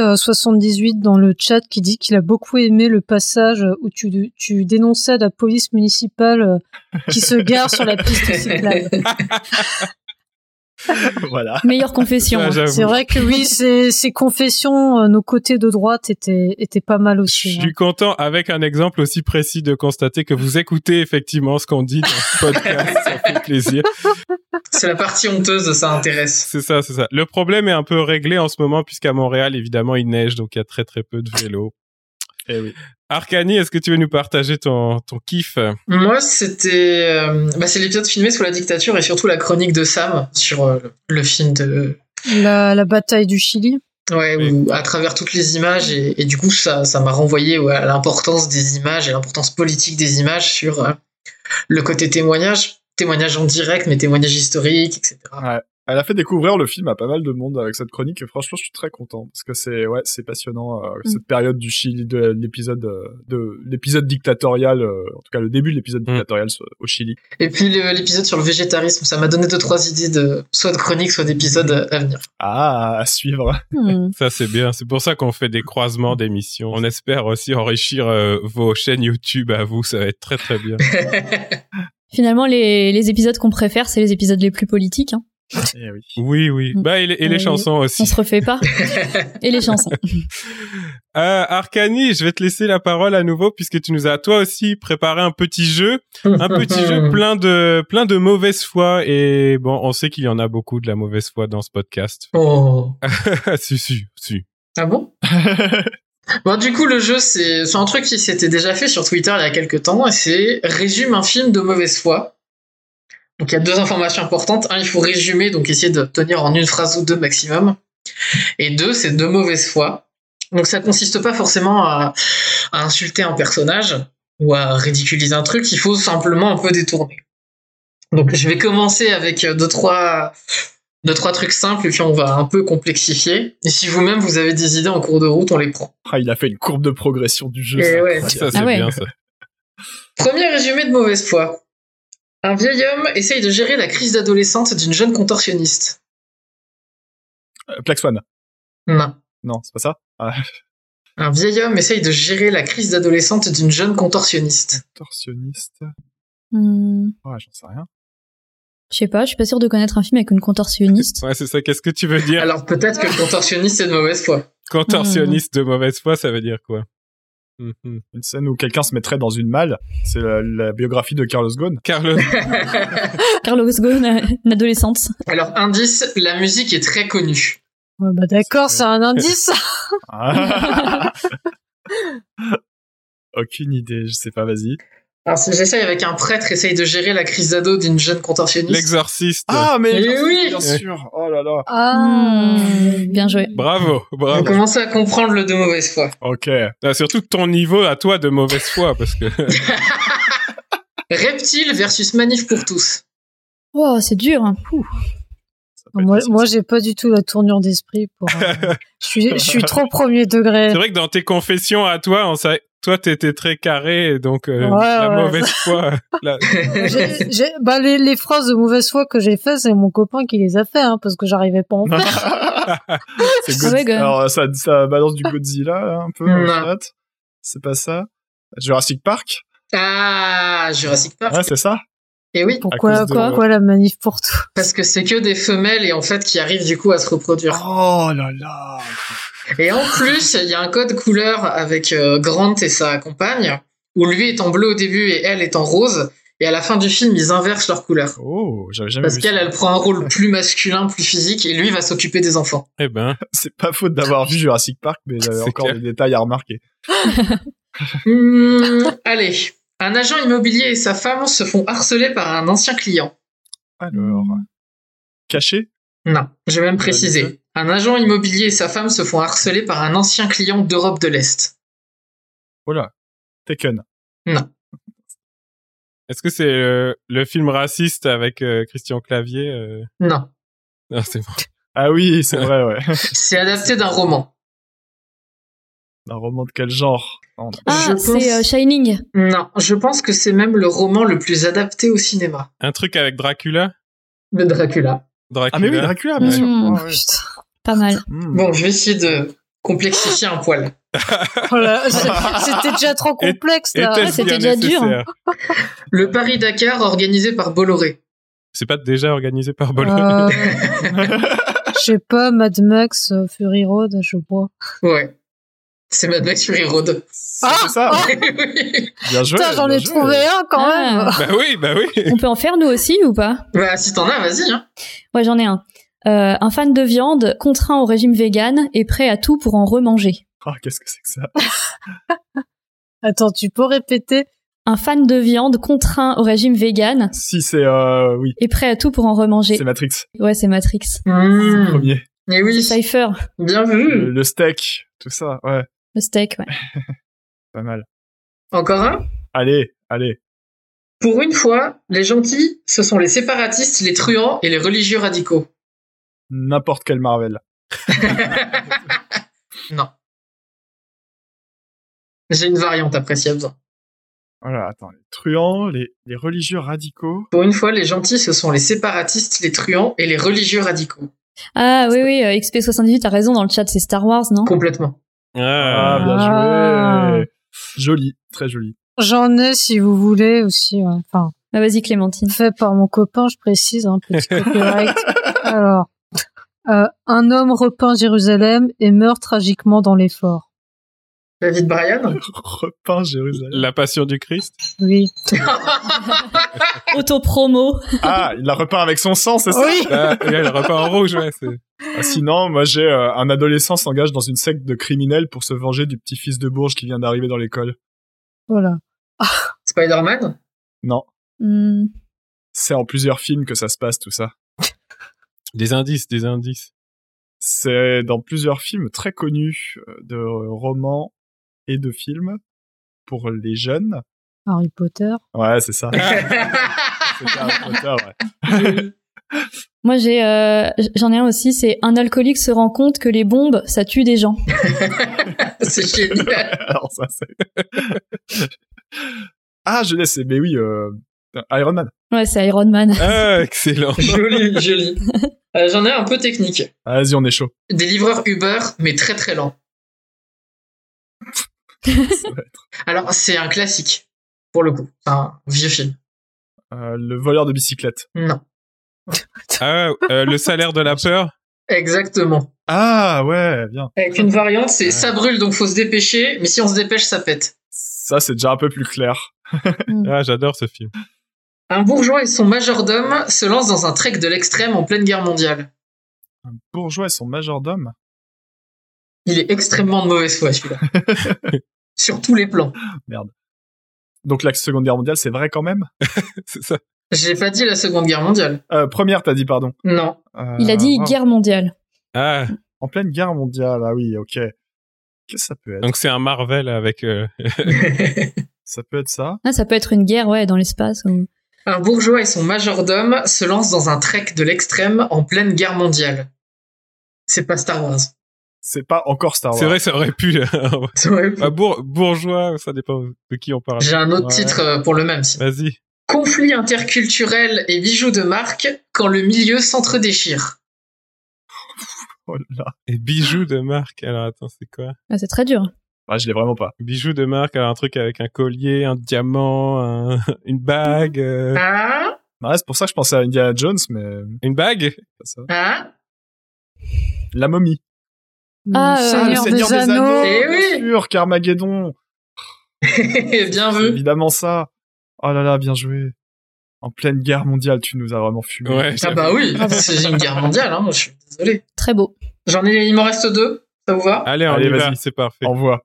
Speaker 6: XP78 dans le chat qui dit qu'il a beaucoup aimé le passage euh, où tu, tu dénonçais la police municipale euh, qui se gare sur la piste cyclable.
Speaker 3: voilà.
Speaker 4: Meilleure confession. hein.
Speaker 6: C'est vrai que oui, ces, ces confessions, euh, nos côtés de droite étaient, étaient pas mal aussi.
Speaker 2: Je
Speaker 6: hein.
Speaker 2: suis content avec un exemple aussi précis de constater que vous écoutez effectivement ce qu'on dit dans ce podcast. ça fait plaisir.
Speaker 5: C'est la partie honteuse de ça intéresse.
Speaker 2: C'est ça, c'est ça. Le problème est un peu réglé en ce moment puisqu'à Montréal, évidemment, il neige, donc il y a très très peu de vélos.
Speaker 3: Eh oui.
Speaker 2: Arcani, est-ce que tu veux nous partager ton, ton kiff
Speaker 5: Moi, c'était. euh, bah, c'est l'épisode filmé sous la dictature et surtout la chronique de Sam sur euh, le, le film de.
Speaker 6: La, la bataille du Chili.
Speaker 5: Ouais, où à travers toutes les images, et, et du coup, ça ça m'a renvoyé ouais, à l'importance des images et l'importance politique des images sur euh, le côté témoignage. Témoignage en direct, mais témoignage historique, etc.
Speaker 3: Ouais. Elle a fait découvrir le film à pas mal de monde avec cette chronique et franchement je suis très content parce que c'est ouais c'est passionnant euh,
Speaker 6: Mm.
Speaker 3: cette période du Chili de l'épisode euh, de l'épisode dictatorial euh, en tout cas le début de l'épisode dictatorial sur- au Chili.
Speaker 5: Et puis le- l'épisode sur le végétarisme, ça m'a donné deux trois idées de soit de chronique, soit d'épisodes à venir.
Speaker 3: Ah à suivre.
Speaker 4: Hmm.
Speaker 2: Ça c'est bien, c'est pour ça qu'on fait des croisements d'émissions. On espère aussi enrichir euh, vos chaînes YouTube à vous, ça va être très très bien.
Speaker 4: Finalement, les, les épisodes qu'on préfère, c'est les épisodes les plus politiques. hein.
Speaker 3: Eh oui.
Speaker 2: oui, Bah, et les, et les
Speaker 4: Euh,
Speaker 2: chansons aussi.
Speaker 4: On se refait pas. et les chansons.
Speaker 2: Euh, Arcani, je vais te laisser la parole à nouveau puisque tu nous as toi aussi préparé un petit jeu, un petit jeu plein de plein de mauvaise foi et bon, on sait qu'il y en a beaucoup de la mauvaise foi dans ce podcast.
Speaker 5: Oh.
Speaker 2: si si si.
Speaker 5: Ah bon Bon, du coup, le jeu, c'est c'est un truc qui s'était déjà fait sur Twitter il y a quelques temps, et c'est résume un film de mauvaise foi. Donc, il y a deux informations importantes. Un, il faut résumer, donc essayer de tenir en une phrase ou deux maximum. Et deux, c'est de mauvaise foi. Donc, ça consiste pas forcément à, à insulter un personnage ou à ridiculiser un truc, il faut simplement un peu détourner. Donc, je vais commencer avec euh, deux, trois deux trois trucs simples et puis on va un peu complexifier. Et si vous-même vous avez des idées en cours de route, on les prend.
Speaker 3: Ah, il a fait une courbe de progression du jeu.
Speaker 5: Eh
Speaker 3: c'est
Speaker 5: ouais.
Speaker 3: incroyable.
Speaker 5: Ça, c'est Ah ouais. bien, ça. Premier résumé de mauvaise foi. Un vieil homme essaye de gérer la crise d'adolescente d'une jeune contorsionniste.
Speaker 3: Euh, Black Swan.
Speaker 5: Non.
Speaker 3: Non c'est pas ça. Ah,
Speaker 5: Un vieil homme essaye de gérer la crise d'adolescente d'une jeune contorsionniste.
Speaker 3: Torsionniste.
Speaker 4: Hmm,
Speaker 3: Ouais j'en sais rien.
Speaker 4: je sais pas, je suis pas sûre de connaître un film avec une contorsionniste.
Speaker 2: Ouais, c'est ça. Qu'est-ce que tu veux dire
Speaker 5: Alors peut-être que le contorsionniste c'est de mauvaise foi.
Speaker 2: Contorsionniste de mauvaise foi, ça veut dire quoi Hmm,
Speaker 3: Une scène où quelqu'un se mettrait dans une malle. C'est la, la biographie de Carlos Ghosn.
Speaker 2: Carlos.
Speaker 4: Carlos Ghosn, euh, une adolescente.
Speaker 5: Alors indice, la musique est très connue.
Speaker 6: Ouais, bah d'accord, c'est un indice.
Speaker 3: Ah. Aucune idée je sais pas vas-y.
Speaker 5: Alors si j'essaye avec un prêtre essaye de gérer la crise d'ado d'une jeune contorsionniste.
Speaker 2: L'exorciste.
Speaker 3: Ah mais
Speaker 5: Eh oui
Speaker 3: bien sûr. Oh là là.
Speaker 6: Ah,
Speaker 4: Hmm. bien joué.
Speaker 2: Bravo,
Speaker 5: On
Speaker 2: bravo.
Speaker 5: commence à comprendre le de mauvaise foi.
Speaker 3: Ok.
Speaker 2: Ah, surtout ton niveau à toi de mauvaise foi parce que
Speaker 5: Reptile versus manif pour tous.
Speaker 4: Wow, c'est dur. hein. Ouh.
Speaker 6: Moi, moi, j'ai pas du tout la tournure d'esprit pour. euh, je suis, je suis trop premier degré.
Speaker 2: C'est vrai que dans tes confessions à toi, on sait, toi, t'étais très carré, donc euh,
Speaker 6: Ouais,
Speaker 2: la
Speaker 6: ouais.
Speaker 2: mauvaise foi. la-
Speaker 6: J'ai- j'ai- bah, les, les phrases de mauvaise foi que j'ai faites, c'est mon copain qui les a fait, hein, parce que j'arrivais pas à en faire.
Speaker 3: C'est
Speaker 6: Ah ouais, Ah. Mm.
Speaker 3: Godz-
Speaker 6: quand même.
Speaker 3: Alors, ça, ça balance du Godzilla, là, un peu,
Speaker 5: Non.
Speaker 3: en fait. C'est pas ça. Jurassic Park
Speaker 5: Ah, Jurassic Park.
Speaker 3: Ouais, c'est ça.
Speaker 5: Et oui.
Speaker 6: Pourquoi, quoi, quoi, la manif pour tout
Speaker 5: Parce que c'est que des femelles et en fait qui arrivent du coup à se reproduire.
Speaker 3: Oh là là.
Speaker 5: Et en plus, il y a un code couleur avec euh, Grant et sa compagne où lui est en bleu au début et elle est en rose. Et à la fin du film, ils inversent leur couleur.
Speaker 3: Oh, j'avais jamais
Speaker 5: Parce
Speaker 3: vu
Speaker 5: qu'elle,
Speaker 3: ça.
Speaker 5: elle prend un rôle plus masculin, plus physique, et lui va s'occuper des enfants.
Speaker 2: Eh ben.
Speaker 3: C'est pas faute d'avoir vu Jurassic Park, mais j'avais encore des détails à remarquer.
Speaker 5: Hmm, allez. Un agent immobilier et sa femme se font harceler par un ancien client.
Speaker 3: Alors.
Speaker 6: Mm.
Speaker 3: Caché
Speaker 5: Non, je vais même préciser. Un agent immobilier et sa femme se font harceler par un ancien client d'Europe de l'Est.
Speaker 3: Oh là. Taken.
Speaker 5: Non.
Speaker 2: Est-ce que c'est euh, le film raciste avec euh, Christian Clavier euh
Speaker 5: Non.
Speaker 2: Non, c'est bon.
Speaker 3: Ah oui, c'est vrai, ouais.
Speaker 5: C'est adapté d'un roman.
Speaker 3: Un roman de quel genre Non, non.
Speaker 4: Ah, c'est euh, Shining.
Speaker 5: Non, je pense que c'est même le roman le plus adapté au cinéma.
Speaker 2: Un truc avec Dracula
Speaker 5: De Dracula.
Speaker 2: Dracula.
Speaker 3: Ah mais oui, Dracula, bien sûr.
Speaker 6: Mm. Oh,
Speaker 3: Ah
Speaker 4: Hmm,
Speaker 3: ouais. Mm.
Speaker 4: putain, Pas mal.
Speaker 5: Bon, je vais essayer de complexifier un poil.
Speaker 6: Voilà, c'est- C'était déjà trop complexe, là.
Speaker 2: était-ce bien
Speaker 6: Euh,
Speaker 2: nécessaire
Speaker 5: Le Paris-Dakar organisé par Bolloré.
Speaker 2: C'est pas déjà organisé par Bologne.
Speaker 6: Euh, Je sais pas, Mad Max, euh, Fury Road, je vois.
Speaker 5: Ouais. C'est Mad Max Fury Road.
Speaker 3: C'est ça Bien joué.
Speaker 6: Ah. Putain, j'en
Speaker 3: bien
Speaker 6: ai
Speaker 3: joué.
Speaker 6: trouvé un quand
Speaker 4: Ah.
Speaker 6: même.
Speaker 2: Bah oui, bah oui.
Speaker 4: On peut en faire nous aussi ou pas
Speaker 5: Bah, si t'en as, vas-y. hein.
Speaker 4: Ouais, j'en ai un. Euh, un fan de viande contraint au régime vegan et prêt à tout pour en remanger.
Speaker 3: Ah, qu'est-ce que c'est que ça
Speaker 6: Attends, tu peux répéter
Speaker 4: Un fan de viande contraint au régime vegan
Speaker 3: Si, c'est... Euh, oui,
Speaker 4: et prêt à tout pour en remanger.
Speaker 3: c'est Matrix,
Speaker 4: Ouais, c'est Matrix.
Speaker 3: le
Speaker 5: Mmh.
Speaker 3: premier.
Speaker 5: Et oui,
Speaker 4: Cypher,
Speaker 5: bien
Speaker 3: Le,
Speaker 5: vu.
Speaker 3: le steak, tout ça, ouais,
Speaker 4: le steak, ouais.
Speaker 3: pas mal.
Speaker 5: Encore un
Speaker 3: Allez, allez.
Speaker 5: Pour une fois, les gentils, ce sont les séparatistes, les truands et les religieux radicaux.
Speaker 3: N'importe quel Marvel.
Speaker 5: Non. J'ai une variante après s'il y a besoin.
Speaker 3: Voilà, attends, les truands, les, les religieux radicaux.
Speaker 5: Pour une fois, les gentils, ce sont les séparatistes, les truands et les religieux radicaux.
Speaker 4: Ah oui, oui, euh, XP78 a raison, dans le chat c'est Star Wars,
Speaker 5: Hein
Speaker 4: non
Speaker 5: Complètement.
Speaker 3: Ah,
Speaker 2: Ah,
Speaker 3: bien
Speaker 6: Ah.
Speaker 3: joué. Joli, très joli.
Speaker 6: J'en ai si vous voulez aussi. ouais. Enfin,
Speaker 4: Ah, Vas-y Clémentine.
Speaker 6: fait par mon copain, je précise, hein, petit copyright. Alors, euh, un homme repeint Jérusalem et meurt tragiquement dans l'effort.
Speaker 5: David Bryan
Speaker 3: Repeint Jérusalem.
Speaker 2: La passion du Christ.
Speaker 6: Oui.
Speaker 4: Autopromo.
Speaker 3: Ah, il la repeint avec son sang, c'est ça
Speaker 6: Oui.
Speaker 2: Ah, et elle repart en rouge, ouais. c'est-
Speaker 3: Ah, Sinon, moi j'ai euh, un adolescent s'engage dans une secte de criminels pour se venger du petit fils de Bourges qui vient d'arriver dans l'école.
Speaker 6: Voilà.
Speaker 5: Spider-Man
Speaker 3: Non,
Speaker 4: Hmm.
Speaker 3: c'est en plusieurs films que ça se passe tout ça.
Speaker 2: Des indices, des indices.
Speaker 3: C'est dans plusieurs films très connus euh, de romans et de films pour les jeunes.
Speaker 6: Harry Potter.
Speaker 3: Ouais, c'est ça. C'était Harry Potter, ouais.
Speaker 4: Moi j'ai, euh, j'en ai un aussi, c'est un alcoolique se rend compte que les bombes ça tue des gens.
Speaker 5: C'est génial.
Speaker 3: Alors ça c'est. ah, je laisse. Mais oui, euh, Iron Man.
Speaker 4: Ouais, c'est Iron Man.
Speaker 2: Ah, excellent.
Speaker 5: Joli, joli. Euh, J'en ai un peu technique.
Speaker 3: Ah, Vas-y, on est chaud.
Speaker 5: Des livreurs Uber, mais très très lents.
Speaker 3: Ça va être,
Speaker 5: Alors, c'est un classique, pour le coup. C'est un vieux film.
Speaker 3: euh, le voleur de bicyclette.
Speaker 5: Non.
Speaker 2: Ah, euh, le salaire de la peur.
Speaker 5: Exactement.
Speaker 3: Ah ouais, bien.
Speaker 5: Avec une variante, c'est
Speaker 2: Ouais.
Speaker 5: ça brûle, donc faut se dépêcher, mais si on se dépêche, ça pète.
Speaker 3: Ça c'est déjà un peu plus clair.
Speaker 2: Ah, j'adore ce film.
Speaker 5: Un bourgeois et son majordome se lancent dans un trek de l'extrême en pleine guerre mondiale.
Speaker 3: Un bourgeois et son majordome.
Speaker 5: Il est extrêmement de mauvaise foi, celui-là. Sur tous les plans.
Speaker 3: Donc la Seconde Guerre mondiale, c'est vrai quand même.
Speaker 2: C'est ça.
Speaker 5: J'ai pas dit la Seconde Guerre mondiale.
Speaker 3: Euh, première, t'as dit pardon.
Speaker 5: Non.
Speaker 3: Euh,
Speaker 4: Il a dit
Speaker 3: oh,
Speaker 4: guerre mondiale.
Speaker 2: Ah,
Speaker 3: En pleine guerre mondiale. Ah oui, ok. Qu'est-ce que ça peut être
Speaker 2: donc c'est un Marvel avec. euh,
Speaker 3: Ça peut être ça.
Speaker 4: Ah, ça peut être une guerre ouais dans l'espace. ou-
Speaker 5: Un bourgeois et son majordome se lancent dans un trek de l'extrême en pleine guerre mondiale. C'est pas Star Wars.
Speaker 3: C'est pas encore Star Wars.
Speaker 2: C'est vrai, ça aurait pu.
Speaker 5: Ça aurait
Speaker 2: Ah, bour- bourgeois, ça dépend de qui on parle.
Speaker 5: J'ai un autre titre, euh, pour le même.
Speaker 2: Vas-y.
Speaker 5: Conflit interculturel et bijoux de marque quand le milieu s'entre-déchire.
Speaker 3: Oh
Speaker 2: Et bijoux de marque. Alors attends, c'est quoi
Speaker 4: Ah, c'est très dur.
Speaker 3: Ah, je l'ai vraiment pas.
Speaker 2: Bijoux de marque, alors un truc avec un collier, un diamant, un- une bague. euh,
Speaker 5: Ah,
Speaker 3: Ouais, Bah, c'est pour ça que je pensais à Indiana Jones, mais.
Speaker 2: Une bague
Speaker 5: ah,
Speaker 3: La momie.
Speaker 6: Ah, euh, Seigneur des Anneaux. Eh
Speaker 3: bien sûr, Carmageddon.
Speaker 5: bien
Speaker 3: vu. Évidemment ça. Oh là là, bien joué. En pleine guerre mondiale, tu nous as vraiment fumé.
Speaker 2: Ouais,
Speaker 5: ah bah oui, c'est une guerre mondiale, hein, je suis désolé.
Speaker 4: Très beau.
Speaker 5: J'en ai, il m'en reste deux, ça vous va
Speaker 2: Allez, on
Speaker 3: Allez,
Speaker 2: y va,
Speaker 3: vas-y.
Speaker 2: c'est parfait.
Speaker 3: Envoie.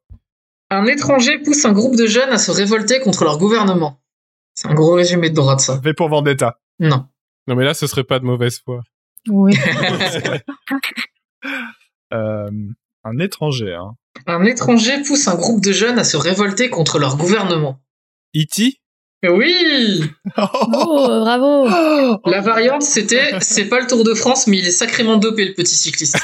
Speaker 5: Un étranger pousse un groupe de jeunes à se révolter contre leur gouvernement. C'est un gros résumé de droite, ça.
Speaker 3: V pour Vendetta.
Speaker 5: Non.
Speaker 2: Non mais là, ce serait pas de mauvaise foi.
Speaker 6: Oui.
Speaker 3: Euh, un étranger, hein.
Speaker 5: Un étranger pousse un groupe de jeunes à se révolter contre leur gouvernement.
Speaker 2: E.T.
Speaker 5: Oui
Speaker 4: Bravo, Oh, bravo.
Speaker 5: La variante, c'était c'est pas le Tour de France, mais il est sacrément dopé, le petit cycliste.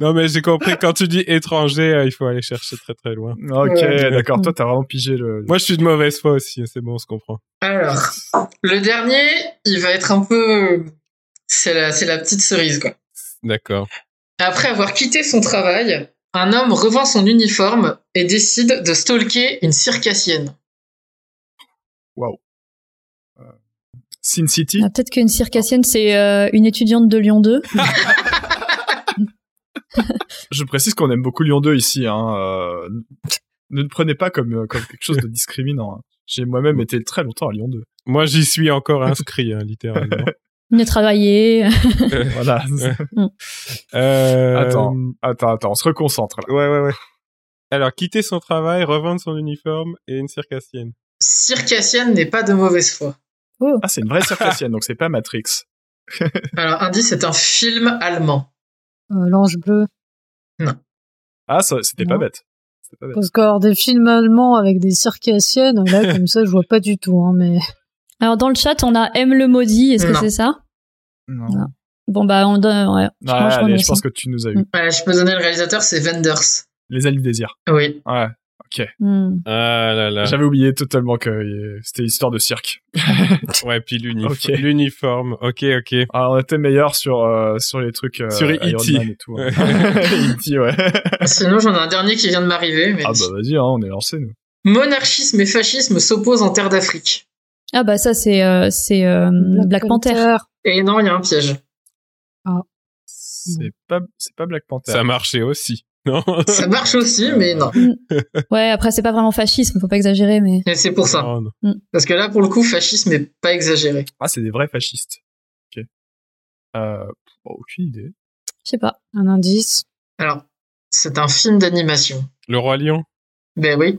Speaker 2: Non mais j'ai compris, quand tu dis étranger, euh, il faut aller chercher très très loin.
Speaker 3: Ok,
Speaker 2: Ouais.
Speaker 3: d'accord. Toi, t'as vraiment pigé le.
Speaker 2: Moi, je suis de mauvaise foi aussi, hein, c'est bon, on se comprend.
Speaker 5: Alors, le dernier, il va être un peu. C'est la, c'est la petite cerise, quoi.
Speaker 2: D'accord.
Speaker 5: Après avoir quitté son travail, un homme revend son uniforme et décide de stalker une circassienne.
Speaker 3: Waouh. Euh, Sin City.
Speaker 4: Ah, Peut-être qu'une circassienne, c'est euh, une étudiante de Lyon 2.
Speaker 3: Je précise qu'on aime beaucoup Lyon 2 ici. Hein. euh, ne le prenez pas comme, euh, comme quelque chose de discriminant. hein. J'ai moi-même été très longtemps à Lyon 2.
Speaker 2: Moi, j'y suis encore inscrit, hein, littéralement.
Speaker 4: Venez travailler.
Speaker 3: Voilà.
Speaker 2: Euh,
Speaker 3: Attends, attends, attends. On se reconcentre. Là.
Speaker 2: Ouais, ouais, ouais. Alors, quitter son travail, revendre son uniforme et une circassienne.
Speaker 5: Circassienne n'est pas de mauvaise foi.
Speaker 3: Ah, c'est une vraie circassienne, donc c'est pas Matrix.
Speaker 5: Alors, indice, c'est un film allemand.
Speaker 6: Euh, L'Ange Bleu.
Speaker 3: Ah, ça- c'était pas
Speaker 6: Non.
Speaker 3: bête. C'était pas bête.
Speaker 6: Parce que alors, des films allemands avec des circassiennes, là, comme ça, je vois pas du tout, hein, mais.
Speaker 4: Alors, dans le chat, on a M le maudit. Est-ce que
Speaker 5: Non.
Speaker 4: c'est ça
Speaker 3: Non.
Speaker 4: Bon, bah, on donne. Ouais.
Speaker 3: Ouais,
Speaker 4: Franchement, je Mm.
Speaker 3: allez,
Speaker 4: m'en
Speaker 3: je pense
Speaker 4: sens.
Speaker 3: que tu nous as eu.
Speaker 5: Ouais, je peux donner le réalisateur, c'est Wenders.
Speaker 3: Les ailes du désir.
Speaker 5: Oui.
Speaker 3: Ouais, ok.
Speaker 4: Hmm.
Speaker 2: Ah là là.
Speaker 3: J'avais oublié totalement que euh, c'était histoire de cirque.
Speaker 2: Ouais, puis l'uniforme.
Speaker 3: Ok.
Speaker 2: L'uniforme. Ok, ok.
Speaker 3: Ah, on était meilleur sur, euh, sur les trucs. euh,
Speaker 2: Sur E
Speaker 3: Iron
Speaker 2: E.T..
Speaker 3: Man et tout. hein. E.T., ouais.
Speaker 5: Sinon, j'en ai un dernier qui vient de m'arriver. Mais...
Speaker 3: Ah, bah vas-y, hein, on est lancé, nous.
Speaker 5: Monarchisme et fascisme s'opposent en terre d'Afrique.
Speaker 4: Ah, bah, ça, c'est euh, c'est euh, Black, Panther.
Speaker 5: Et non, il y a un piège.
Speaker 3: C'est pas, c'est pas Black Panther.
Speaker 2: Ça marchait aussi. Non
Speaker 5: Ça marche aussi, mais non.
Speaker 4: Ouais, après, c'est pas vraiment fascisme, faut pas exagérer, mais.
Speaker 5: Et c'est pour ça.
Speaker 2: Non, non.
Speaker 5: Parce que là, pour le coup, fascisme n'est pas exagéré.
Speaker 3: Ah, c'est des vrais fascistes. Ok. Euh, bon, aucune idée.
Speaker 4: Je sais pas.
Speaker 6: Un indice.
Speaker 5: Alors, c'est un film d'animation.
Speaker 2: Le Roi Lion.
Speaker 5: Ben oui.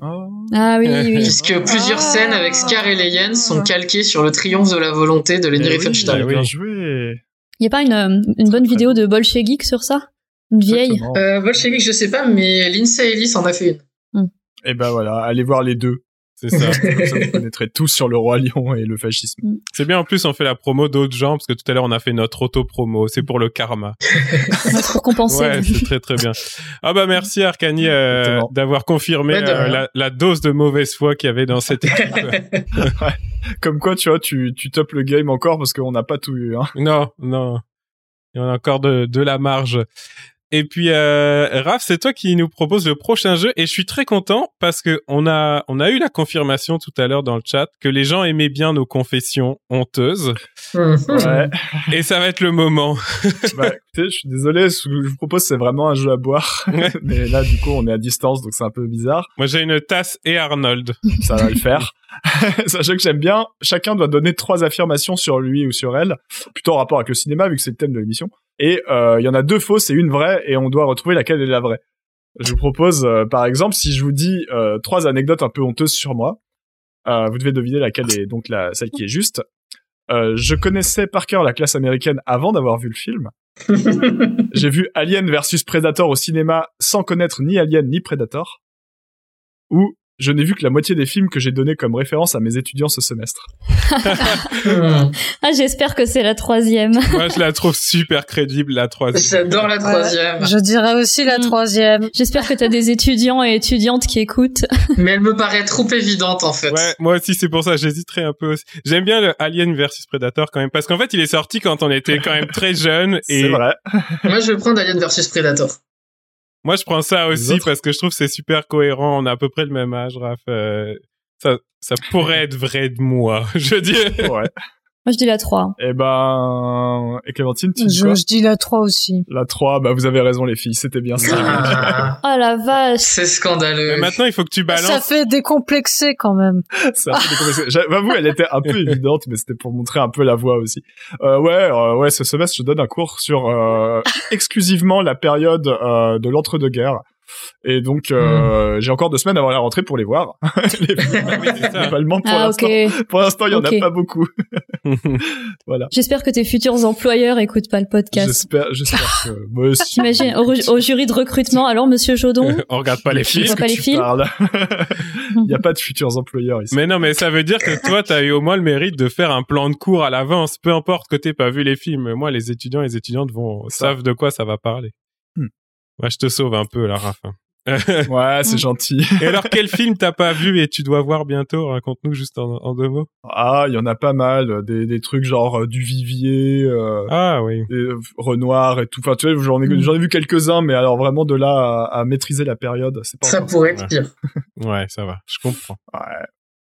Speaker 4: Ah oui, oui, oui.
Speaker 5: Puisque plusieurs scènes avec Scar et Leyen sont calquées sur le triomphe de la volonté de Leni
Speaker 3: Eh oui,
Speaker 5: Riefenstahl.
Speaker 3: bien
Speaker 2: oui.
Speaker 3: joué.
Speaker 4: Y a pas une, euh, une bonne vidéo de Bolchegeek sur ça Une vieille
Speaker 3: Exactement.
Speaker 5: Euh, Bolchevique, je sais pas, mais Lindsay Ellis en a fait une.
Speaker 3: Et ben voilà, allez voir les deux.
Speaker 2: C'est ça.
Speaker 3: Comme ça, vous connaîtrez tous sur le roi lion et le fascisme.
Speaker 2: C'est bien, en plus, on fait la promo d'autres gens, parce que tout à l'heure, on a fait notre auto-promo. C'est pour le karma.
Speaker 4: Ouais, c'est pour compenser.
Speaker 2: Ouais, c'est très très bien. Ah bah merci Arcani euh,
Speaker 3: Exactement.
Speaker 2: d'avoir confirmé
Speaker 5: Ouais, de
Speaker 2: euh,
Speaker 5: rien.
Speaker 2: la, la dose de mauvaise foi qu'il y avait dans cette équipe.
Speaker 3: Comme quoi, tu vois, tu, tu topes le game encore parce qu'on n'a pas tout eu. Hein.
Speaker 2: non, non. Il y en a encore de, de la marge. Et puis euh, Raph, c'est toi qui nous propose le prochain jeu et je suis très content parce que on a on a eu la confirmation tout à l'heure dans le chat que les gens aimaient bien nos confessions honteuses
Speaker 5: Hum,
Speaker 3: Ouais.
Speaker 2: et ça va être le moment.
Speaker 3: bah, écoutez, je suis désolé, ce que je vous propose, c'est vraiment un jeu à boire.
Speaker 2: Ouais.
Speaker 3: Mais là, du coup, on est à distance, donc c'est un peu bizarre.
Speaker 2: Moi j'ai une tasse et Arnold.
Speaker 3: ça va le faire. Sachez que j'aime bien, chacun doit donner trois affirmations sur lui ou sur elle, plutôt en rapport avec le cinéma, vu que c'est le thème de l'émission. Et euh, il y en a deux fausses et une vraie, et on doit retrouver laquelle est la vraie. Je vous propose, euh, par exemple, si je vous dis euh, trois anecdotes un peu honteuses sur moi, euh, vous devez deviner laquelle est donc la, celle qui est juste. Euh, je connaissais par cœur la classe américaine avant d'avoir vu le film. J'ai vu Alien versus Predator au cinéma sans connaître ni Alien ni Predator. Ou je n'ai vu que la moitié des films que j'ai donnés comme référence à mes étudiants ce semestre.
Speaker 5: hum.
Speaker 4: Ah, j'espère que c'est la troisième.
Speaker 2: Moi, je la trouve super crédible, la troisième.
Speaker 5: J'adore la
Speaker 3: Ah.
Speaker 5: troisième.
Speaker 6: Je dirais aussi la troisième.
Speaker 4: J'espère que t'as des étudiants et étudiantes qui écoutent.
Speaker 5: Mais elle me paraît trop évidente en fait.
Speaker 2: Ouais, moi aussi, c'est pour ça, j'hésiterais un peu aussi. J'aime bien le Alien versus Predator quand même, parce qu'en fait, il est sorti quand on était quand même très jeune. Et...
Speaker 3: C'est vrai.
Speaker 5: Moi, je vais prendre Alien versus Predator.
Speaker 2: Moi, je prends ça aussi parce que je trouve que c'est super cohérent. On a à peu près le même âge, Raph. Euh, ça, ça pourrait être vrai de moi, je dis.
Speaker 3: Ouais.
Speaker 4: Moi, je dis la 3.
Speaker 3: Et ben, et Clémentine, tu dis
Speaker 6: Je,
Speaker 3: quoi
Speaker 6: je dis la 3 aussi.
Speaker 3: La 3, bah vous avez raison les filles, c'était bien ça.
Speaker 4: Oh la vache.
Speaker 5: C'est scandaleux.
Speaker 2: Mais maintenant, il faut que tu
Speaker 6: Ça
Speaker 2: balances.
Speaker 6: fait décomplexer quand même.
Speaker 3: Ça a fait décomplexer. J'a- J'avoue, elle était un peu évidente, mais c'était pour montrer un peu la voie aussi. Euh, ouais, euh, ouais, ce semestre, je donne un cours sur euh, exclusivement la période euh, de l'entre-deux-guerres. Et donc, euh,
Speaker 4: Hmm.
Speaker 3: j'ai encore deux semaines avant la rentrée pour les voir. les films.
Speaker 2: Oui, c'est ça.
Speaker 3: Globalement, pour
Speaker 4: Ah,
Speaker 3: l'instant,
Speaker 4: ok.
Speaker 3: pour l'instant, il y en
Speaker 4: Ok.
Speaker 3: a pas beaucoup. voilà.
Speaker 4: J'espère que tes futurs employeurs écoutent pas le podcast.
Speaker 3: J'espère, j'espère que moi aussi,
Speaker 4: T'imagines, au, ru- au jury de recrutement, alors monsieur Chaudon
Speaker 2: on regarde pas les
Speaker 4: Je vois
Speaker 2: films.
Speaker 4: pas les
Speaker 3: tu
Speaker 4: films.
Speaker 3: parles. Il n'y a pas de futurs employeurs ici.
Speaker 2: Mais non, mais ça veut dire que toi, t'as eu au moins le mérite de faire un plan de cours à l'avance, peu importe que t'aies pas vu les films. Moi, les étudiants et les étudiantes vont,
Speaker 3: Ça.
Speaker 2: savent de quoi ça va parler.
Speaker 3: Hmm.
Speaker 2: Moi, je te sauve un peu, là, Raph. hein.
Speaker 3: Ouais, c'est gentil.
Speaker 2: et alors, quel film t'as pas vu et tu dois voir bientôt Raconte-nous juste en, en deux mots.
Speaker 3: Ah, il y en a pas mal. Des, des trucs genre euh, du vivier, euh,
Speaker 2: Ah oui.
Speaker 3: des, euh, Renoir et tout. Enfin, tu vois, j'en ai,
Speaker 6: Mm.
Speaker 3: j'en ai vu quelques-uns, mais alors vraiment de là à, à maîtriser la période, c'est pas
Speaker 5: Ça
Speaker 3: encore-
Speaker 5: pourrait être pire.
Speaker 2: Ouais, ça va. Je comprends.
Speaker 3: Ouais.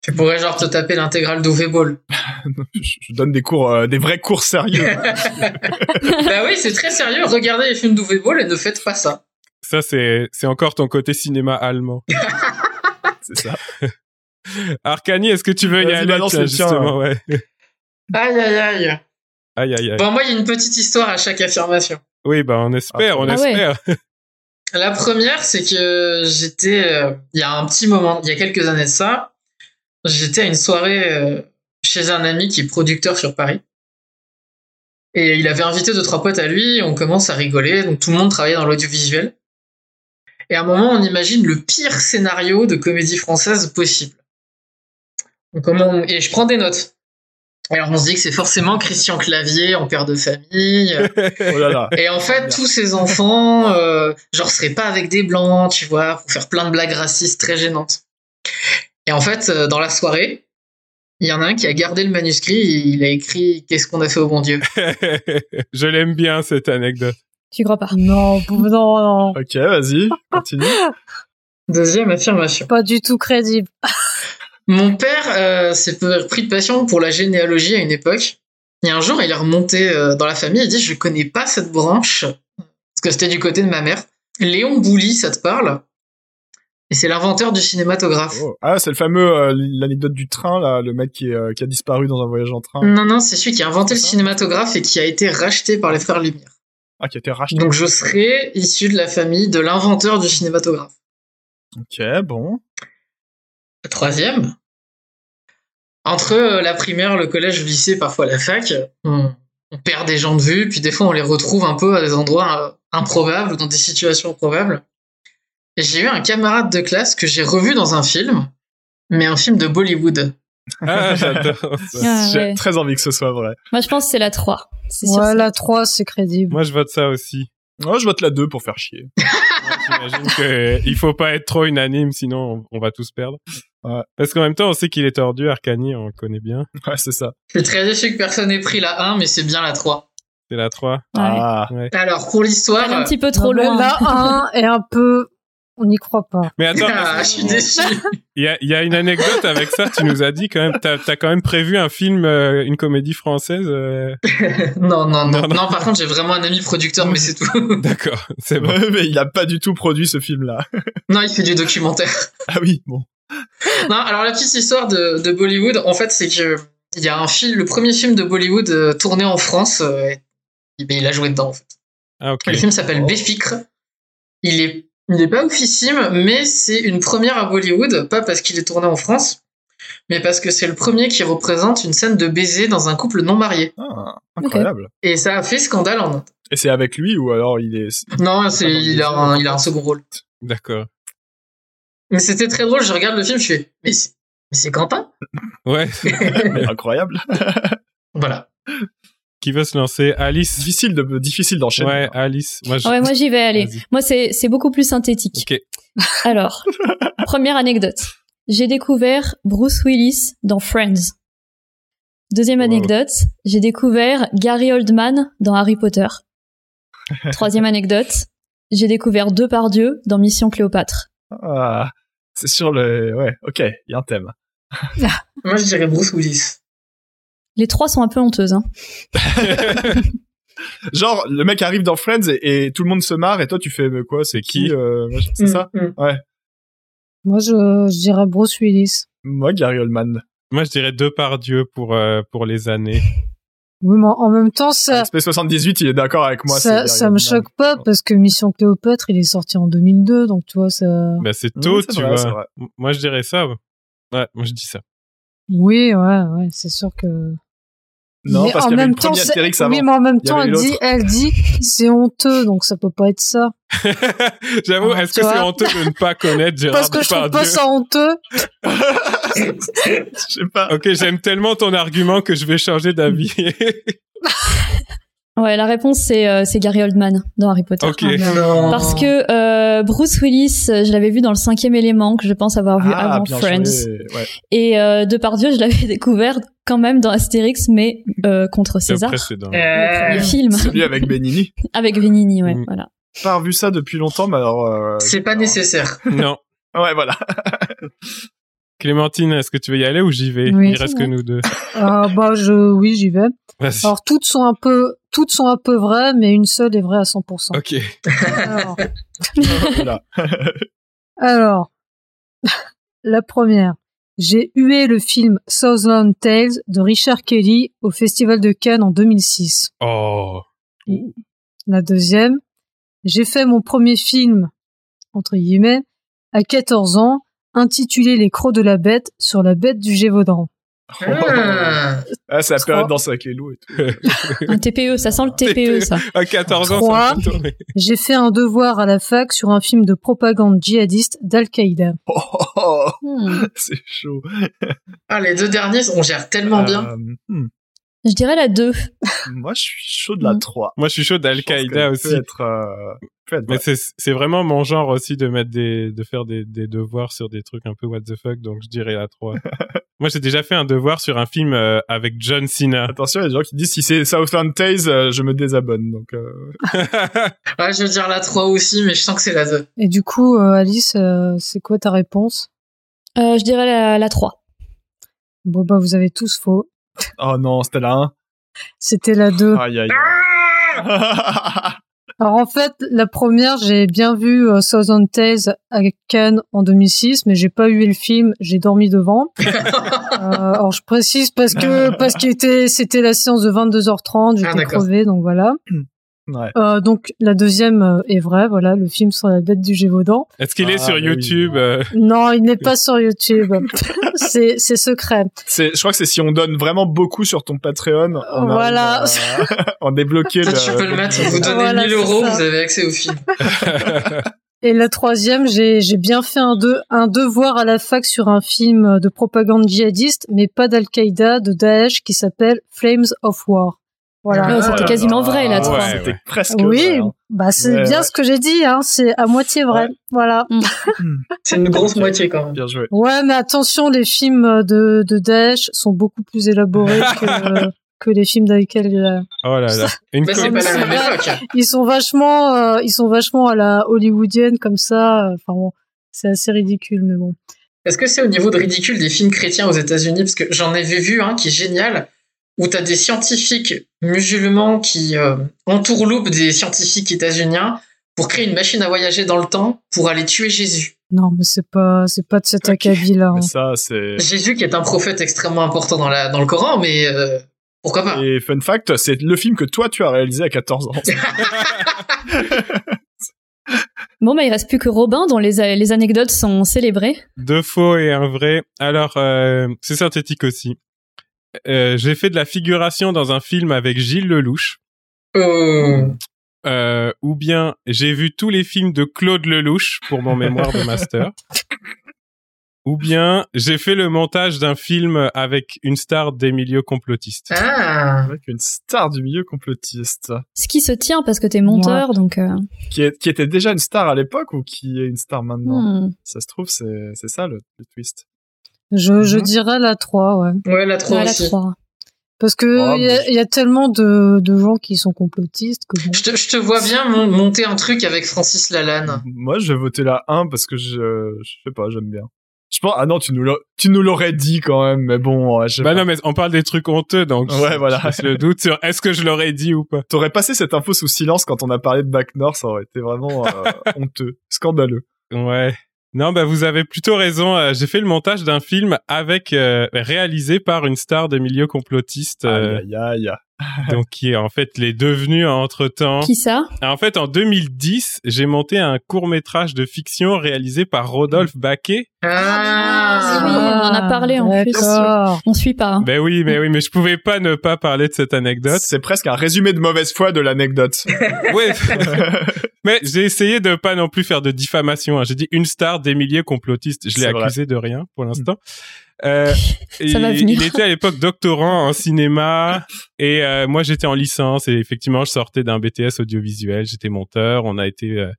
Speaker 5: Tu pourrais genre te taper l'intégrale d'Ovéball.
Speaker 3: Je, je donne des cours, euh, des vrais cours sérieux.
Speaker 5: bah oui, c'est très sérieux. Regardez les films d'Ovéball et ne faites pas ça.
Speaker 2: Ça, c'est, c'est encore ton côté cinéma allemand.
Speaker 3: c'est ça.
Speaker 2: Arcani, est-ce que tu veux y
Speaker 3: Vas-y,
Speaker 2: aller?
Speaker 3: balance
Speaker 2: tiens,
Speaker 3: le hein. tien.
Speaker 2: justement, ouais.
Speaker 5: Aïe, aïe, aïe.
Speaker 2: Aïe, aïe, aïe.
Speaker 5: Bon, moi, il y a une petite histoire à chaque affirmation.
Speaker 2: Oui, bah, on espère, on
Speaker 4: Ah ouais.
Speaker 2: espère.
Speaker 5: La première, c'est que j'étais, euh, il y a un petit moment, il y a quelques années de ça, j'étais à une soirée euh, chez un ami qui est producteur sur Paris. Et il avait invité deux, trois potes à lui, on commence à rigoler, donc tout le monde travaillait dans l'audiovisuel. Et à un moment, on imagine le pire scénario de comédie française possible. Donc, comment- Et je prends des notes. Alors on se dit que c'est forcément Christian Clavier en père de famille. euh,
Speaker 3: Oh là là.
Speaker 5: Et en fait, tous ces enfants, euh, genre, seraient pas avec des blancs, tu vois, pour faire plein de blagues racistes très gênantes. Et en fait, euh, dans la soirée, il y en a un qui a gardé le manuscrit, il a écrit Qu'est-ce qu'on a fait au bon Dieu
Speaker 2: Je l'aime bien, cette anecdote.
Speaker 4: Tu crois pas
Speaker 6: Non, bou- non, non.
Speaker 3: Ok, vas-y, continue.
Speaker 5: Deuxième affirmation.
Speaker 6: Pas du tout crédible.
Speaker 5: Mon père euh, s'est pris de passion pour la généalogie à une époque. Et un jour, il est remonté euh, dans la famille et dit Je connais pas cette branche, parce que c'était du côté de ma mère. Léon Bouly, ça te parle Et c'est l'inventeur du cinématographe.
Speaker 3: Oh. Ah, c'est le fameux euh, l'anecdote du train là, le mec qui, est, euh, qui a disparu dans un voyage en train.
Speaker 4: Mm.
Speaker 5: Non, non, c'est celui qui a inventé le cinématographe et qui a été racheté par les frères Lumière.
Speaker 3: Ah, qui a été racheté.
Speaker 5: Donc je serai issu de la famille de l'inventeur du cinématographe.
Speaker 3: Ok, bon.
Speaker 5: La troisième. Entre euh, la primaire, le collège, le lycée, parfois la fac, on, on perd des gens de vue, puis des fois on les retrouve un peu à des endroits euh, improbables ou dans des situations improbables. Et j'ai eu un camarade de classe que j'ai revu dans un film, mais un film de Bollywood.
Speaker 2: Ah, j'adore ça.
Speaker 4: Ah,
Speaker 3: J'ai
Speaker 4: ouais.
Speaker 3: très envie que ce soit vrai.
Speaker 4: Moi, je pense que c'est la 3. C'est sûr.
Speaker 6: Ouais, la 3, c'est crédible.
Speaker 2: Moi, je vote ça aussi.
Speaker 3: Moi, je vote la 2 pour faire chier.
Speaker 2: J'imagine qu'il faut pas être trop unanime, sinon on on va tous perdre.
Speaker 3: Ouais.
Speaker 2: Parce qu'en même temps, on sait qu'il est tordu, Arcani, on le connaît bien.
Speaker 3: Ouais, c'est ça.
Speaker 5: Je suis très déçu que personne n'ait pris la 1, mais c'est bien la 3.
Speaker 2: C'est la 3.
Speaker 4: Ouais.
Speaker 3: Ah.
Speaker 5: Alors, pour
Speaker 4: Elle est un
Speaker 5: l'histoire...
Speaker 4: petit peu trop
Speaker 6: Non, mais
Speaker 4: loin.
Speaker 6: La 1 est un peu. On n'y croit pas.
Speaker 2: Mais attends,
Speaker 5: Ah, je suis déçu.
Speaker 2: il y a, il y a une anecdote avec ça, tu nous as dit quand même, t'as as quand même prévu un film, euh, une comédie française. euh,
Speaker 5: Non,
Speaker 2: Non,
Speaker 5: non, non.
Speaker 2: non.
Speaker 5: Non, par contre, j'ai vraiment un ami producteur, mais c'est tout.
Speaker 2: D'accord, c'est bon.
Speaker 3: Mais il a pas du tout produit ce film-là.
Speaker 5: Non, il fait du documentaire.
Speaker 3: Ah oui, bon.
Speaker 5: Non, alors la petite histoire de, de Bollywood, en fait, c'est que il y a un film, le premier film de Bollywood euh, tourné en France, euh, et- et ben, il a joué dedans. En fait.
Speaker 2: Ah, ok.
Speaker 5: Le film s'appelle Béficre. Il est, il est pas oufissime, mais c'est une première à Bollywood, pas parce qu'il est tourné en France, mais parce que c'est le premier qui représente une scène de baiser dans un couple non marié.
Speaker 3: Ah, incroyable.
Speaker 5: Et ça a fait scandale en Inde.
Speaker 3: Et c'est avec lui ou alors il est.
Speaker 2: Ah,
Speaker 5: Non, c'est, il, a un- il a un second rôle.
Speaker 2: D'accord.
Speaker 5: Mais c'était très drôle, je regarde le film, je suis, mais c'est, mais c'est Quentin
Speaker 2: Ouais.
Speaker 3: Incroyable.
Speaker 5: voilà.
Speaker 2: Qui veut se lancer Alice
Speaker 3: Difficile de difficile d'enchaîner.
Speaker 2: Ouais, Alice. Moi, je-
Speaker 4: Ah Ouais, moi j'y vais aller.
Speaker 2: Vas-y.
Speaker 4: Moi c'est c'est beaucoup plus synthétique.
Speaker 2: Ok.
Speaker 4: Alors, première anecdote. J'ai découvert Bruce Willis dans Friends. Deuxième anecdote, j'ai découvert Gary Oldman dans Harry Potter. Troisième anecdote, j'ai découvert Depardieu dans Mission Cléopâtre.
Speaker 3: Ah, c'est sur le. Ouais, ok, il y a un thème.
Speaker 5: Moi, je dirais Bruce Willis.
Speaker 4: Les trois sont un peu honteuses. Hein.
Speaker 3: Genre, le mec arrive dans Friends et, et tout le monde se marre et toi tu fais mais quoi, c'est qui, euh, machin,
Speaker 6: Mm.
Speaker 3: C'est ça
Speaker 5: Mm,
Speaker 3: Ouais.
Speaker 6: Moi, je, je dirais Bruce Willis.
Speaker 3: Moi, Gary Oldman.
Speaker 2: Moi, je dirais deux par Dieu pour, euh, pour les années.
Speaker 6: Oui, mais en- en même temps,
Speaker 2: Ah,
Speaker 6: ça,
Speaker 3: SP78, il est d'accord avec moi.
Speaker 6: ça, ça me choque pas parce que Mission Cléopâtre, il est sorti en 2002, donc tu vois, ça.
Speaker 2: Bah, c'est
Speaker 3: Mm,
Speaker 2: tôt,
Speaker 3: c'est
Speaker 2: tu
Speaker 3: vrai, c'est
Speaker 2: vois.
Speaker 3: vrai.
Speaker 2: M- Moi, je dirais ça. ouais. Ouais, moi, je dis ça.
Speaker 6: Oui, ouais, ouais, c'est sûr que.
Speaker 2: Non, parce
Speaker 6: en
Speaker 2: qu'il y avait
Speaker 6: même
Speaker 2: une
Speaker 6: temps,
Speaker 2: première
Speaker 6: c'est-
Speaker 2: Astérix avant.
Speaker 6: Oui, mais en même
Speaker 2: Il y
Speaker 6: temps,
Speaker 2: avait
Speaker 6: elle dit,
Speaker 2: l'autre.
Speaker 6: elle dit, c'est honteux, donc ça peut pas être ça.
Speaker 2: J'avoue, est-ce
Speaker 6: Ah, tu
Speaker 2: que c'est
Speaker 6: vois.
Speaker 2: honteux de ne pas connaître Gérard
Speaker 6: Parce que je trouve
Speaker 2: Depardieu
Speaker 6: pas ça honteux.
Speaker 3: Je sais pas.
Speaker 2: Ok, j'aime tellement ton argument que je vais changer d'avis.
Speaker 4: Ouais, la réponse c'est euh, c'est Gary Oldman dans Harry Potter.
Speaker 2: Ok. Non.
Speaker 4: Parce que euh, Bruce Willis, euh, je l'avais vu dans le cinquième élément que je pense avoir vu
Speaker 3: Ah,
Speaker 4: avant
Speaker 3: bien
Speaker 4: Friends.
Speaker 3: joué, ouais.
Speaker 4: Et euh, Depardieu, je l'avais découvert quand même dans Astérix, mais euh, contre César.
Speaker 2: précédent.
Speaker 5: Euh.
Speaker 4: Le premier film.
Speaker 3: Celui avec Benini.
Speaker 4: Avec Benigni, ouais, voilà.
Speaker 3: Pas revu ça depuis longtemps, mais alors. euh,
Speaker 5: C'est pas nécessaire.
Speaker 2: non.
Speaker 3: Ouais, voilà.
Speaker 2: Clémentine, est-ce que tu veux y aller ou j'y vais
Speaker 6: Oui,
Speaker 2: Il reste que
Speaker 6: sinon.
Speaker 2: nous deux.
Speaker 6: Ah, bah, je, oui, j'y vais.
Speaker 2: Vas-y.
Speaker 6: Alors, toutes sont un peu, toutes sont un peu vraies, mais une seule est vraie à 100%.
Speaker 2: Ok.
Speaker 6: Alors,
Speaker 3: Oula.
Speaker 6: alors, la première. J'ai hué le film Southland Tales de Richard Kelly au Festival de Cannes en 2006.
Speaker 2: Oh.
Speaker 6: La deuxième. J'ai fait mon premier film, entre guillemets, à 14 ans, intitulé Les crocs de la bête sur la bête du Gévaudan.
Speaker 3: ah, c'est la période danse avec les loups et tout.
Speaker 4: Un TPE, ça sent le TPE, ça.
Speaker 2: À 14
Speaker 6: ans, ça a Trois. J'ai fait un devoir à la fac sur un film de propagande djihadiste d'Al-Qaïda.
Speaker 3: Oh, c'est chaud.
Speaker 5: Ah, les deux derniers, on gère tellement
Speaker 3: Euh,
Speaker 5: bien.
Speaker 4: Je dirais la 2.
Speaker 3: Moi, je suis chaud
Speaker 4: Hmm.
Speaker 3: de la 3.
Speaker 2: Moi, je suis chaud d'Al-Qaïda
Speaker 3: pense qu'elle
Speaker 2: aussi.
Speaker 3: peut être,
Speaker 2: Mais c'est c'est vraiment mon genre aussi de mettre des, de faire des, des devoirs sur des trucs un peu what the fuck, donc je dirais la 3. Moi, j'ai déjà fait un devoir sur un film euh, avec John Cena.
Speaker 3: Attention, il y a des gens qui disent si c'est Southland Tales, euh, je me désabonne. Donc, euh,
Speaker 5: Ouais, Ah, je veux dire la 3 aussi, mais je sens que c'est la 2.
Speaker 6: Et du coup, euh, Alice, euh, c'est quoi ta réponse
Speaker 4: Euh, Je dirais la, 3.
Speaker 6: Bon, bah, vous avez tous faux.
Speaker 3: Oh non, c'était la 1.
Speaker 6: C'était la
Speaker 4: Euh.
Speaker 6: 2.
Speaker 3: Aïe, aïe.
Speaker 6: Alors, en fait, la première, j'ai bien vu euh, Southern Tales à Cannes en 2006, mais j'ai pas eu le film, j'ai dormi devant. Euh, alors, je précise parce que, parce qu'il était, c'était la séance de 22h30,
Speaker 5: Ah,
Speaker 6: j'étais
Speaker 5: d'accord.
Speaker 6: crevée, donc voilà.
Speaker 3: Ouais.
Speaker 6: Euh, donc, la deuxième euh, est vraie, voilà, le film sur la bête du Gévaudan.
Speaker 2: Est-ce qu'il est
Speaker 3: Ah,
Speaker 2: sur
Speaker 3: bah oui.
Speaker 2: YouTube euh,
Speaker 6: Non, il n'est pas sur YouTube. c'est, c'est secret.
Speaker 3: C'est, je crois que c'est si on donne vraiment beaucoup sur ton Patreon, on,
Speaker 6: Voilà.
Speaker 3: arrive à- on débloquait
Speaker 5: Ça, tu peux le mettre, vous donnez
Speaker 6: Voilà,
Speaker 5: 1000
Speaker 6: c'est
Speaker 5: euros,
Speaker 6: ça.
Speaker 5: vous avez accès au film.
Speaker 6: Et la troisième, j'ai j'ai bien fait un, de, un devoir à la fac sur un film de propagande djihadiste, mais pas d'Al-Qaïda, de Daesh, qui s'appelle Flames of War. Voilà.
Speaker 3: Ah,
Speaker 4: Ouais, c'était quasiment vrai, la 3.
Speaker 3: C'était presque.
Speaker 6: oui,
Speaker 3: vrai, hein.
Speaker 6: bah c'est
Speaker 3: Ouais,
Speaker 6: bien
Speaker 3: ouais.
Speaker 6: ce que j'ai dit, hein, c'est à moitié vrai. Voilà.
Speaker 5: C'est une grosse moitié quand même.
Speaker 3: Bien joué.
Speaker 6: Ouais, mais attention, les films de, de Daesh sont beaucoup plus élaborés que, que les films d'Al-Qaïda.
Speaker 2: Oh là là. Une
Speaker 5: Bah, c'est
Speaker 2: copie.
Speaker 5: pas la même époque.
Speaker 6: Ils sont vachement, euh, ils sont vachement à la hollywoodienne comme ça. euh, Enfin bon, c'est assez ridicule, mais bon.
Speaker 5: Est-ce que c'est au niveau de ridicule des films chrétiens aux États-Unis Parce que j'en avais vu un qui est génial, où t'as des scientifiques musulmans qui euh, entourloupent des scientifiques états-uniens pour créer une machine à voyager dans le temps pour aller tuer Jésus.
Speaker 6: Non, mais c'est pas, c'est pas de cet acabit-là. hein.
Speaker 3: Mais ça, c'est.
Speaker 5: Jésus qui est un prophète extrêmement important dans, la, dans le Coran, mais euh, pourquoi pas
Speaker 3: Et fun fact, c'est le film que toi tu as réalisé à 14 ans.
Speaker 4: Bon, bah, il reste plus que Robin, dont les, a- les anecdotes sont célébrées.
Speaker 2: Deux faux et un vrai. Alors, euh, c'est synthétique aussi. Euh, j'ai fait de la figuration dans un film avec Gilles Lelouch.
Speaker 5: Euh,
Speaker 2: Euh, ou bien j'ai vu tous les films de Claude Lelouch pour mon mémoire de master. Ou bien j'ai fait le montage d'un film avec une star des milieux complotistes.
Speaker 5: Ah.
Speaker 3: Avec une star du milieu complotiste.
Speaker 4: Ce qui se tient parce que t'es monteur, donc. euh,
Speaker 3: Qui, est- qui était déjà une star à l'époque ou qui est une star maintenant
Speaker 4: Hmm.
Speaker 3: Ça se trouve, c'est c'est ça le, le twist.
Speaker 6: Je, je dirais la 3, ouais.
Speaker 5: Ouais, Mhm. la 3
Speaker 6: Ouais, la
Speaker 5: aussi. Ah,
Speaker 6: 3. Parce que il y, a- y a tellement de, de gens qui sont complotistes que bon.
Speaker 5: Je te, je te vois bien mon- monter un truc avec Francis Lalanne.
Speaker 3: Moi, je vais voter la 1 parce que je, je sais pas, j'aime bien. Je pense, ah non, tu nous l'as- tu nous l'aurais dit quand même, mais bon, ouais, je sais
Speaker 2: Bah
Speaker 3: pas.
Speaker 2: non, mais on parle des trucs honteux, donc.
Speaker 3: Ouais, voilà.
Speaker 2: je laisse le doute sur est-ce que je l'aurais dit ou pas.
Speaker 3: T'aurais passé cette info sous silence quand on a parlé de Bac Nord, ça aurait été vraiment euh, honteux, scandaleux.
Speaker 2: Ouais. Non, bah vous avez plutôt raison. Euh, J'ai fait le montage d'un film avec euh, réalisé par une star des milieux complotistes, euh,
Speaker 3: Aïe, aïe, aïe.
Speaker 2: donc qui est en fait les devenus entre temps.
Speaker 4: Qui ça
Speaker 2: En fait, en 2010, j'ai monté un court métrage de fiction réalisé par Rodolphe Baquet.
Speaker 5: Ah!
Speaker 6: Ah,
Speaker 4: Ah, oui, on en a parlé en plus. On suit pas. hein.
Speaker 2: Ben oui, mais oui, mais je pouvais pas ne pas parler de cette anecdote.
Speaker 3: C'est presque un résumé de mauvaise foi de l'anecdote.
Speaker 2: Ouais. mais j'ai essayé de pas non plus faire de diffamation. hein. J'ai dit une star des milliers complotistes. Je l'ai
Speaker 3: C'est vrai. Mm.
Speaker 2: accusé de rien pour l'instant. Euh, il,
Speaker 3: va venir.
Speaker 2: il était à l'époque doctorant en cinéma et euh, moi j'étais en licence et effectivement je sortais d'un BTS audiovisuel. J'étais monteur. On a été euh,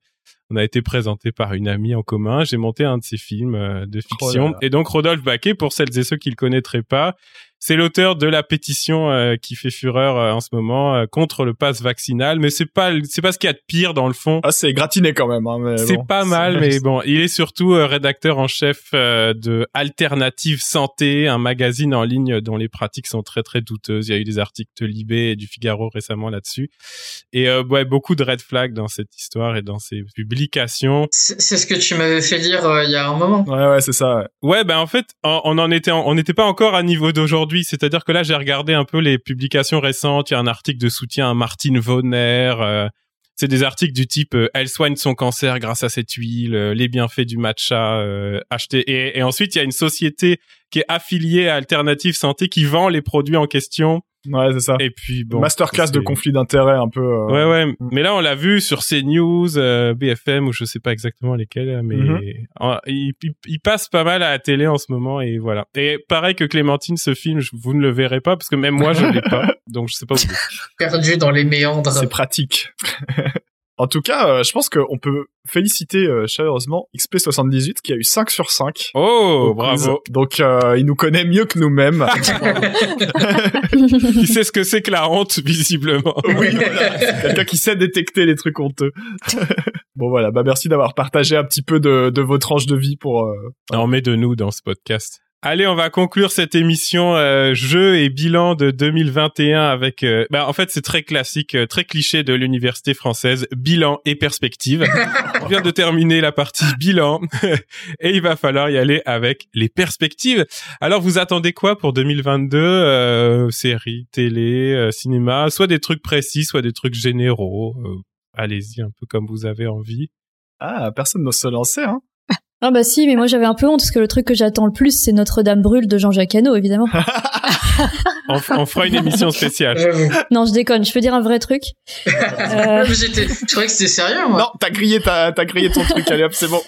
Speaker 2: on a été présenté par une amie en commun. J'ai monté un de ses films euh, de
Speaker 3: Oh là
Speaker 2: fiction.
Speaker 3: là.
Speaker 2: Et donc Rodolphe Baquet, pour celles et ceux qui le connaîtraient pas, c'est l'auteur de la pétition euh, qui fait fureur euh, en ce moment euh, contre le pass vaccinal. Mais c'est pas c'est pas ce qu'il y a de pire dans le fond.
Speaker 3: Ah, c'est gratiné quand même. Hein, mais
Speaker 2: C'est
Speaker 3: bon.
Speaker 2: pas mal, mais bon, il est surtout euh, rédacteur en chef euh, de Alternative Santé, un magazine en ligne dont les pratiques sont très très douteuses. Il y a eu des articles de Libé et du Figaro récemment là-dessus, et euh, ouais, beaucoup de red flags dans cette histoire et dans ces publications.
Speaker 5: C'est c'est ce que tu m'avais fait lire euh, il y a un moment.
Speaker 3: Ouais, ouais, c'est ça. ouais.
Speaker 2: Ouais, ben en fait, on on en était, en- on n'était pas encore à niveau d'aujourd'hui. C'est-à-dire que là, j'ai regardé un peu les publications récentes. Il y a un article de soutien à Martine Vonner. euh, c'est des articles du type euh, "Elle soigne son cancer grâce à cette huile", euh, "Les bienfaits du matcha euh, acheté". Et, et ensuite, il y a une société qui est affiliée à Alternative Santé qui vend les produits en question.
Speaker 3: Ouais, c'est ça.
Speaker 2: Et puis bon,
Speaker 3: Masterclass de
Speaker 2: c'est-
Speaker 3: conflit d'intérêts un peu. euh,
Speaker 2: Ouais, ouais. Mais là, on l'a vu sur CNews, euh, BFM, ou je sais pas exactement lesquels, euh, mais
Speaker 3: Mhm.
Speaker 2: en- il, il- il passe pas mal à la télé en ce moment et voilà. Et pareil que Clémentine, ce film, je- vous ne le verrez pas parce que même moi, je l'ai pas. Donc, je sais pas où. il est.
Speaker 5: Perdu dans les méandres.
Speaker 3: C'est pratique. en tout cas, euh, je pense qu'on peut féliciter euh, chaleureusement XP78 qui a eu 5 sur 5.
Speaker 2: Oh,
Speaker 3: au quiz.
Speaker 2: bravo.
Speaker 3: Donc, euh, il nous connaît mieux que nous-mêmes.
Speaker 4: hein.
Speaker 2: il sait ce que c'est que la honte, visiblement.
Speaker 3: Oui, voilà. C'est Quelqu'un qui sait détecter les trucs honteux. bon, voilà. Bah, merci d'avoir partagé un petit peu de, de vos tranches de vie pour... euh,
Speaker 2: On met de nous dans ce podcast. Allez, on va conclure cette émission euh, jeu et bilan de 2021 avec. euh, bah, en fait, c'est très classique, euh, très cliché de l'université française. Bilan et perspective. on vient de terminer la partie bilan et il va falloir y aller avec les perspectives. Alors, vous attendez quoi pour 2022 euh, Séries, télé, euh, cinéma, soit des trucs précis, soit des trucs généraux. euh, Allez-y un peu comme vous avez envie.
Speaker 3: Ah, personne n'ose se lancer, hein.
Speaker 4: Ah bah si, mais moi j'avais un peu honte parce que le truc que j'attends le plus, c'est Notre-Dame brûle de Jean-Jacques Hano, évidemment.
Speaker 2: On, f- on fera une émission spéciale.
Speaker 4: non, je déconne. Je peux dire un vrai truc Euh,
Speaker 5: Ouais, mais j'étais- Je croyais que c'était sérieux, moi.
Speaker 3: Non, t'as grillé, ta- t'as grillé ton truc. Allez, hop, c'est bon.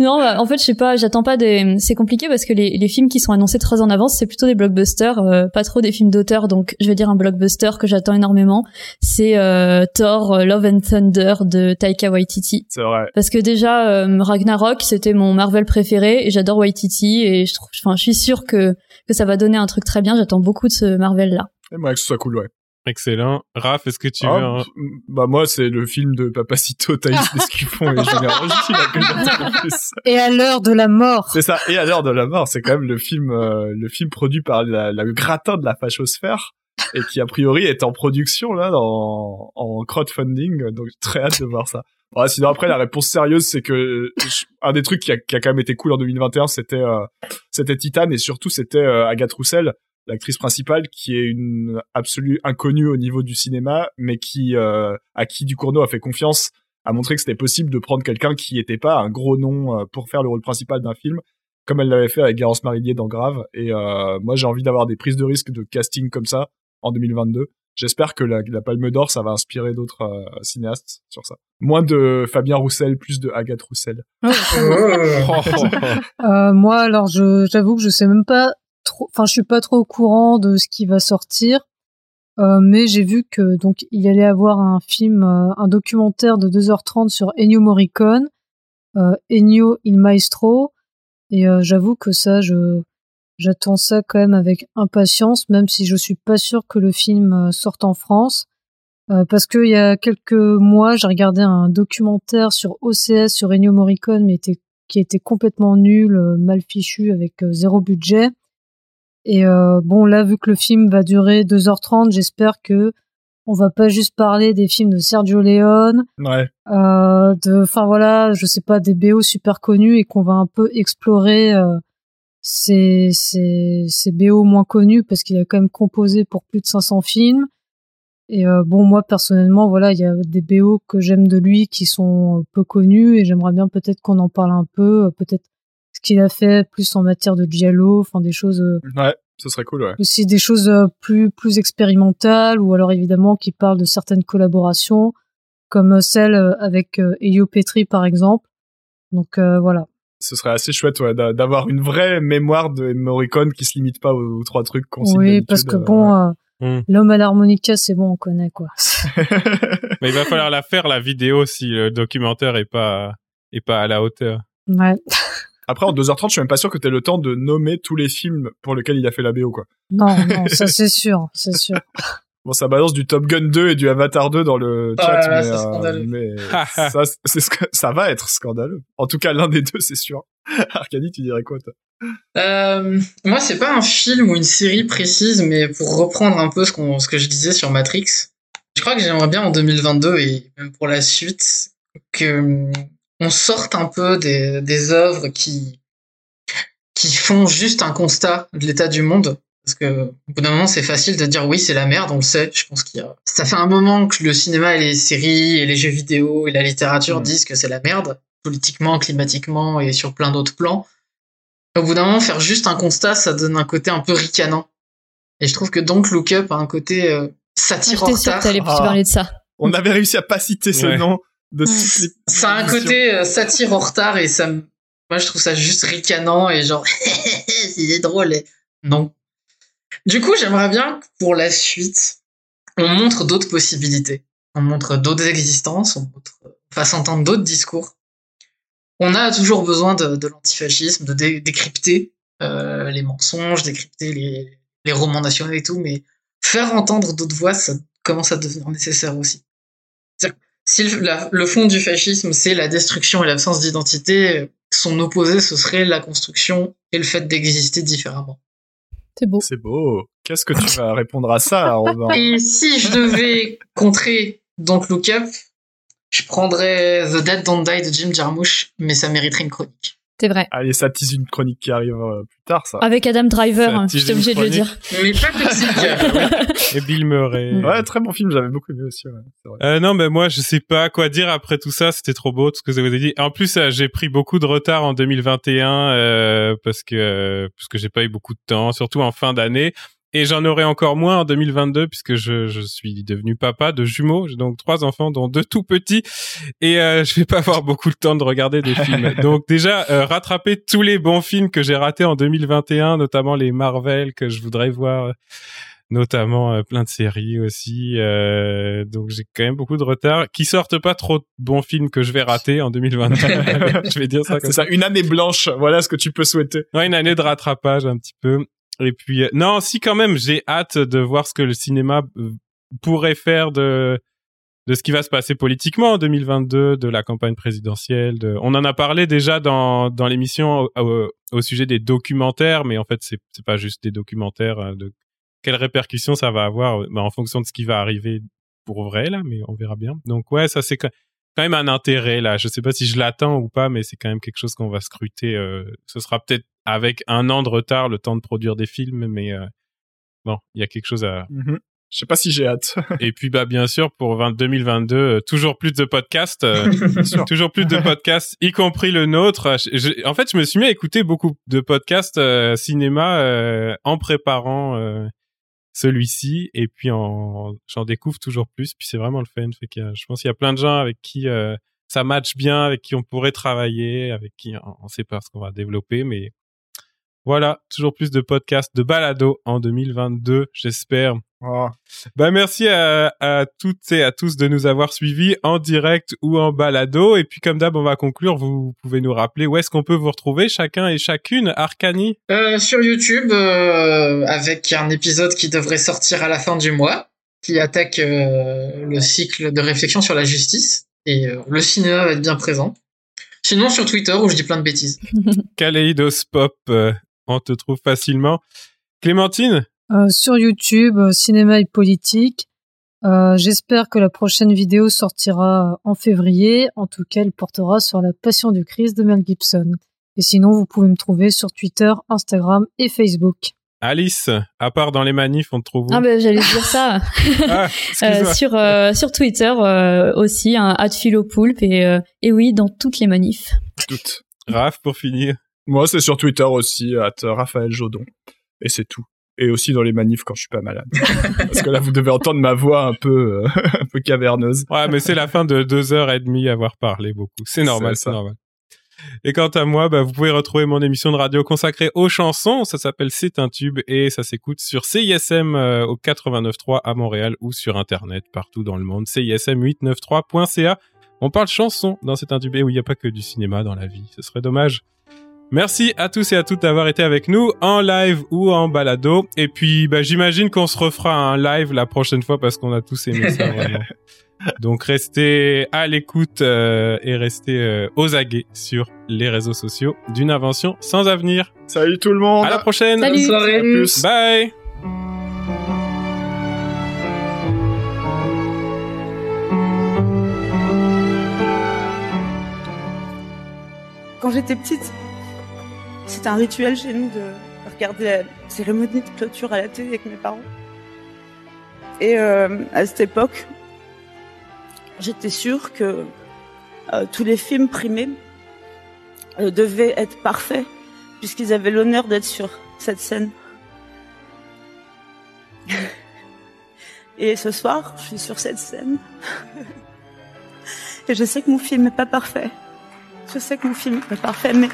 Speaker 4: Non, bah, en fait, je sais pas, j'attends pas des. C'est compliqué parce que les, les films qui sont annoncés très en avance, c'est plutôt des blockbusters, euh, pas trop des films d'auteur. Donc, je vais dire un blockbuster que j'attends énormément, c'est euh, Thor euh, Love and Thunder de Taika Waititi.
Speaker 3: C'est vrai.
Speaker 4: Parce que déjà, euh, Ragnarok, c'était mon Marvel préféré et j'adore Waititi et je trouve, enfin, je suis sûre que que ça va donner un truc très bien. J'attends beaucoup de ce Marvel là.
Speaker 3: Et Eh, moi, que ce soit cool, ouais.
Speaker 2: Excellent. Raph, est-ce que tu
Speaker 3: Ah,
Speaker 2: veux un-
Speaker 3: m- Bah, moi, c'est le film de Papacito, Thaïs Descuffon et Julien Rogy, là, que j'attends le plus.
Speaker 6: Et à l'heure de la mort.
Speaker 3: C'est ça. Et à l'heure de la mort, c'est quand même le film, euh, le film produit par la, la- le gratin de la fachosphère et qui a priori est en production là, en, en crowdfunding. Donc j'ai très hâte de voir ça. Ouais, sinon après la réponse sérieuse, c'est que je- un des trucs qui a, qui a quand même été cool en 2021, c'était euh, c'était Titan et surtout c'était euh, Agathe Roussel, l'actrice principale, qui est une absolue inconnue au niveau du cinéma, mais qui euh, à qui Ducournau a fait confiance a montré que c'était possible de prendre quelqu'un qui n'était pas un gros nom euh, pour faire le rôle principal d'un film, comme elle l'avait fait avec Garance Marillier dans Grave. Et euh, moi, j'ai envie d'avoir des prises de risque de casting comme ça en 2022. J'espère que la, la Palme d'Or, ça va inspirer d'autres euh, cinéastes sur ça. Moins de Fabien Roussel, plus de Agathe Roussel.
Speaker 6: Euh, moi, alors, je- j'avoue que je sais même pas trop. Enfin, je suis pas trop au courant de ce qui va sortir, Euh, mais j'ai vu que donc il allait avoir un film, euh, un documentaire de 2h30 sur Ennio Morricone, euh, Ennio il Maestro, et euh, j'avoue que ça, je j'attends ça quand même avec impatience, même si je suis pas sûre que le film euh, sorte en France. Euh, parce qu'il y a quelques mois, j'ai regardé un documentaire sur OCS, sur Ennio Morricone, mais était- qui était complètement nul, euh, mal fichu, avec euh, zéro budget. Et euh, bon, là, vu que le film va durer 2h30, j'espère que on va pas juste parler des films de Sergio Leone,
Speaker 3: Ouais.
Speaker 6: euh, de, enfin voilà, je sais pas, des BO super connus et qu'on va un peu explorer euh, ces, ces, ces BO moins connus parce qu'il a quand même composé pour plus de 500 films. Et euh, bon, moi personnellement, voilà, il y a des BO que j'aime de lui qui sont euh, peu connus et j'aimerais bien peut-être qu'on en parle un peu, euh, peut-être ce qu'il a fait plus en matière de giallo, enfin des choses euh,
Speaker 3: Ouais, ce serait cool, ouais.
Speaker 6: aussi des choses euh, plus plus expérimentales ou alors évidemment qui parlent de certaines collaborations comme euh, celle euh, avec euh, Elio Petri par exemple. Donc euh, voilà.
Speaker 3: Ce serait assez chouette ouais, d'a- d'avoir une vraie mémoire de Morricone qui se limite pas aux, aux trois trucs qu'on cite
Speaker 6: Oui, parce que
Speaker 3: d'habitude, euh,
Speaker 6: bon, euh,
Speaker 2: Hmm.
Speaker 6: l'homme à l'harmonica, c'est bon, on connaît quoi.
Speaker 2: Mais il va falloir la faire, la vidéo, si le documentaire est pas, est pas à la hauteur.
Speaker 6: ouais.
Speaker 3: Après, en 2h30, je suis même pas sûr que t'aies le temps de nommer tous les films pour lesquels il a fait la BO, quoi.
Speaker 6: Non, non, ça c'est sûr, c'est sûr.
Speaker 3: Bon, ça balance du Top Gun 2 et du Avatar 2 dans le
Speaker 6: Ah
Speaker 3: chat,
Speaker 6: là là,
Speaker 3: mais,
Speaker 6: c'est
Speaker 3: euh,
Speaker 6: scandaleux.
Speaker 3: mais ça, c'est ce que, ça va être scandaleux. En tout cas, l'un des deux, c'est sûr. Arcadie, tu dirais quoi, toi
Speaker 5: Euh, moi, c'est pas un film ou une série précise, mais pour reprendre un peu ce, qu'on- ce que je disais sur Matrix, je crois que j'aimerais bien en 2022 et même pour la suite que hum, on sorte un peu des, des œuvres qui qui font juste un constat de l'état du monde. Parce que au bout d'un moment, c'est facile de dire oui, c'est la merde, on le sait. Je pense qu'il y a. Ça fait un moment que le cinéma et les séries et les jeux vidéo et la
Speaker 4: Mmh.
Speaker 5: littérature disent que c'est la merde, politiquement, climatiquement et sur plein d'autres plans. Au bout d'un moment, faire juste un constat, ça donne un côté un peu ricanant. Et je trouve que donc Look Up a un côté euh, satire en
Speaker 4: J'étais sûre
Speaker 5: retard.
Speaker 4: que t'allais plus
Speaker 5: Ah.
Speaker 4: parler de ça.
Speaker 3: On avait réussi à pas citer ce
Speaker 5: Ouais.
Speaker 3: nom de
Speaker 5: Ça a un côté euh, satire en retard et ça me- moi je trouve ça juste ricanant et genre c'est drôle et- non. Du coup, j'aimerais bien que pour la suite, on montre d'autres possibilités, on montre d'autres existences, on, montre, on fasse entendre d'autres discours. On a toujours besoin de, de l'antifascisme, de dé- décrypter euh, les mensonges, décrypter les, les romans nationaux et tout, mais faire entendre d'autres voix, ça commence à devenir nécessaire aussi. C'est-à-dire que Si le, la- le fond du fascisme, c'est la destruction et l'absence d'identité, son opposé, ce serait la construction et le fait d'exister différemment.
Speaker 4: C'est beau.
Speaker 3: C'est beau. Qu'est-ce que tu vas répondre à ça, Robin
Speaker 5: Et si je devais contrer Don't Look Up, je prendrais The Dead Don't Die de Jim Jarmusch, mais ça mériterait une chronique.
Speaker 4: C'est vrai.
Speaker 3: Allez, ça tease une chronique qui arrive euh, plus tard, ça.
Speaker 4: Avec Adam Driver,
Speaker 3: Ça
Speaker 4: hein,
Speaker 3: tease
Speaker 4: j'étais
Speaker 3: une
Speaker 4: obligée de le dire.
Speaker 5: Mais pas que
Speaker 2: Et Bill Murray.
Speaker 3: Ouais, très bon film, j'avais beaucoup aimé aussi, ouais. c'est vrai.
Speaker 2: Euh, non, mais moi, je sais pas quoi dire après tout ça. C'était trop beau, tout ce que vous avez dit. En plus, euh, j'ai pris beaucoup de retard en 2021 euh, parce que euh, parce que j'ai pas eu beaucoup de temps, surtout en fin d'année. Et j'en aurai encore moins en 2022 puisque je, je suis devenu papa de jumeaux. J'ai donc trois enfants, dont deux tout petits, et euh, je vais pas avoir beaucoup de temps de regarder des films. donc déjà, euh, rattraper tous les bons films que j'ai ratés en 2021, notamment les Marvel que je voudrais voir notamment euh, plein de séries aussi. euh, donc j'ai quand même beaucoup de retard. Qui sortent pas trop de bons films que je vais rater en 2022. je vais dire ça comme
Speaker 3: C'est ça, une année blanche, voilà ce que tu peux souhaiter.
Speaker 2: Ouais, une année de rattrapage un petit peu. Et puis euh, non, si quand même, j'ai hâte de voir ce que le cinéma euh, pourrait faire de de ce qui va se passer politiquement en 2022, de la campagne présidentielle. De... On en a parlé déjà dans dans l'émission au, au- au sujet des documentaires, mais en fait, c'est c'est pas juste des documentaires. euh, De quelles répercussions ça va avoir euh, bah, en fonction de ce qui va arriver pour vrai là, mais on verra bien. Donc ouais, ça c'est quand quand même un intérêt là. Je sais pas si je l'attends ou pas, mais c'est quand même quelque chose qu'on va scruter. euh, ce sera peut-être avec un an de retard le temps de produire des films, mais euh, bon, il y a quelque chose à.
Speaker 3: Mhm. Je sais pas si j'ai hâte.
Speaker 2: Et puis bah bien sûr pour 20 2022, euh, toujours plus de podcasts, euh,
Speaker 3: Bien sûr.
Speaker 2: toujours plus de podcasts, y compris le nôtre. Ah, Je- je- en fait, je me suis mis à écouter beaucoup de podcasts euh, cinéma euh, en préparant. euh, celui-ci et puis en- j'en découvre toujours plus puis c'est vraiment le fun fait que euh, je pense qu'il y a plein de gens avec qui euh, ça match bien avec qui on pourrait travailler avec qui on, on sait pas ce qu'on va développer mais voilà toujours plus de podcasts de balado en 2022 j'espère
Speaker 3: Oh,
Speaker 2: bah merci à, à toutes et à tous de nous avoir suivis en direct ou en balado et puis comme d'hab on va conclure vous pouvez nous rappeler où est-ce qu'on peut vous retrouver chacun et chacune Arcani
Speaker 5: Euh, sur YouTube, euh, avec un épisode qui devrait sortir à la fin du mois, qui attaque euh, le cycle de réflexion sur la justice. Et euh, le cinéma va être bien présent. Sinon, sur Twitter, où je dis plein de bêtises.
Speaker 2: Kaleidos Pop euh, on te trouve facilement Clémentine
Speaker 6: Euh, sur YouTube, euh, cinéma et politique. Euh, J'espère que la prochaine vidéo sortira en février. En tout cas, elle portera sur la passion du Christ de Mel Gibson. Et sinon, vous pouvez me trouver sur Twitter, Instagram et Facebook.
Speaker 2: Alice à part dans les manifs on te trouve où
Speaker 14: Ah
Speaker 4: bah,
Speaker 14: ben j'allais dire ça.
Speaker 2: Ah, excuse-moi.
Speaker 14: Euh, sur euh, sur Twitter euh, aussi un @philopoulpe et euh, et oui dans toutes les manifs.
Speaker 3: Toutes.
Speaker 2: Raph, pour finir.
Speaker 3: Moi, c'est sur Twitter aussi, at Raphaël Jodon. Et c'est tout. Et aussi dans les manifs quand je suis pas malade. Parce que là, vous devez entendre ma voix un peu, euh, un peu caverneuse.
Speaker 2: Ouais, mais c'est la fin de deux heures et demie à avoir parlé beaucoup. C'est normal,
Speaker 3: C'est
Speaker 2: c'est
Speaker 3: ça.
Speaker 2: normal. Et quant à moi, bah, vous pouvez retrouver mon émission de radio consacrée aux chansons. Ça s'appelle C'est un tube et ça s'écoute sur CISM euh, au 89.3 à Montréal ou sur Internet partout dans le monde. CISM893.ca. On parle chansons dans cet intubé où il n'y a pas que du cinéma dans la vie. Ce serait dommage. Merci à tous et à toutes d'avoir été avec nous en live ou en balado. Et puis, bah, j'imagine qu'on se refera un live la prochaine fois parce qu'on a tous aimé ça vraiment. Donc, restez à l'écoute euh, et restez euh, aux aguets sur les réseaux sociaux d'une invention sans avenir.
Speaker 3: Salut tout le monde.
Speaker 2: À la prochaine.
Speaker 5: Salut. Bonne soirée.
Speaker 2: À plus. Bye.
Speaker 4: Quand j'étais petite, c'était un rituel chez nous de regarder la cérémonie de clôture à la télé avec mes parents. Et euh, à cette époque, j'étais sûre que euh, tous les films primés euh, devaient être parfaits, puisqu'ils avaient l'honneur d'être sur cette scène. Et ce soir, je suis sur cette scène. Et je sais que mon film n'est pas parfait. Je sais que mon film n'est pas parfait, mais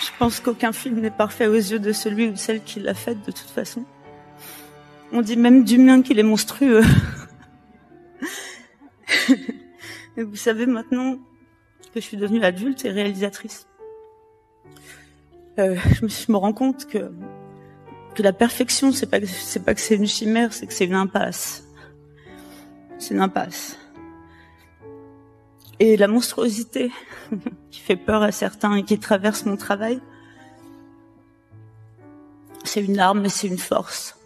Speaker 4: je pense qu'aucun film n'est parfait aux yeux de celui ou de celle qui l'a fait de toute façon. On dit même du mien qu'il est monstrueux. Et vous savez maintenant que je suis devenue adulte et réalisatrice. Euh, je me suis- je me rends compte que, que la perfection, c'est pas que c'est pas que c'est une chimère, c'est que c'est une impasse. C'est une impasse. Et la monstruosité qui fait peur à certains et qui traverse mon travail, c'est une arme et c'est une force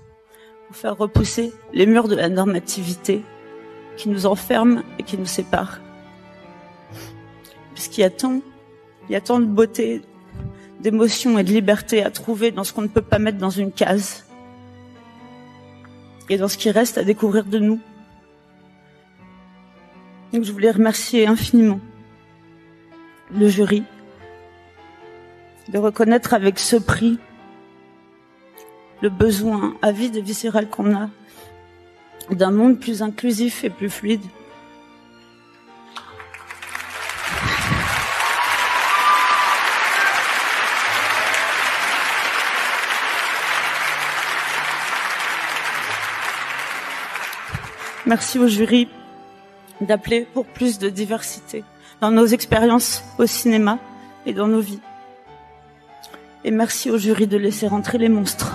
Speaker 4: pour faire repousser les murs de la normativité qui nous enferme et qui nous sépare. Parce qu'il y a tant, il y a tant de beauté, d'émotion et de liberté à trouver dans ce qu'on ne peut pas mettre dans une case et dans ce qui reste à découvrir de nous. Donc je voulais remercier infiniment le jury de reconnaître avec ce prix le besoin avide et viscéral qu'on a d'un monde plus inclusif et plus fluide. Merci au jury d'appeler pour plus de diversité dans nos expériences au cinéma et dans nos vies. Et merci au jury de laisser entrer les monstres.